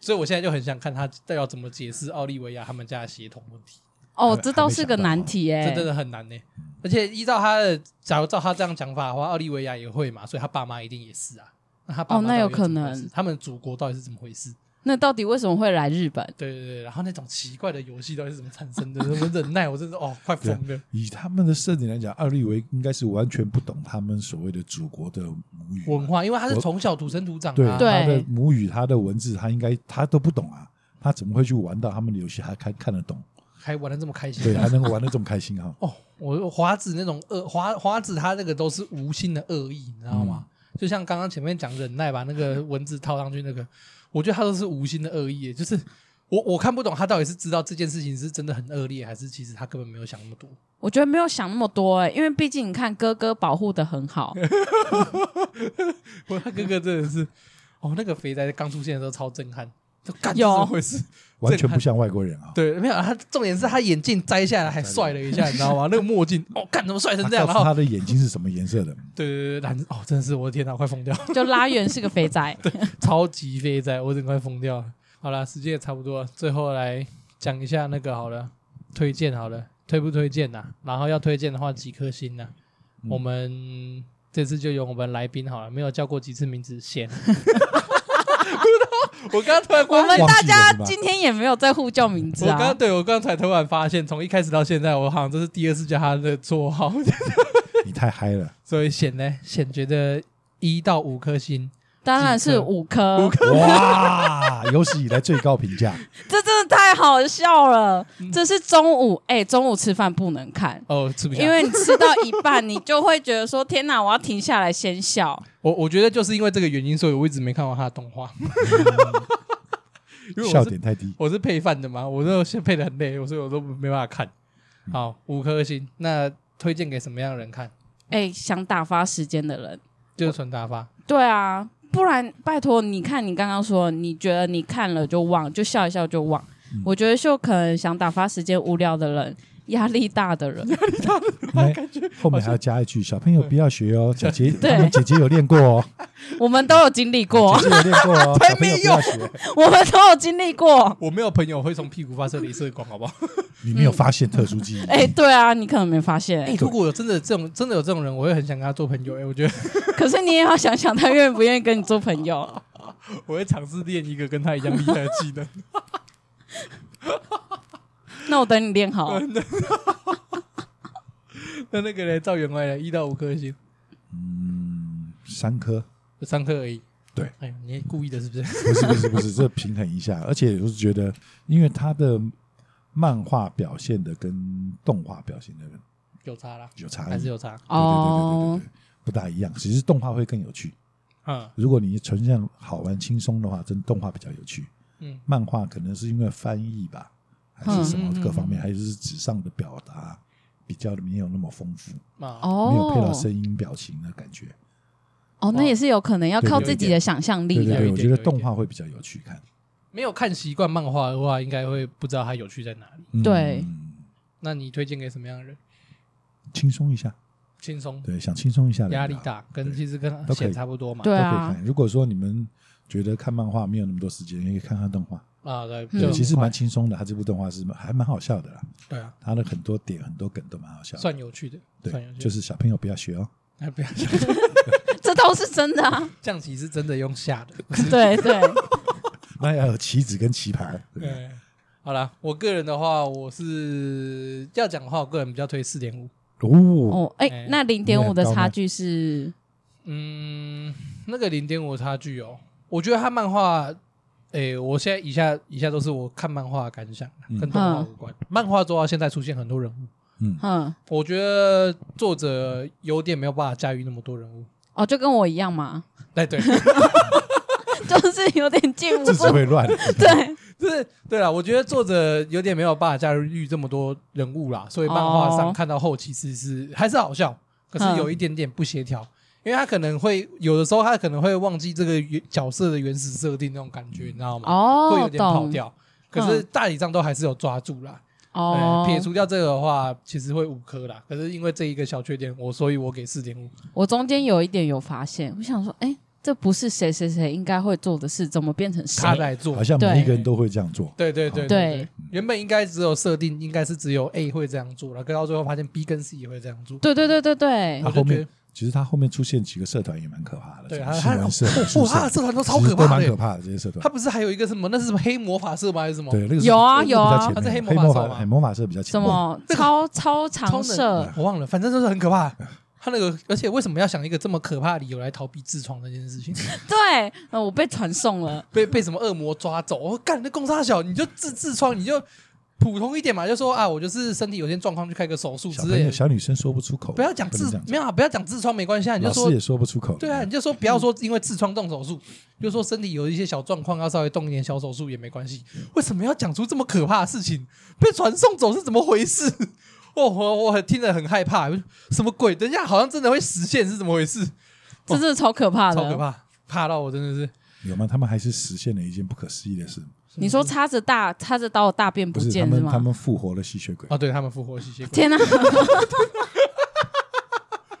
Speaker 1: 所以我现在就很想看他要怎么解释奥利维亚他们家的协同问题，
Speaker 3: 哦
Speaker 2: 还，
Speaker 3: 这倒是个
Speaker 2: 还没想到
Speaker 3: 难题哎、
Speaker 1: 这真的很难呢、而且依照他的，假如照他这样讲法的话，奥利维亚也会嘛，所以他爸妈一定也是啊。那他爸妈
Speaker 3: 哦那有
Speaker 1: 到底又怎么
Speaker 3: 可
Speaker 1: 回事
Speaker 3: 能
Speaker 1: 他们祖国到底是怎么回事？
Speaker 3: 那到底为什么会来日本？
Speaker 1: 对对对，然后那种奇怪的游戏到底是怎么产生的？什么忍耐，我真是哦，快疯了。
Speaker 2: 以他们的设定来讲，奥利维应该是完全不懂他们所谓的祖国的母语
Speaker 1: 文
Speaker 2: 嘛
Speaker 1: 化，因为他是从小土生土长
Speaker 2: 对
Speaker 1: 的、啊，
Speaker 3: 对
Speaker 2: 他的母语，他的文字，他应该他都不懂啊，他怎么会去玩到他们的游戏还看看得懂？
Speaker 1: 还玩的这么开心。
Speaker 2: 对，还能够玩的这么开心哈、啊
Speaker 1: 哦，我华子那种恶华华子，他那个都是无心的恶意，你知道吗？
Speaker 2: 嗯
Speaker 1: 就像刚刚前面讲忍耐把那个文字套上去那个，我觉得他都是无心的恶意耶，就是我我看不懂他到底是知道这件事情是真的很恶劣，还是其实他根本没有想那么多。
Speaker 3: 我觉得没有想那么多哎、因为毕竟你看哥哥保护的很 好，
Speaker 1: 我他哥哥真的是，哦，那个肥宅刚出现的时候超震撼，就干
Speaker 3: 有
Speaker 1: 这怎么回事？
Speaker 2: 完全不像外国人啊。
Speaker 1: 对，没有他，重点是他眼镜摘下来还帅了一下，你知道吗？那个墨镜， 哦，干怎么帅成这
Speaker 2: 他
Speaker 1: 样？
Speaker 2: 告
Speaker 1: 然
Speaker 2: 诉
Speaker 1: 后
Speaker 2: 他的眼睛是什么颜色的？
Speaker 1: 对对对，蓝哦，真的是我的天哪，我快疯掉，
Speaker 3: 就拉远是个肥宅。
Speaker 1: 超级肥仔，我真的快疯掉了。好啦，时间也差不多了，最后来讲一下那个好了，推荐好了，推不推荐呐、然后要推荐的话，几颗星呐、
Speaker 2: 嗯
Speaker 1: 我们这次就由我们来宾好了，没有叫过几次名 字，先。我刚刚突然
Speaker 3: 我们
Speaker 2: 忘
Speaker 3: 大
Speaker 2: 记了
Speaker 3: 家
Speaker 2: 是吧
Speaker 3: 今天也没有在互叫名字
Speaker 1: 我刚
Speaker 3: 啊，
Speaker 1: 对我刚才突然发现，从一开始到现在，我好像这是第二次叫他的绰号，
Speaker 2: 你太嗨了！
Speaker 1: 所以显呢显觉得一到五颗星，
Speaker 3: 当然
Speaker 1: 几
Speaker 3: 是
Speaker 1: 颗
Speaker 3: 五颗，
Speaker 2: 哇，有史以来最高评价，
Speaker 3: 这真的太好笑了。这是中午哎、中午吃饭不能看，
Speaker 1: 哦，吃不下。
Speaker 3: 因为你吃到一半，你就会觉得说天哪，我要停下来先 笑。
Speaker 1: 我我觉得就是因为这个原因，所以我一直没看过他的动画。 因为
Speaker 2: 笑
Speaker 1: 我是
Speaker 2: 点太低。
Speaker 1: 我是配饭的嘛，我都先配的很累，所以我都没办法看。好，五颗星，那推荐给什么样的人看？
Speaker 3: 哎、想打发时间的人，
Speaker 1: 就是纯打发。
Speaker 3: 对啊，不然拜托，你看你刚刚说，你觉得你看了就忘，就笑一笑就忘。我觉得就可能想打发时间无聊的人，压力大的 人，
Speaker 2: 来，哎后面还要加一句：小朋友不要学哦，姐姐
Speaker 3: 对
Speaker 2: 他们姐姐有练过哦，
Speaker 3: 我们都有经历过，
Speaker 2: 姐姐有练过 哦，
Speaker 1: 才
Speaker 2: 小朋
Speaker 1: 没
Speaker 2: 友不
Speaker 1: 有
Speaker 2: 要学。
Speaker 3: 我们都有经历过。
Speaker 1: 我没有朋友会从屁股发射镭射光，好不好？
Speaker 2: 你没有发现特殊记忆？
Speaker 3: 嗯哎、对啊，你可能没发 现、
Speaker 1: 哎、如果有真的这种真的有这种人，我会很想跟他做朋友、哎，我觉得
Speaker 3: 可是你也要想想他愿不愿意跟你做朋友。
Speaker 1: 我会尝试练一个跟他一样厉害的技能。
Speaker 3: 那我等你练好，
Speaker 1: 那那个嘞，赵员外嘞，一到五颗星，
Speaker 2: 嗯，三颗。
Speaker 1: 三颗而已。
Speaker 2: 对，
Speaker 1: 哎呦，你故意的是不是？
Speaker 2: 不是不是不是，这平衡一下。而且我是觉得，因为他的漫画表现的跟动画表现的
Speaker 1: 有差啦，
Speaker 2: 有差异，
Speaker 1: 还是有差。
Speaker 2: 对对对对
Speaker 3: 哦
Speaker 2: 对对，不大一样。只是动画会更有趣。
Speaker 1: 嗯
Speaker 2: 如果你纯像好玩轻松的话，真动画比较有趣。
Speaker 1: 嗯，
Speaker 2: 漫画可能是因为翻译吧，还是什么
Speaker 1: 嗯
Speaker 2: 各方面，还是纸上的表达比较没有那么丰富，
Speaker 1: 啊，
Speaker 3: 哦，
Speaker 2: 没有配到声音表情的感觉。
Speaker 3: 哦，那也是有可能要靠自己的想象
Speaker 2: 对
Speaker 3: 力啊
Speaker 1: 有一
Speaker 2: 对对，
Speaker 3: 的。
Speaker 1: 点
Speaker 2: 我觉得
Speaker 1: 有一点
Speaker 2: 动画会比较有趣看。
Speaker 1: 没有看习惯漫画的话，应该会不知道它有趣在哪里。
Speaker 2: 嗯
Speaker 3: 对，
Speaker 1: 那你推荐给什么样的人？
Speaker 2: 轻松一下，
Speaker 1: 轻松、
Speaker 2: 对，想轻松一下，
Speaker 1: 压力大，跟
Speaker 2: 对
Speaker 1: 其实跟
Speaker 2: 都可以
Speaker 1: 显差不多嘛。
Speaker 3: 对
Speaker 2: 都可以
Speaker 3: 啊，
Speaker 2: 看。如果说你们觉得看漫画没有那么多时间，也可以看看动画。
Speaker 1: 啊，对，就
Speaker 3: 嗯
Speaker 2: 对，其实蛮轻松的。它这部动画是还蛮好笑的啦，
Speaker 1: 对啊，
Speaker 2: 它的很多点、很多梗都蛮好笑的。
Speaker 1: 算有趣的，算有
Speaker 2: 啊对，
Speaker 1: 趣的。
Speaker 2: 就是小朋友不要学哦。
Speaker 1: 哎，不要
Speaker 3: 这都是真的 啊。
Speaker 1: 降旗是真的用下的。
Speaker 3: 对对，
Speaker 2: 那要有棋子跟棋牌。对不对
Speaker 1: 对，好啦，我个人的话，我是要讲的话，我个人比较推四点五。
Speaker 2: 哦，
Speaker 3: 哦，哎、
Speaker 1: 哎
Speaker 3: 那零点五的差距是
Speaker 1: 嗯，那个零点五差距哦，我觉得他漫画，诶、我现在以下以下都是我看漫画的感想，
Speaker 2: 嗯
Speaker 1: 跟动画无关。漫画做到现在出现很多人物，
Speaker 2: 嗯，
Speaker 3: 嗯，
Speaker 1: 我觉得作者有点没有办法驾驭那么多人物。
Speaker 3: 哦，就跟我一样嘛，
Speaker 1: 哎，对，
Speaker 3: 就是有点禁不
Speaker 2: 字
Speaker 3: 住
Speaker 2: 只。会 乱。
Speaker 3: 对，
Speaker 1: 就是对了，我觉得作者有点没有办法驾驭这么多人物啦，所以漫画上
Speaker 3: 哦嗯
Speaker 1: 看到后其实是还是好笑，可是有一点点不协调，因为他可能会有的时候他可能会忘记这个原角色的原始设定那种感觉，你知道吗？会有
Speaker 3: 哦，
Speaker 1: 点跑
Speaker 3: 懂。
Speaker 1: 掉。可是大体上都还是有抓住啦，
Speaker 4: 哦，
Speaker 1: 对撇除掉这个的话，其实会五颗啦。可是因为这一个小缺点，我所以我给四点五。
Speaker 4: 我中间有一点有发现，我想说，哎、这不是谁谁谁应该会做的事，怎么变成谁
Speaker 1: 他？来做
Speaker 2: 好。像
Speaker 4: 对
Speaker 2: 每一个人都会这样做。
Speaker 1: 对对对
Speaker 4: 对，
Speaker 1: 原本应该只有设定，应该是只有 A 会这样做了，可到最后发现 B 跟 C 也会这样做。
Speaker 4: 对对对对对
Speaker 1: 我
Speaker 2: 他
Speaker 1: 就
Speaker 2: 后
Speaker 1: 觉
Speaker 2: 面
Speaker 1: 得，
Speaker 2: 其实他后面出现几个社团也蛮可怕的，
Speaker 1: 对，
Speaker 2: 什
Speaker 1: 他他
Speaker 2: 么新闻社、
Speaker 1: 哦
Speaker 2: 美术
Speaker 1: 哦，他的
Speaker 2: 社，
Speaker 1: 社团都
Speaker 2: 其
Speaker 1: 超
Speaker 2: 实
Speaker 1: 可
Speaker 2: 都
Speaker 1: 怕
Speaker 2: 蛮
Speaker 1: 的
Speaker 2: 可
Speaker 1: 耶。
Speaker 2: 怕的这些社团
Speaker 1: 他。不是还有一个什么？那是什么黑魔法社吗？还是什么？
Speaker 2: 对，那个是
Speaker 4: 有啊
Speaker 2: 那个
Speaker 4: 有啊
Speaker 2: 比较前
Speaker 1: 他是
Speaker 2: 面
Speaker 1: 黑魔
Speaker 2: 黑
Speaker 1: 法
Speaker 2: 魔
Speaker 1: 社
Speaker 2: 法
Speaker 1: 吗
Speaker 2: 黑魔法社比较前
Speaker 4: 什
Speaker 2: 面。
Speaker 4: 么超超常
Speaker 1: 超
Speaker 4: 设？
Speaker 1: 我忘了，反正就是很可怕。他那个，而且为什么要想一个这么可怕的理由来逃避痔疮这件事情？
Speaker 4: 对，呃我被传送了。
Speaker 1: 被被什么恶魔抓走？我、干，那公差小，你就痔痔疮，你就普通一点嘛，就说啊，我就是身体有些状况，去开个手术
Speaker 2: 小
Speaker 1: 之
Speaker 2: 朋
Speaker 1: 类
Speaker 2: 友、
Speaker 1: 的。
Speaker 2: 小女生说不出口，
Speaker 1: 不要讲
Speaker 2: 能
Speaker 1: 痔
Speaker 2: 这样，
Speaker 1: 没有啊，不要讲痔疮，没关系啊，你就
Speaker 2: 老
Speaker 1: 说
Speaker 2: 师也说不出口。
Speaker 1: 对啊，你就说不要说因为痔疮动手术，就说身体有一些小状况，要稍微动一点小手术也没关系。为什么要讲出这么可怕的事情？被传送走是怎么回事？ 哦，我我听着很害怕，什么鬼？等一下好像真的会实现是怎么回事？
Speaker 4: 这真的超可怕的，
Speaker 1: 超可怕，怕到我真的是
Speaker 2: 有吗？他们还是实现了一件不可思议的事，
Speaker 4: 你说插着大插着刀的大便
Speaker 2: 不
Speaker 4: 不
Speaker 2: 是他
Speaker 4: 见是
Speaker 2: 们他
Speaker 4: 吗？
Speaker 2: 们复活了吸血鬼
Speaker 1: 哦，，对他们复活吸血鬼，
Speaker 4: 天哪、
Speaker 1: 就
Speaker 2: 他
Speaker 1: 是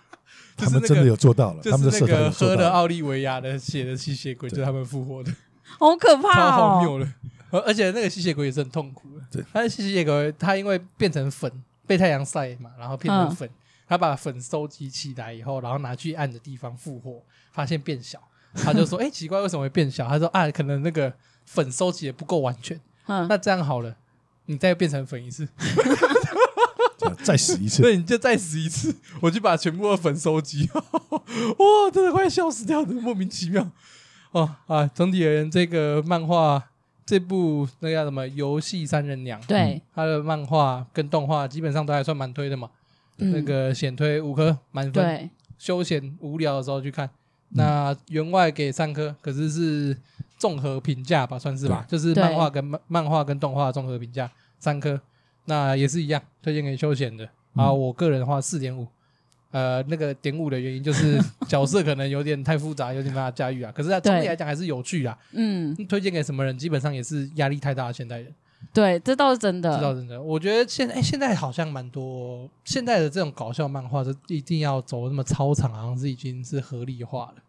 Speaker 1: 那
Speaker 2: 们
Speaker 1: 个
Speaker 2: 真的有做到了，他
Speaker 1: 就是
Speaker 2: 们的
Speaker 1: 那
Speaker 2: 社团
Speaker 1: 个
Speaker 2: 有
Speaker 1: 喝
Speaker 2: 做
Speaker 1: 了
Speaker 2: 到了。
Speaker 1: 奥利维亚的血的吸血鬼，就是他们复活的，
Speaker 4: 好可
Speaker 1: 超
Speaker 4: 怕
Speaker 1: 荒
Speaker 4: 哦！
Speaker 1: 谬了。而而且那个吸血鬼也是很痛苦的，
Speaker 2: 对，
Speaker 1: 他的吸血鬼他因为变成粉，被太阳晒嘛，然后变成粉，他把粉收集起来以后，然后拿去暗的地方复活，发现变小，他就说：“ 哎、奇怪，为什么会变小？”他说：“啊，可能那个粉收集的不够完全。
Speaker 4: 嗯，
Speaker 1: 那这样好了，你再变成粉一次，啊
Speaker 2: 再死一次
Speaker 1: 所，以你就再死一次， 我就把全部的粉收集。 哇，真的快笑死掉的，莫名其妙。哦啊，整体而言，这个漫画这部那个叫什么《游戏三人娘》，
Speaker 4: 对，
Speaker 1: 它的漫画跟动画基本上都还算蛮推的嘛。
Speaker 4: 嗯
Speaker 1: 那个险推五颗满分，
Speaker 4: 对，
Speaker 1: 休闲无聊的时候去看。那员外给三颗，可是是综合评价吧，算是吧，就是漫画跟漫漫画跟动画综合评价三颗，那也是一样，推荐给休闲的。啊，我个人的话四点五，呃，那个点五的原因就是角色可能有点太复杂，有点没办法驾驭啊。可是啊总体
Speaker 4: 对
Speaker 1: 来讲还是有趣啊。
Speaker 4: 嗯，
Speaker 1: 推荐给什么人，基本上也是压力太大的现代人。
Speaker 4: 对，这倒是真
Speaker 1: 知道
Speaker 4: 的。
Speaker 1: 真的，我觉得现哎、现在好像蛮多现在的这种搞笑漫画，就一定要走那么超长，好像是已经是合理化了，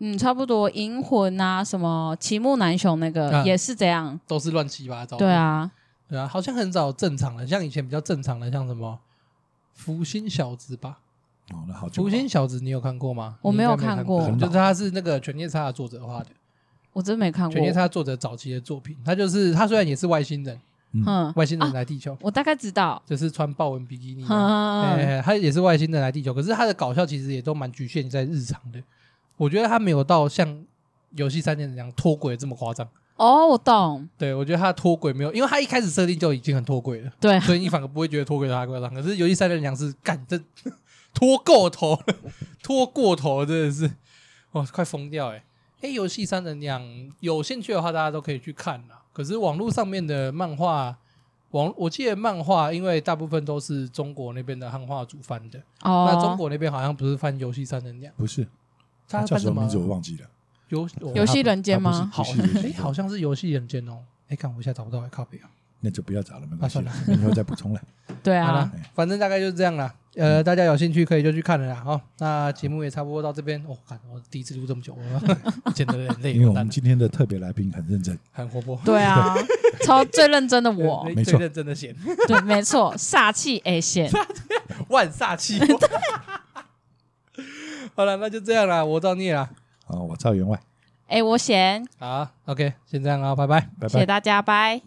Speaker 4: 嗯，差不多，银魂啊，什么奇木南雄那个、
Speaker 1: 啊
Speaker 4: 也是这样。
Speaker 1: 都是乱七八糟。
Speaker 4: 对，啊，
Speaker 1: 对啊，好像很少正常的，像以前比较正常的，像什么福星小子吧，
Speaker 2: 哦，那好久
Speaker 1: 福
Speaker 2: 了。
Speaker 1: 星小子你有看过吗？
Speaker 4: 我
Speaker 1: 你
Speaker 4: 没
Speaker 1: 应
Speaker 4: 有
Speaker 1: 该没
Speaker 4: 看
Speaker 1: 看
Speaker 4: 过
Speaker 2: 很
Speaker 1: 就
Speaker 2: 老
Speaker 1: 是他是那个《犬夜叉》的作者画的，
Speaker 4: 我真没看
Speaker 1: 《
Speaker 4: 过
Speaker 1: 犬。夜叉》作者早期的作品，他就是他虽然也是外星人，
Speaker 4: 嗯，
Speaker 1: 外星人
Speaker 4: 啊
Speaker 1: 来地球，
Speaker 4: 我大概知道。
Speaker 1: 就是穿豹纹比基尼
Speaker 4: 嗯
Speaker 1: 啊、
Speaker 4: 嗯，嗯
Speaker 1: 哎，他也是外星人来地球，可是他的搞笑其实也都蛮局限在日常的。我觉得他没有到像游戏三点零那样脱轨这么夸张。
Speaker 4: 哦，我懂。
Speaker 1: 对我觉得他脱轨没有，因为他一开始设定就已经很脱轨了，
Speaker 4: 对，
Speaker 1: 所以你反而不会觉得脱轨他夸张。可是游戏三点零是干这脱够头了，脱过头了真的是，哇，快疯掉哎、欸！哎，游戏三人两有兴趣的话，大家都可以去看啦。可是网络上面的漫画，网我记得漫画，因为大部分都是中国那边的汉化组翻的，
Speaker 4: 哦，
Speaker 1: 那中国那边好像不是翻游戏三人两，
Speaker 2: 不是，
Speaker 1: 他
Speaker 2: 他啊叫
Speaker 1: 翻
Speaker 2: 什
Speaker 1: 什
Speaker 2: 么
Speaker 1: 么
Speaker 2: 名字我忘记了。
Speaker 1: 游
Speaker 4: 游戏
Speaker 2: 他不
Speaker 4: 人间
Speaker 2: 他不是
Speaker 4: 吗
Speaker 1: 好
Speaker 2: 游戏人间
Speaker 1: 哎，好像是游戏人间哦。哎，看我一下找不到，哎，靠北啊。
Speaker 2: 那就不要找了，没关系
Speaker 1: 啊
Speaker 2: 了，我们以后再 补充了。
Speaker 4: 对
Speaker 1: 好
Speaker 4: 啊
Speaker 1: 了，，反正大概就是这样啦。
Speaker 2: 嗯
Speaker 1: 呃，大家有兴趣可以就去看了啦。哦，那节目也差不多到这边。我看我第一次录这么久，我 剪得有点累，
Speaker 2: 因为我
Speaker 1: 完蛋
Speaker 2: 们
Speaker 1: 了
Speaker 2: 今天的特别来宾很认真，
Speaker 1: 很活泼。
Speaker 4: 对啊，超最认真的我
Speaker 1: 对，
Speaker 2: 没
Speaker 1: 最
Speaker 2: 错
Speaker 1: 认真的闲，
Speaker 4: 对，没错，煞气 A 线，
Speaker 1: 万煞气。 好了，那就这样啦，我造孽啦。
Speaker 2: 好，我赵员外，
Speaker 4: 哎，我贤，
Speaker 1: 好，OK，先这样啊，拜拜。
Speaker 2: 拜
Speaker 4: 谢
Speaker 2: 拜
Speaker 4: 谢。大家，拜。